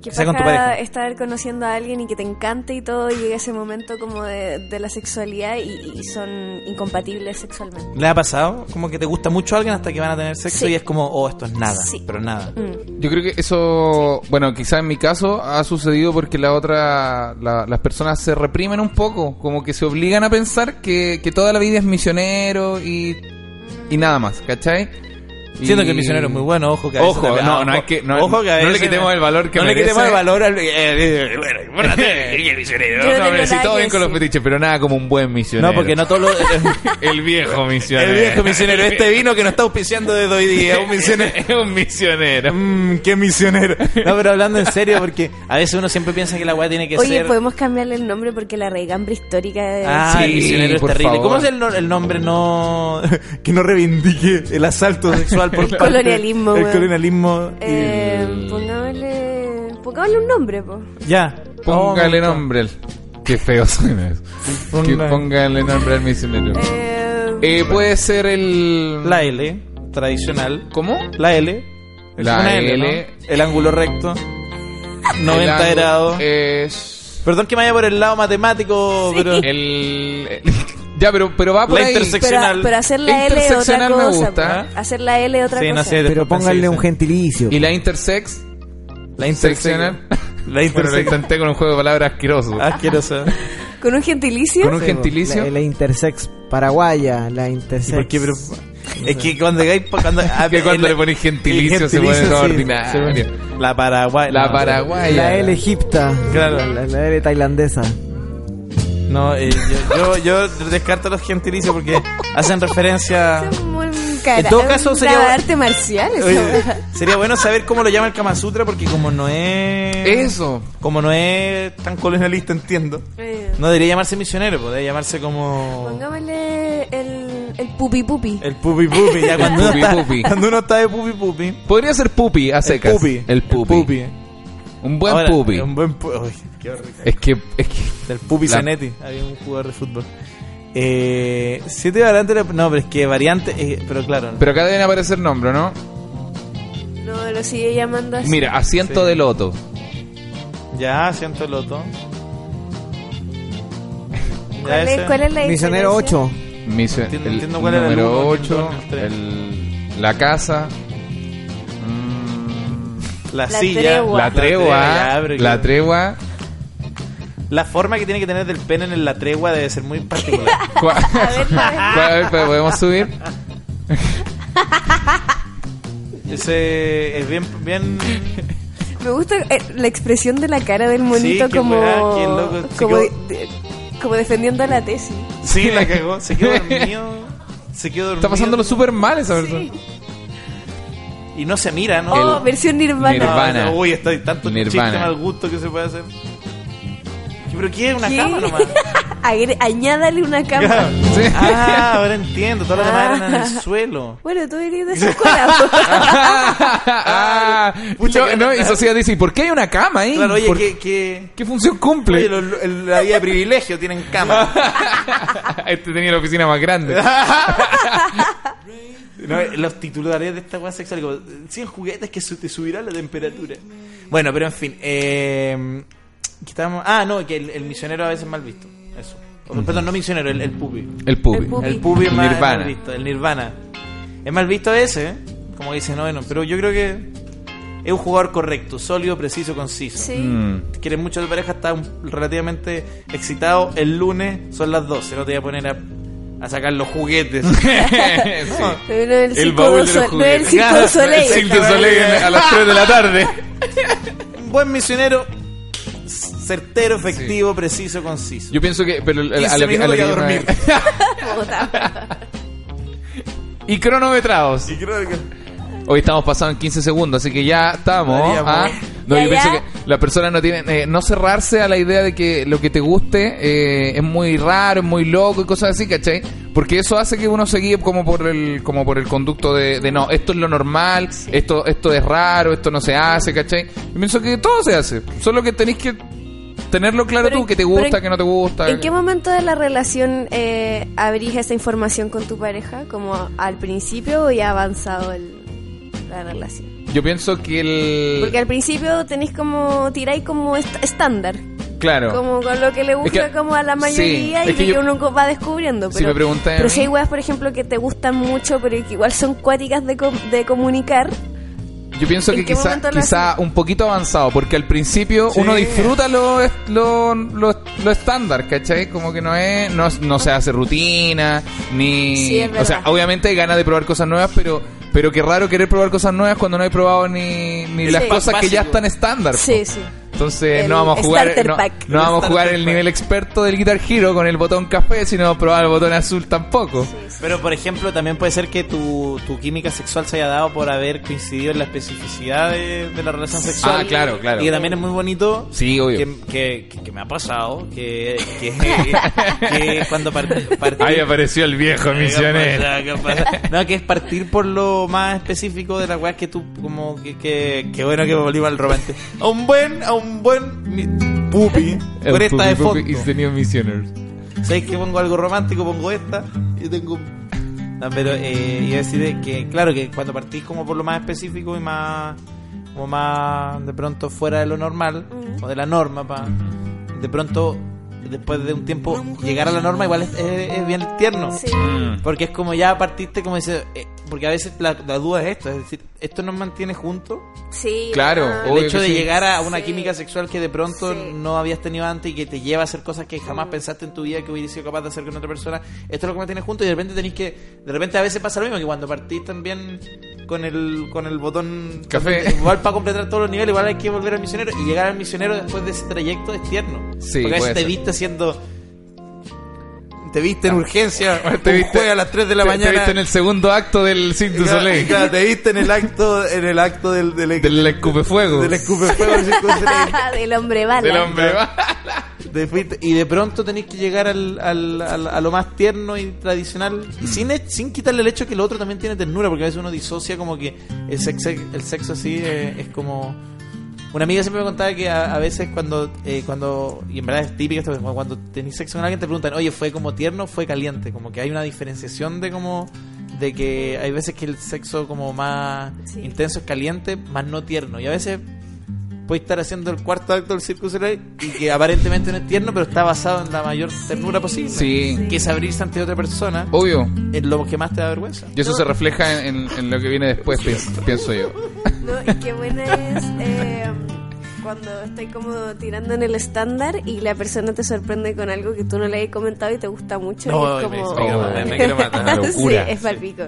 S3: Que
S5: Que sea con tu
S3: paja
S5: pareja.
S3: estar conociendo a alguien y que te encante y todo, y llega ese momento como de, de la sexualidad y, y son incompatibles sexualmente.
S5: ¿Le ha pasado? Como que te gusta mucho alguien hasta que van a tener sexo y es como, oh, esto es nada.
S3: Sí.
S5: Pero nada.
S3: Mm.
S4: Yo creo que eso, bueno, quizás en mi caso ha sucedido porque la otra, la- las personas se reprimen un poco, como que se obligan a pensar que, que toda la vida es misionero y, y nada más, ¿cachai? Y-
S5: Siento que el misionero es muy bueno, ojo que a veces
S4: Ojo,
S5: también-
S4: no,
S5: ah,
S4: no es que, no,
S5: ojo que a
S4: no le
S5: veces-
S4: quitemos el valor que
S5: no le
S4: merece.
S5: quitemos el valor al-
S4: Eh, No,
S5: tengo
S4: no, pero sí,
S5: nada
S4: todo
S5: que
S4: bien con los fetiches, pero nada como un buen misionero.
S5: No, porque no todo lo...
S4: El viejo misionero.
S5: El viejo misionero, este vino que nos está auspiciando desde hoy día, un misionero.
S4: es un misionero.
S5: Mm, qué misionero. No, pero hablando en serio, porque a veces uno siempre piensa que la weá tiene que
S3: Oye,
S5: ser.
S3: podemos cambiarle el nombre porque la regambre histórica es...
S5: Ah, el
S4: Sí,
S5: misionero es
S4: por
S5: terrible.
S4: favor.
S5: ¿Cómo es el, no- el nombre no que no reivindique el asalto sexual por
S3: El
S5: parte-
S3: colonialismo,
S5: El
S3: weón.
S5: colonialismo. y-
S3: Eh, pongámosle, pongámosle un nombre, po.
S5: Ya.
S4: Póngale
S5: Oh,
S4: nombre. al- Qué feo suena eso. Que
S5: Ponga-
S4: póngale nombre al misionero.
S3: Eh,
S4: Eh, puede ser el.
S5: La L tradicional.
S4: ¿Cómo?
S5: La L. Es
S4: La
S5: una
S4: L.
S5: ¿no? El ángulo recto. 90
S4: ángulo eh.
S5: grados.
S4: Es.
S5: Perdón que me vaya por el lado matemático, pero
S4: El. el- Ya, pero, pero va por
S5: La
S4: ahí.
S3: pero, pero hacer la L es otra
S4: Interseccional me
S3: cosa,
S4: gusta.
S3: po. Hacer la L es otra
S5: Sí,
S3: cosa.
S5: no sé,
S7: Pero
S5: después
S7: pónganle
S5: pensé,
S7: un
S5: sí.
S7: gentilicio.
S4: ¿Y la intersex?
S5: La
S4: interseccional.
S5: La
S4: Bueno, lo
S5: intersección.
S4: intenté con un juego de palabras asqueroso.
S5: ¿Ah, Asqueroso.
S3: Con un gentilicio.
S4: Con un gentilicio.
S7: pues, La, la intersex paraguaya, la intersex.
S5: ¿Y por qué? Pero- es que cuando llegáis pa- cuando, ah, a-
S4: que cuando
S5: el-
S4: le pones gentilicio,
S5: el
S4: se pone
S5: gentilicio,
S4: todo
S5: sí,
S4: ordinario.
S5: se pone- La Paraguay.
S4: La
S5: no,
S4: paraguaya.
S7: La L egipta.
S5: Claro.
S7: La, la- la L tailandesa.
S5: No, eh, yo, yo, yo descarto los gentilicios porque hacen referencia.
S3: Un cara-
S5: Ah. En todo caso,
S3: un
S5: sería-
S3: grado de arte marcial, esa
S5: Oye,
S3: weá.
S5: sería bueno saber cómo lo llama el Kama Sutra porque como no es
S4: Eso.
S5: como no es tan colonialista entiendo.
S3: Eh,
S5: No debería llamarse misionero, podría llamarse como
S3: Pongámosle el, el pupi pupi.
S5: el pupi pupi. Ya cuando,
S4: pupi
S5: uno
S4: pupi.
S5: Está, cuando uno está de pupi pupi.
S4: Podría ser pupi a secas.
S5: pupi.
S4: El pupi.
S5: El pupi.
S4: Un buen
S5: Ahora,
S4: pupi.
S5: Un buen pupi. Uy, qué horrible.
S4: Es que. Es que...
S5: Del Pupi
S4: La-
S5: Zanetti. Había un jugador de fútbol. Eh, siete variantes. de- No, pero es que variante. eh, pero claro.
S4: Pero acá deben aparecer nombres, ¿no?
S3: No, lo sigue llamando así.
S4: Mira, asiento
S5: Sí.
S4: de loto.
S5: Ya, siento el loto. Ya
S3: ¿Cuál
S5: ese.
S3: es, cuál es la
S7: Misionero
S3: diferencia?
S7: 8.
S4: Mise-
S5: entiendo-
S4: el
S5: entiendo cuál era el
S4: número
S5: uno, el
S4: 8,
S5: dos, el tres.
S4: la casa,
S5: La,
S3: La
S5: silla.
S3: tregua.
S4: la
S5: ya,
S4: tregua,
S5: pero
S4: la
S5: que-
S4: tregua,
S5: la forma que tiene que tener del pene en la tregua debe ser muy particular.
S4: ¿Cuál-
S3: A ver, la-
S4: cuál- a ver, podemos subir.
S5: Ese es bien. bien
S3: me gusta eh, la expresión de la cara del monito
S5: qué
S3: como,
S5: weá, qué loco, se
S3: como,
S5: quedó-
S3: de- como defendiendo la tesis.
S5: sí, la cagó. Se quedó dormido. Se quedó dormido.
S4: Está pasándolo súper mal esa persona.
S5: Y no se mira, ¿no?
S3: Oh, versión Nirvana.
S5: No,
S4: Nirvana.
S5: no, uy, está tanto
S4: Nirvana.
S5: chiste mal gusto que se puede hacer. ¿Pero qué? ¿Una
S3: ¿Qué?
S5: cama nomás?
S3: Agre- Añádale una cama.
S5: Ah, ahora entiendo. Todas las
S3: Ah.
S5: demás eran en el suelo.
S3: Bueno, tú eres de esa escuela.
S4: Ah,
S5: Pucha,
S4: yo-
S5: que-
S4: no, y Sociedad dice, ¿y por qué hay una cama ahí?
S5: Claro, oye,
S4: ¿Por
S5: que... que...
S4: ¿Qué función
S5: Oye,
S4: cumple?
S5: lo- lo- el- la vida de privilegio tienen cama.
S4: este tenía la oficina más grande.
S5: No, eh, los titulares de esta weá sexual como 100 juguetes que su- te subirá la temperatura. Bueno, pero en fin. eh, que estábamos- ah, no, que el, el misionero a veces es mal visto. Eso. O,
S4: Ujú.
S5: Perdón, no misionero, el, el pupi.
S4: El pupi. El pupi.
S5: El pupi es
S4: El
S5: más es
S4: nirvana.
S5: mal visto. El nirvana. Es mal visto ese, ¿eh? como dice Noveno, pero yo creo que es un jugador correcto, sólido, preciso, conciso.
S16: Sí.
S4: Mm.
S5: Quieres mucho a tu pareja, está un- relativamente excitado. El lunes son las 12, no te voy a poner a, a sacar los juguetes. No.
S3: Pero el circo de Sol- no es el circo de
S5: Claro,
S3: Soleil.
S5: el circo de Soleil a las 3 de la tarde. Un buen misionero, certero, efectivo, preciso, conciso.
S4: Yo pienso que. Pero a, la-
S5: 15
S4: a la- a la-
S5: minutos y a
S4: a la-
S5: dormir.
S4: Y cronometrados. Hoy estamos pasando en 15 segundos, así que ya estamos.
S5: Podríamos.
S4: ¿ah? No,
S5: Ya,
S4: yo
S5: ya.
S4: pienso que las personas no tienen. eh, no cerrarse a la idea de que lo que te guste eh, es muy raro, es muy loco y cosas así, ¿cachai? Porque eso hace que uno se guíe como por el, como por el conducto de, de no, esto es lo normal, esto, esto es raro, esto no se hace, ¿cachai? Yo pienso que todo se hace. Solo que tenéis que tenerlo claro tú, que te
S3: pero
S4: gusta,
S3: en-
S4: que no te gusta.
S3: ¿En qué momento de la relación eh, abrís esa información con tu pareja? ¿Como al principio o ya avanzado el- la relación?
S4: Yo pienso que el.
S3: Porque al principio tenéis como, tiráis como est- estándar,
S4: claro.
S3: como con lo que le gusta
S4: que-
S3: como a la
S4: sí,
S3: mayoría y
S4: es que
S3: que,
S4: yo-
S3: uno co- va descubriendo.
S4: Si
S3: Pero,
S4: me preguntan a
S3: pero
S4: mí-
S3: si hay weas, por ejemplo, que te gustan mucho pero que igual son cuáticas de, com- de comunicar,
S4: Yo pienso
S3: ¿En
S4: que
S3: qué
S4: quizá,
S3: momento lo
S4: quizá un poquito avanzado, porque al principio uno disfruta lo, est- lo, lo- lo estándar, ¿cachai? Como que no es, no, es- no se hace rutina, ni...
S16: Sí, es
S4: o
S16: verdad.
S4: sea, obviamente hay ganas de probar cosas nuevas, pero pero qué raro querer probar cosas nuevas cuando no he probado ni, ni
S16: Sí.
S4: las cosas que ya
S16: Básico.
S4: están estándar. po.
S16: Sí, sí.
S4: Entonces
S16: El
S4: no vamos a jugar,
S16: starter
S4: no,
S16: pack.
S4: no vamos a jugar el nivel experto del Guitar Hero con el botón café, sino probar el botón azul tampoco.
S5: Pero, por ejemplo, también puede ser que tu, tu química sexual se haya dado por haber coincidido en la especificidad de, de la relación sexual.
S4: Ah, claro, claro.
S5: Y que también es muy bonito.
S4: Sí, obvio.
S5: Que, que- que me ha pasado. Que, que, que cuando par- partí.
S4: Ahí apareció el viejo misionero.
S5: ¿Qué pasa? ¿Qué pasa? pues, No, que es partir por lo más específico de la weá que tú, como que, que, que bueno que volvimos al romance. A un buen, a un buen mi- pupi.
S4: El
S5: Por esta de
S4: Pupi Pupi
S5: fondo.
S4: is the new missioners.
S5: ¿Sabéis que pongo algo romántico? Pongo esta y tengo. No, pero eh, iba a decir de que, claro, que cuando partís como por lo más específico y más. como más de pronto fuera de lo normal o de la norma, pa, de pronto después de un tiempo llegar a la norma igual es, es- es bien tierno.
S16: Mm.
S5: Porque es como ya partiste, como dice. eh, porque a veces la, la duda es esto, es decir, ¿esto nos mantiene juntos?
S3: sí.
S4: Claro,
S3: ah,
S5: El
S4: obvio
S5: hecho
S4: que
S5: de
S4: sí.
S5: llegar a una
S3: Sí.
S5: química sexual que de pronto no habías tenido antes y que te lleva a hacer cosas que jamás pensaste en tu vida que hubieras sido capaz de hacer con otra persona. Esto es lo que mantienes juntos y de repente tenés que. De repente a veces pasa lo mismo que cuando partís también con el, con el botón.
S4: Café.
S5: Igual para completar todos los niveles, igual hay que volver al misionero. Y llegar al misionero después de ese trayecto es tierno.
S4: Sí,
S5: Porque a
S4: puede
S5: veces te
S4: ser. Ah.
S5: viste haciendo. Te viste en urgencia, te
S4: viste-
S5: viste a las 3 de la
S4: Te-
S5: mañana.
S4: Te viste en el segundo acto del Cirque du
S5: Claro,
S4: Soleil.
S5: claro, te viste en el acto, en el acto del, del,
S4: Del escupefuego.
S5: del escupefuego del Circo du Soleil.
S3: ah, del hombre bala.
S5: De fuiste- y de pronto tenéis que llegar al, al- al- a lo más tierno y tradicional. Y sin, e- sin quitarle el hecho que el otro también tiene ternura, porque a veces uno disocia como que el sexo, el sexo así eh, es como... Una amiga siempre me contaba que a, a veces cuando, eh, cuando, y en verdad es típico esto, como cuando tenés sexo con alguien te preguntan, oye, ¿fue como tierno o fue caliente? Como que hay una diferenciación de como, de que hay veces que el sexo como más intenso es caliente, más no tierno. Y a veces puede estar haciendo el cuarto acto del Circo Soleil y que aparentemente no es tierno, pero está basado en la mayor ternura posible.
S4: Sí. Oh.
S5: Que es abrirse ante otra persona.
S4: Obvio.
S5: Es lo que más te da vergüenza.
S4: Y eso se refleja en, en- en lo que viene después, pienso, pienso yo.
S3: No, y qué buena es eh, cuando estoy como tirando en el estándar y la persona te sorprende con algo que tú no le hayas comentado y te gusta mucho.
S5: No,
S3: y es
S5: me-
S3: como...
S5: me
S4: Oh,
S5: quiero matar, me quiero matar. Una
S3: sí,
S5: locura.
S3: es palpico.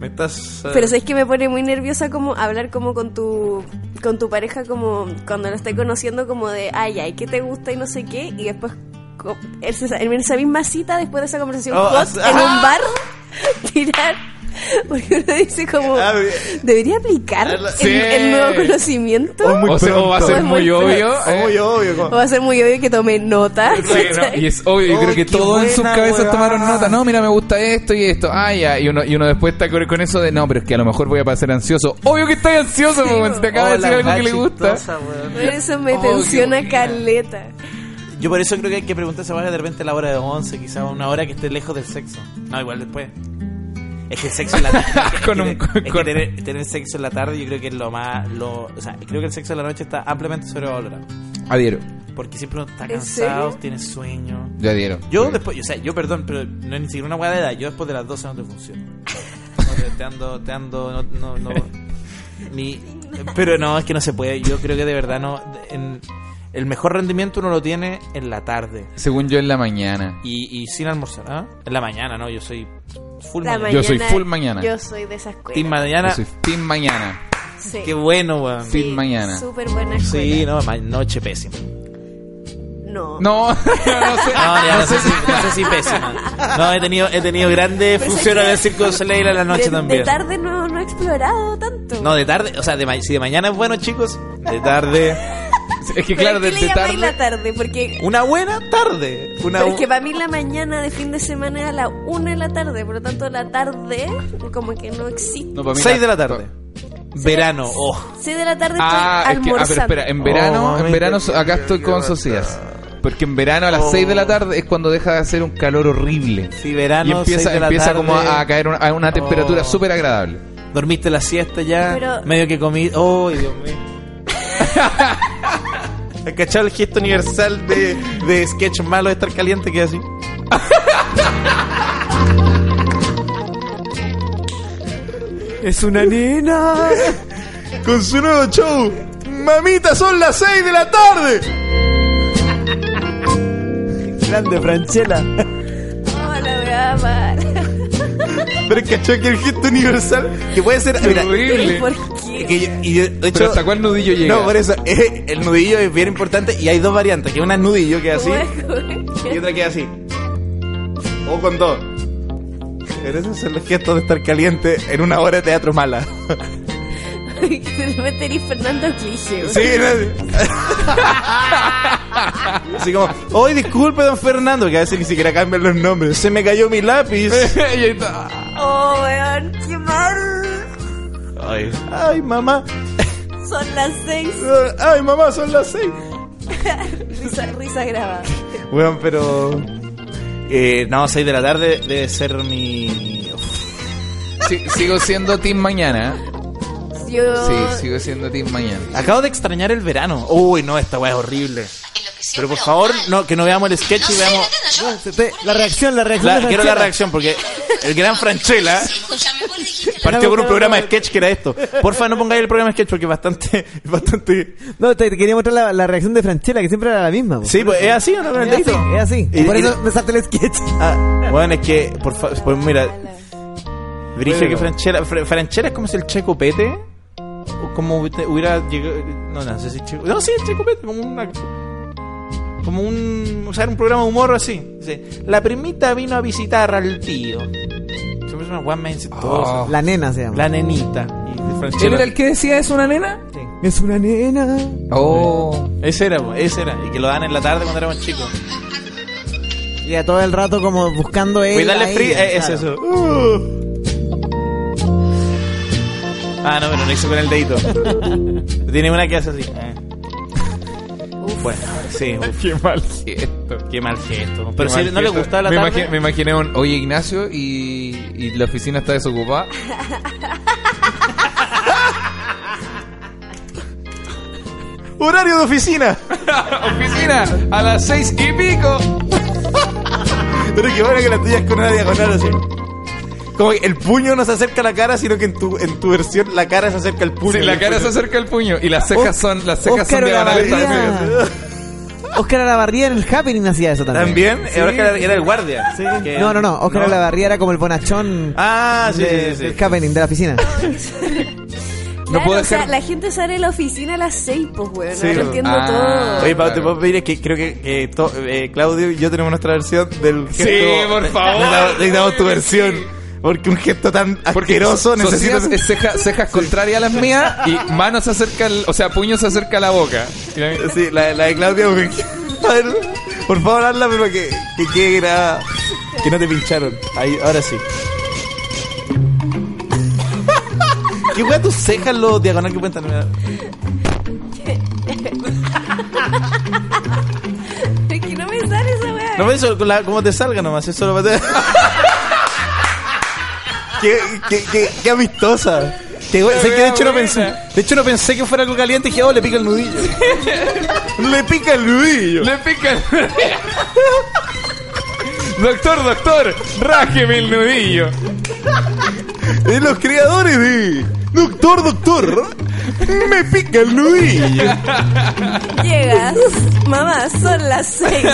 S5: Me estás... eh,
S3: Pero sabes que me pone muy nerviosa como hablar como con tu con tu pareja como cuando lo estoy conociendo como de ay ay que te gusta y no sé qué y después co- esa- en esa misma cita después de esa conversación
S16: Oh,
S3: hot,
S16: ah,
S3: en
S16: ah.
S3: un bar tirar porque uno dice como
S4: Ah,
S5: Ah,
S3: debería aplicar
S16: Sí.
S3: el, el nuevo conocimiento
S16: O muy
S4: O, sea, o va a ser
S3: pronto.
S4: muy
S3: O muy
S4: obvio. ¿eh?
S3: pronto. o va a ser muy obvio que tome notas
S4: Sí, no, Y es obvio, yo
S16: Ay,
S4: creo que
S16: qué
S4: todos en sus
S16: buena,
S4: cabezas
S16: weá.
S4: tomaron nota. No, mira, me gusta esto y esto. Ah, ya. Y uno, y uno después está con con eso de, no, pero es que a lo mejor voy a pasar ansioso. Obvio que estoy ansioso,
S3: Sí,
S4: weón, si te acaba de
S5: oh,
S4: decir
S5: la
S4: algo que
S5: weá
S4: le gusta.
S5: chistosa, weón.
S3: Por eso me
S5: Oh, qué
S3: tensiona caleta
S5: Yo por eso creo que hay que preguntarse más de repente a la hora de 11, quizás una hora que esté lejos del sexo. No, igual después. Es que el sexo en la tarde.
S4: Con un-
S5: es que tener, tener sexo en la tarde yo creo que es lo más... Lo, o sea, creo que el sexo en la noche está ampliamente sobrevalorado.
S4: Adhiero.
S5: Porque siempre uno está
S12: ¿En
S5: cansado,
S12: serio?
S5: tiene sueño.
S4: Ya dieron.
S5: Yo después, o sea, yo perdón, pero no es ni siquiera una hueá de edad. Yo después de las 12 no te funciona. te, te ando, te ando, no, no, no. Ni- pero no, es que no se puede. Yo creo que de verdad no. en- el mejor rendimiento uno lo tiene en la tarde
S4: Según yo, en la mañana.
S5: y, y sin almorzar. ¿ah? En la mañana, no, yo soy full
S3: La
S5: mañana.
S4: Yo soy full mañana.
S3: Yo soy de esa escuela.
S5: Team mañana.
S4: Yo soy team mañana.
S3: Sí.
S5: Qué bueno, weón.
S3: Sí, Team mañana. súper buena escuela.
S5: Sí, no, ma- noche pésima.
S3: No.
S4: No, no
S5: No,
S4: sé.
S5: ya, no, sé si, no sé si pésima. No, he tenido, he tenido grandes
S3: Pero sé
S5: funciones
S3: que
S5: en el Circo de Soleil a la noche
S3: de,
S5: Ah, también.
S3: De tarde no, no he explorado tanto.
S5: No, de tarde, o sea, de ma- si de mañana es bueno, chicos, de tarde.
S4: Es que
S3: Pero ¿qué le llamáis la tarde? Porque
S5: Una buena tarde. Una
S3: Pero es que para mí la mañana de fin de semana es a la una de la tarde, por lo tanto la tarde como que no existe.
S4: No, para mí
S5: Seis
S4: la-
S5: de la tarde. Verano, oh.
S3: Seis de la tarde estoy
S4: Ah, es que, ah,
S3: almorzando.
S4: pero espera, en verano, en verano so- acá estoy con Socias. Porque en verano a
S5: Oh.
S4: las 6 de la tarde es cuando deja de hacer un calor horrible.
S5: Sí, verano,
S4: Y empieza,
S5: Ah, seis de la
S4: empieza
S5: tarde.
S4: como a, a caer una- a una temperatura
S5: Oh.
S4: súper agradable.
S5: Dormiste la siesta ya,
S3: Pero-
S5: medio que comí. ¡Oh, Dios mío! ¿Has cachado el gesto universal de, de sketch malo de estar caliente que es así?
S16: Es una nena. Con su nuevo show. Mamita, son las 6 de la tarde.
S5: Grande Franchela.
S3: Oh, la weá mal.
S5: Pero cachó que el gesto universal que puede ser.
S4: Qué horrible.
S3: ¿Por
S5: Es que yo- y yo- de hecho-
S4: Pero ¿hasta cuál nudillo llega?
S5: No, por eso. eh, el nudillo es bien importante y hay dos variantes: que una es nudillo, que es así, y
S3: qué?
S5: otra que es así. O con dos. Pero esos son los gestos de estar caliente en una hora de teatro mala.
S3: Que de repente eres Fernando Cliche.
S5: Sí, no- Así como, hoy disculpe, don Fernando, que a veces ni siquiera cambian los nombres. Se me cayó mi lápiz.
S3: Oh, weón, qué mal.
S5: Ay. Ay, mamá. eh,
S3: Son las seis.
S5: Ay, mamá, son las seis.
S3: risa, risa grabada.
S5: Bueno, pero. Eh, no, 6 de la tarde debe ser mi.
S4: Si- sigo siendo team mañana.
S3: Yo.
S4: Sí, sigo siendo team mañana.
S5: Acabo de extrañar el verano. Uy, no, esta weá es horrible. Pero por favor, no, que no veamos el sketch y veamos.
S7: La reacción, la reacción.
S5: La-
S7: de
S5: quiero la
S7: Franchella.
S5: reacción porque el gran Franchella partió con un programa de sketch que era esto. Porfa, no pongáis el programa de sketch porque es bastante. es bastante...
S7: No, te, te quería mostrar la, la reacción de Franchella, que siempre era la misma. po.
S5: Sí, pues es así, ¿o ¿no?
S7: Es así, es así.
S5: Y-
S7: Por
S5: y-
S7: eso me salté el sketch.
S5: Ah, bueno, es que, por favor, pues mira. Brigio
S7: Bueno.
S5: que Franchella. Fra- Franchella es como si el Checo Pete. O como hubiera hubiera llegado. No, no sé si Checo. No, sí, el Checo Pete, como una. Como un. O sea, era un programa de humor así. Dice, la primita vino a visitar al tío. Siempre es una guay más incestuosa.
S7: La nena se llama.
S5: La nenita. Y Franchella-
S4: ¿Él Ah. era el que decía es una nena?
S7: Es una nena.
S4: Oh.
S5: Ese era, po, ese era. Y que lo dan en la tarde cuando éramos chicos.
S7: Y a todo el rato como buscando él.
S5: Voy a darle
S7: ahí,
S5: free. eh, Es
S7: claro.
S5: eso. Uh. Ah, no, pero lo hizo con el dedito. Tiene una que hace así. eh. Bueno, sí.
S4: Qué mal gesto.
S5: Qué mal gesto. Pero si no le gustaba la
S4: Eh, me
S5: tarde.
S4: imagi- me imaginé un, oye Ignacio y, y la oficina está desocupada.
S5: Horario de oficina.
S4: oficina a las seis y pico.
S5: Pero qué bueno que la tuya es con una diagonal así. Como que el puño no se acerca a la cara, sino que en tu, en tu versión la cara se acerca al puño.
S4: Sí, la
S16: pues,
S4: cara
S16: eh.
S4: se acerca al puño y
S16: Oh,
S4: las cejas son las cejas
S7: Óscar
S4: son diagonales.
S7: Olavarría. Oscar Alavarría en el Happening hacía eso también.
S5: También, eh,
S7: Sí.
S5: Oscar era, el guardia. Que-
S7: No, no, no. Oscar Olavarría era como el bonachón.
S5: Ah, sí,
S7: de-
S5: sí, sí.
S7: Del Happening, de la oficina.
S3: Claro,
S5: puedo
S3: o sea,
S5: hacer-
S3: la gente sale de la oficina a las seis, pues, weón. Ahora entiendo
S5: Ah.
S3: todo.
S5: Oye, Pau, te puedo pedir es que creo que que to- eh, Claudio y yo tenemos nuestra versión del
S4: Sí,
S5: gesto.
S4: por favor.
S5: Necesitamos- Necesitamos tu versión. Porque un gesto tan asqueroso necesita.
S4: Socias es ceja- cejas contrarias a las mías y mano se acerca, al- o sea, puño se acerca a la boca.
S5: Sí, la, la de Claudio. güey. A ver, por favor, hazla, pero que, que quede grabada. Que no te pincharon. Ahí, ahora sí. ¿Qué hueá tus cejas, lo diagonal que cuentan? Mira.
S3: es que no me sale esa weá.
S5: No, eso, con la- como te salga nomás, eso lo va a qué, qué, qué, qué amistosa. Qué güey, sé que de, hecho no pensé, de hecho no pensé que fuera algo caliente y dije, oh, le pica el nudillo.
S16: Le pica el nudillo.
S4: Le pica el Doctor, doctor, rájeme el nudillo.
S16: De los creadores de Doctor, doctor, me pica el nudillo.
S3: Llegas, mamá, son las seis.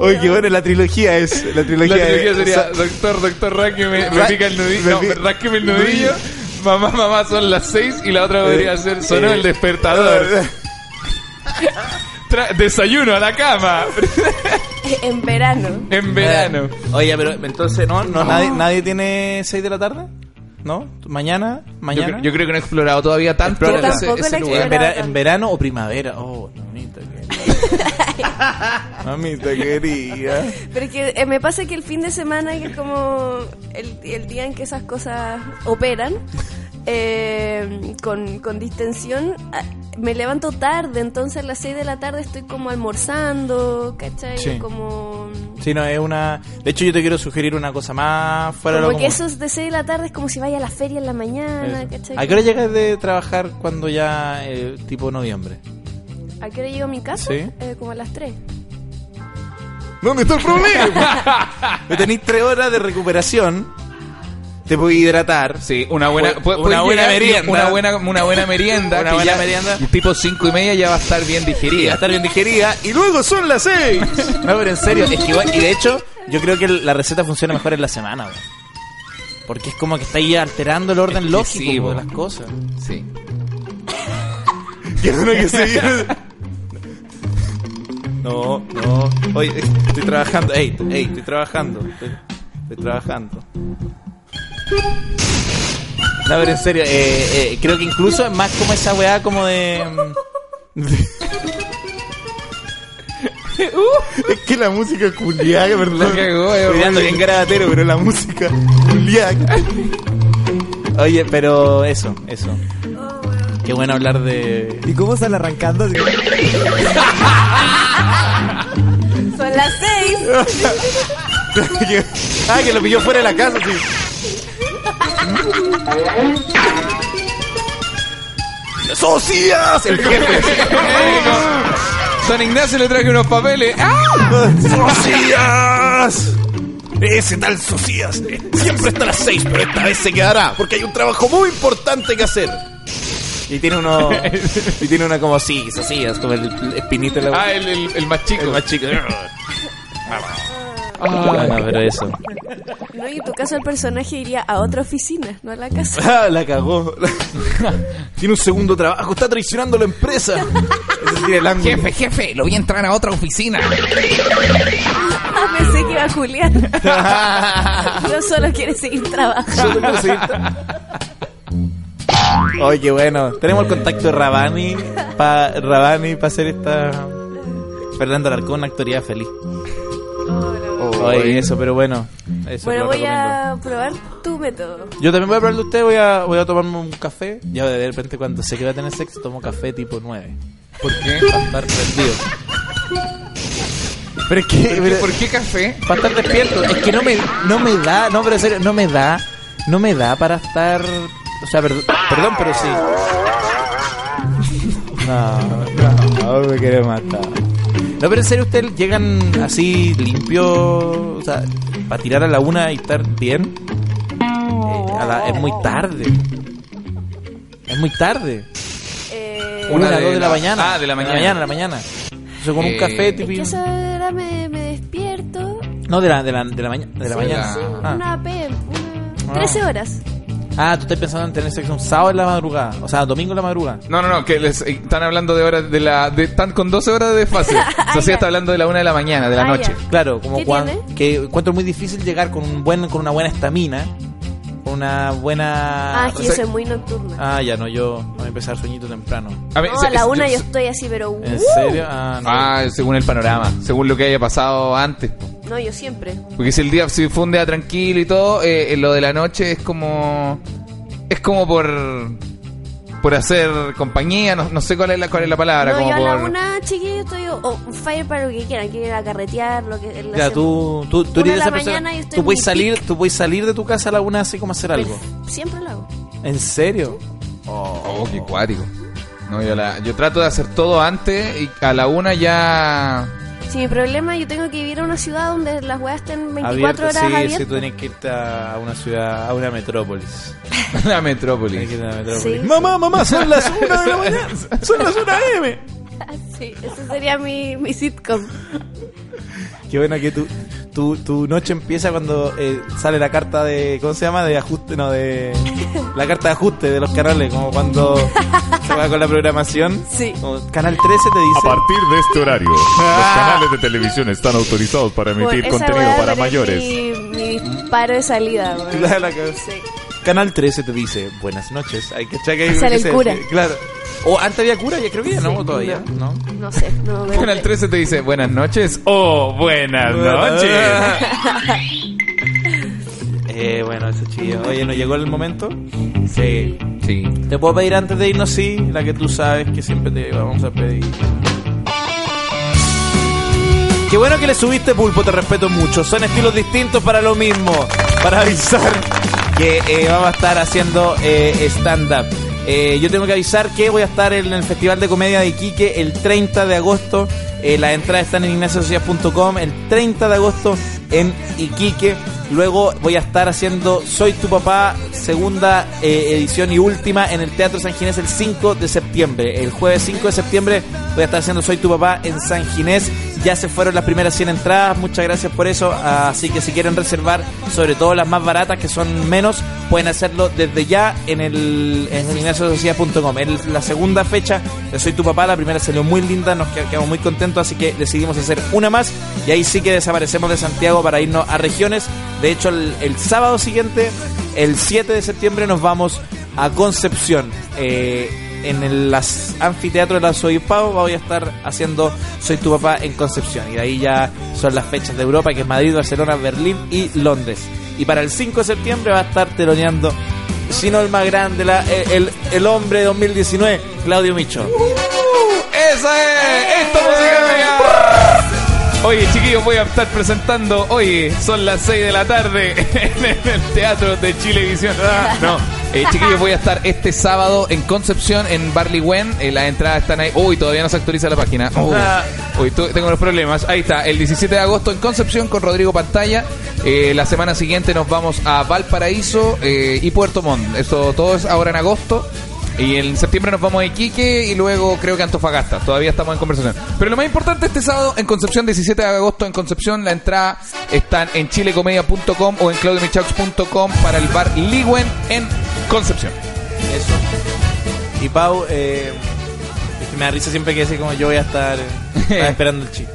S16: Oye, qué bueno, la trilogía es. La trilogía,
S4: La trilogía
S16: es-
S4: sería,
S16: o sea,
S4: doctor, doctor, ráqueme, me
S16: Ra-
S4: pica el nudillo.
S16: me
S4: No,
S16: pi-
S4: ráqueme el nudillo. Mamá, mamá, son las seis y la otra podría
S16: Eh,
S4: ser, sonó
S16: eh,
S4: el despertador. Tra- desayuno a la cama,
S3: En verano.
S4: en verano.
S5: Ah. Oye, pero entonces, ¿no? no nadie, nadie tiene 6 de la tarde? ¿No? ¿Mañana?
S4: Yo,
S5: ¿Mañana?
S4: cre- yo creo que no he explorado todavía tanto
S5: Explora
S4: ese-
S5: tampoco
S4: ese
S5: la
S4: lugar.
S5: En, vera- en verano o primavera. Oh, qué bonito. que- Mamita querida.
S3: Pero es que eh, me pasa que el fin de semana, que es como el, el día en que esas cosas operan, eh, con, con distensión, ah, me levanto tarde, entonces a las 6 de la tarde estoy como almorzando, ¿cachai?
S5: Sí.
S3: Como,
S5: Sí, no, es una... De hecho, yo te quiero sugerir una cosa más fuera de
S3: como
S5: lo
S3: que
S5: común.
S3: eso es de 6 de la tarde es como si vaya a la feria en la mañana,
S5: Eso.
S3: ¿cachai?
S5: ¿A qué hora llegas de trabajar cuando ya, eh, tipo noviembre?
S3: ¿A qué hora llego a mi casa?
S5: Sí.
S3: Eh, como a las 3.
S16: ¿Dónde está el problema?
S5: Tenéis tres horas de recuperación. Te puedes hidratar.
S4: Sí, una buena,
S5: Pu-
S4: puede-
S5: una
S4: puede
S5: buena
S4: llegar y
S5: merienda.
S4: Una buena, una buena merienda.
S5: Una
S4: que
S5: buena
S4: ya
S5: merienda.
S4: Tipo cinco y media ya va a estar bien digerida.
S5: Va a estar bien digerida.
S16: Y luego son las seis.
S5: No, pero en serio, es que igual- y de hecho, yo creo que la receta funciona mejor en la semana, güey. Porque es como que está ahí alterando el orden
S4: que
S5: lógico
S4: sí,
S5: po, de
S4: güey.
S5: las cosas.
S4: Sí.
S16: Que uno que se viene-
S5: No, no. Oye, eh, estoy trabajando. Ey, ey, estoy trabajando. Estoy, estoy trabajando. No, pero en serio, eh, eh, creo que incluso es más como esa weá como de... mm. Uh.
S16: Es que la música culiaga,
S4: La
S16: perdón.
S4: cagó, eh,
S16: Estoy dando
S4: güey.
S16: bien garabatero, pero la música culiaga.
S5: Oye, pero eso, eso. Qué bueno hablar de...
S19: ¿Y cómo sale arrancando? Así como-
S3: Son las 6.
S16: ah, que lo pilló fuera de la casa, sí. ¡Socias! El jefe.
S4: San Ignacio le traje unos papeles. ¡Ah!
S16: ¡Socias! Ese tal Socias eh, siempre está a las seis, pero esta vez se quedará porque hay un trabajo muy importante que hacer.
S5: Y tiene uno... Y tiene una como sí, así, es como el espinito en la
S4: Ah, el, el, el más chico.
S5: El más chico.
S4: Ah,
S5: no, pero eso.
S3: No, y en tu caso el personaje iría a otra oficina, no a la casa.
S5: Ah, la cagó.
S16: Tiene un segundo trabajo, está traicionando la empresa. Es decir, el ángulo.
S4: Jefe, jefe, lo voy a entrar a otra oficina.
S3: Ah, pensé que iba a Julián. No solo quiere seguir trabajando.
S5: Oye, qué bueno. Tenemos el contacto de Rabani para Rabani para hacer esta Fernando Alarcón, una actoría feliz. Oye, eso, pero bueno. Eso
S3: Bueno,
S5: lo
S3: voy
S5: recomiendo.
S3: a probar tu método.
S5: Yo también voy a probar de usted, voy a, voy a tomarme un café. Ya de repente cuando sé que voy a tener sexo, tomo café tipo 9.
S4: ¿Por qué?
S5: Para estar prendido.
S16: Pero es que.
S4: ¿Por qué, por qué café?
S5: Para estar despierto. Es que no me, no me da, no, pero en serio, no me da, no me da para estar. O sea, perd- perdón, pero sí. No, no, me quiere matar. No, pero en serio, ustedes llegan así limpio, o sea, para tirar a la una y estar bien. Eh, a la- es muy tarde. Es muy tarde.
S3: Eh,
S5: Una,
S4: Una de
S5: dos de la,
S4: la-
S5: mañana.
S4: ah, de la mañana.
S5: De la mañana, de la mañana. Yo con
S4: Eh,
S5: un café, tipo.
S3: es que a esa hora me, me despierto.
S5: No, de la, de la, de la mañana. De la
S3: Sí,
S5: mañana.
S3: sí,
S5: Ah.
S3: Una PM, una...
S5: Ah.
S3: 13 horas.
S5: Ah, tú estás pensando en tener sexo un sábado en la madrugada. O sea, domingo en la madrugada.
S4: No, no, no, que les eh, están hablando de horas de la. De, están con 12 horas de fase. Sofía está hablando de la una de la mañana, de la
S3: Ah,
S4: noche.
S3: ya.
S5: Claro, como
S3: ¿Qué
S5: cuando. Que encuentro muy difícil llegar con, un buen, con una buena estamina. Con una buena.
S3: Ah, es que
S5: o
S3: yo
S5: sea-
S3: soy muy nocturna.
S5: Ah, ya no, yo voy a empezar sueñito temprano.
S4: ver,
S3: no,
S4: se-
S3: a la
S4: se-
S3: una
S4: yo-
S3: yo estoy así, pero...
S5: ¿En
S3: uh,
S5: serio? Ah, no.
S4: Ah, según el panorama, según lo que haya pasado antes.
S3: No, yo siempre.
S4: Porque si el día si fue un día tranquilo y todo, eh, eh, lo de la noche es como. Es como por. Por hacer compañía, no, no sé cuál es la, cuál es la palabra.
S3: no,
S4: como
S3: yo a la
S4: por...
S3: una, chiquillo, estoy o- on fire para lo que quieran. Quieren ir a carretear, lo que... la
S5: Ya,
S3: sem-
S5: tú, tú, tú
S3: Una
S5: eres
S3: de la
S5: esa persona.
S3: mañana yo estoy
S5: Tú puedes,
S3: muy
S5: salir, tú puedes salir de tu casa a la una así como hacer algo.
S3: Siempre lo hago.
S5: ¿En serio?
S4: Oh, qué oh, cuático. No, yo, la- yo trato de hacer todo antes y a la una ya.
S3: Si mi problema, yo tengo que vivir a una ciudad donde las weas estén 24 horas
S5: sí,
S3: abiertas.
S5: sí, tú tenés que irte a una ciudad, a una metrópolis.
S4: la metrópolis.
S5: Tenés que ir a la metrópolis.
S3: Sí.
S5: Mamá, mamá, son las una de la mañana. Son las una M.
S3: Sí, esa sería mi, mi sitcom.
S5: Qué bueno que tu, tu, tu noche empieza cuando eh, sale la carta de. ¿Cómo se llama? De ajuste, no, de. La carta de ajuste de los canales, como cuando se va con la programación.
S3: Sí.
S5: Canal 13 te
S2: A
S5: dice.
S2: partir de este horario, los canales de televisión están autorizados para emitir
S3: Bueno, esa
S2: contenido
S3: wea
S2: para
S3: es
S2: mayores.
S3: Mi, mi paro de salida, weón.
S5: La- la que-
S3: Sí.
S5: Canal 13 te dice buenas noches. Hay que checar
S3: Sale el cura.
S5: Claro. O antes había cura, ya creo que ya no,
S3: Sí,
S5: todavía. ¿eh? No.
S3: No sé, no me-
S4: Canal 13 te dice buenas noches o Oh, buenas noches.
S5: Eh, bueno, eso chido. Oye, ¿nos llegó el momento? Sí. Sí. ¿Te puedo pedir antes de irnos, sí? La que tú sabes que siempre te vamos a pedir. Qué bueno que le subiste pulpo, te respeto mucho. Son estilos distintos para lo mismo. Para avisar que eh, vamos a estar haciendo eh, stand-up. Eh, yo tengo que avisar que voy a estar en el Festival de Comedia de Iquique el 30 de agosto. Eh, las entradas están en ignaciosocias.com el 30 de agosto en Iquique. Luego voy a estar haciendo Soy tu papá, segunda eh, edición y última en el Teatro San Ginés el 5 de septiembre. El jueves 5 de septiembre voy a estar haciendo Soy tu papá en San Ginés. Ya se fueron las primeras 100 entradas, muchas gracias por eso. Así que si quieren reservar, sobre todo las más baratas que son menos, pueden hacerlo desde ya en el en ignaciosociedad.com. Es la segunda fecha de Soy tu papá, la primera salió muy linda, nos qued- quedamos muy contentos, así que decidimos hacer una más y ahí sí que desaparecemos de Santiago para irnos a regiones. De hecho, el, el sábado siguiente, el 7 de septiembre, nos vamos a Concepción. Eh, en el as- anfiteatro de la Soy Pau voy a estar haciendo Soy tu papá en Concepción. Y de ahí ya son las fechas de Europa, que es Madrid, Barcelona, Berlín y Londres. Y para el 5 de septiembre va a estar teloneando, si no el más grande, la- el, el hombre de 2019, Claudio Micho.
S4: ¡Esa es! ¡Esta música mía! Oye, chiquillos, voy a estar presentando. Oye, son las 6 de la tarde en el Teatro de Chilevisión. Ah, No. Eh, chiquillos, voy a estar este sábado en Concepción, en Barley Wen. Eh, las entradas están ahí. Uy, todavía no se actualiza la página. Uy.
S12: Ah.
S4: Uy, tu- tengo los problemas. Ahí está, el 17 de agosto en Concepción con Rodrigo Pantalla. Eh, la semana siguiente nos vamos a Valparaíso eh, y Puerto Montt. Esto todo es ahora en agosto. Y en septiembre nos vamos a Iquique y luego creo que Antofagasta. Todavía estamos en conversación. Pero lo más importante este sábado en Concepción, 17 de agosto en Concepción. La entrada están en chilecomedia.com o en claudiomichaux.com para el bar Ligüen en Concepción.
S5: Eso. Y Pau, eh, es que me da risa siempre que dice como yo voy a estar eh, estaba esperando el chiste.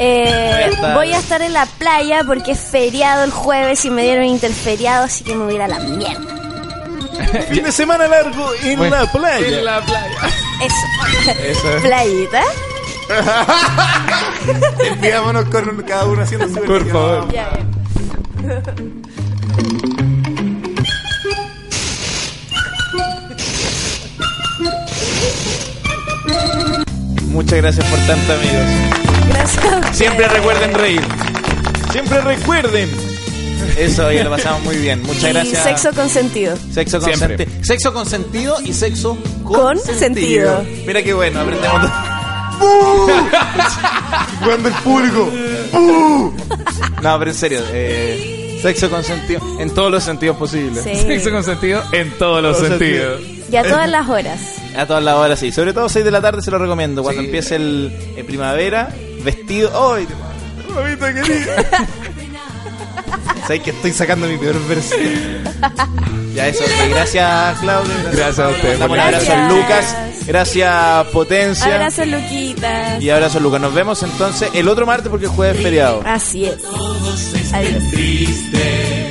S3: Eh,
S5: Voy a estar-
S3: voy a estar en la playa porque es feriado el jueves y me dieron interferiado, así que me voy a ir a la mierda.
S5: fin de semana largo en
S16: Bueno,
S5: la playa.
S16: en
S4: la playa.
S3: Eso.
S5: Eso.
S3: Playita.
S15: Despidámonos con cada uno haciendo su
S5: Por favor.
S3: Ya, ya.
S5: Muchas gracias por tanto, amigos.
S3: Gracias.
S5: Siempre recuerden reír. Siempre recuerden. Eso, ya lo pasamos muy bien. Muchas
S3: Y
S5: gracias.
S3: sexo consentido.
S5: Sexo
S3: Siempre.
S5: consentido. Sexo consentido y sexo
S3: Con
S5: consentido.
S3: sentido.
S5: Mira qué bueno, aprendemos. dos.
S15: Cuando el público. ¡Bu!
S5: No, pero en serio, eh, sexo consentido en todos los sentidos posibles.
S3: Sí. Sexo
S4: consentido en todos
S5: los
S4: sentidos.
S3: Y a todas las horas.
S5: A todas las horas, sí. Sobre todo 6 de la tarde se lo recomiendo. Cuando empiece el, el primavera, vestido. ¡Ay, te Mamita querida. Sabes que estoy sacando mi peor versión. Ya eso, sí. gracias Claudio.
S4: Gracias a ustedes.
S5: Damos un
S4: Gracias.
S5: abrazo a Lucas. Gracias Potencia.
S3: Abrazos, Luquitas.
S5: Y abrazo a Lucas. Nos vemos entonces el otro martes porque el jueves es feriado.
S3: Así es. Adiós.
S16: Triste.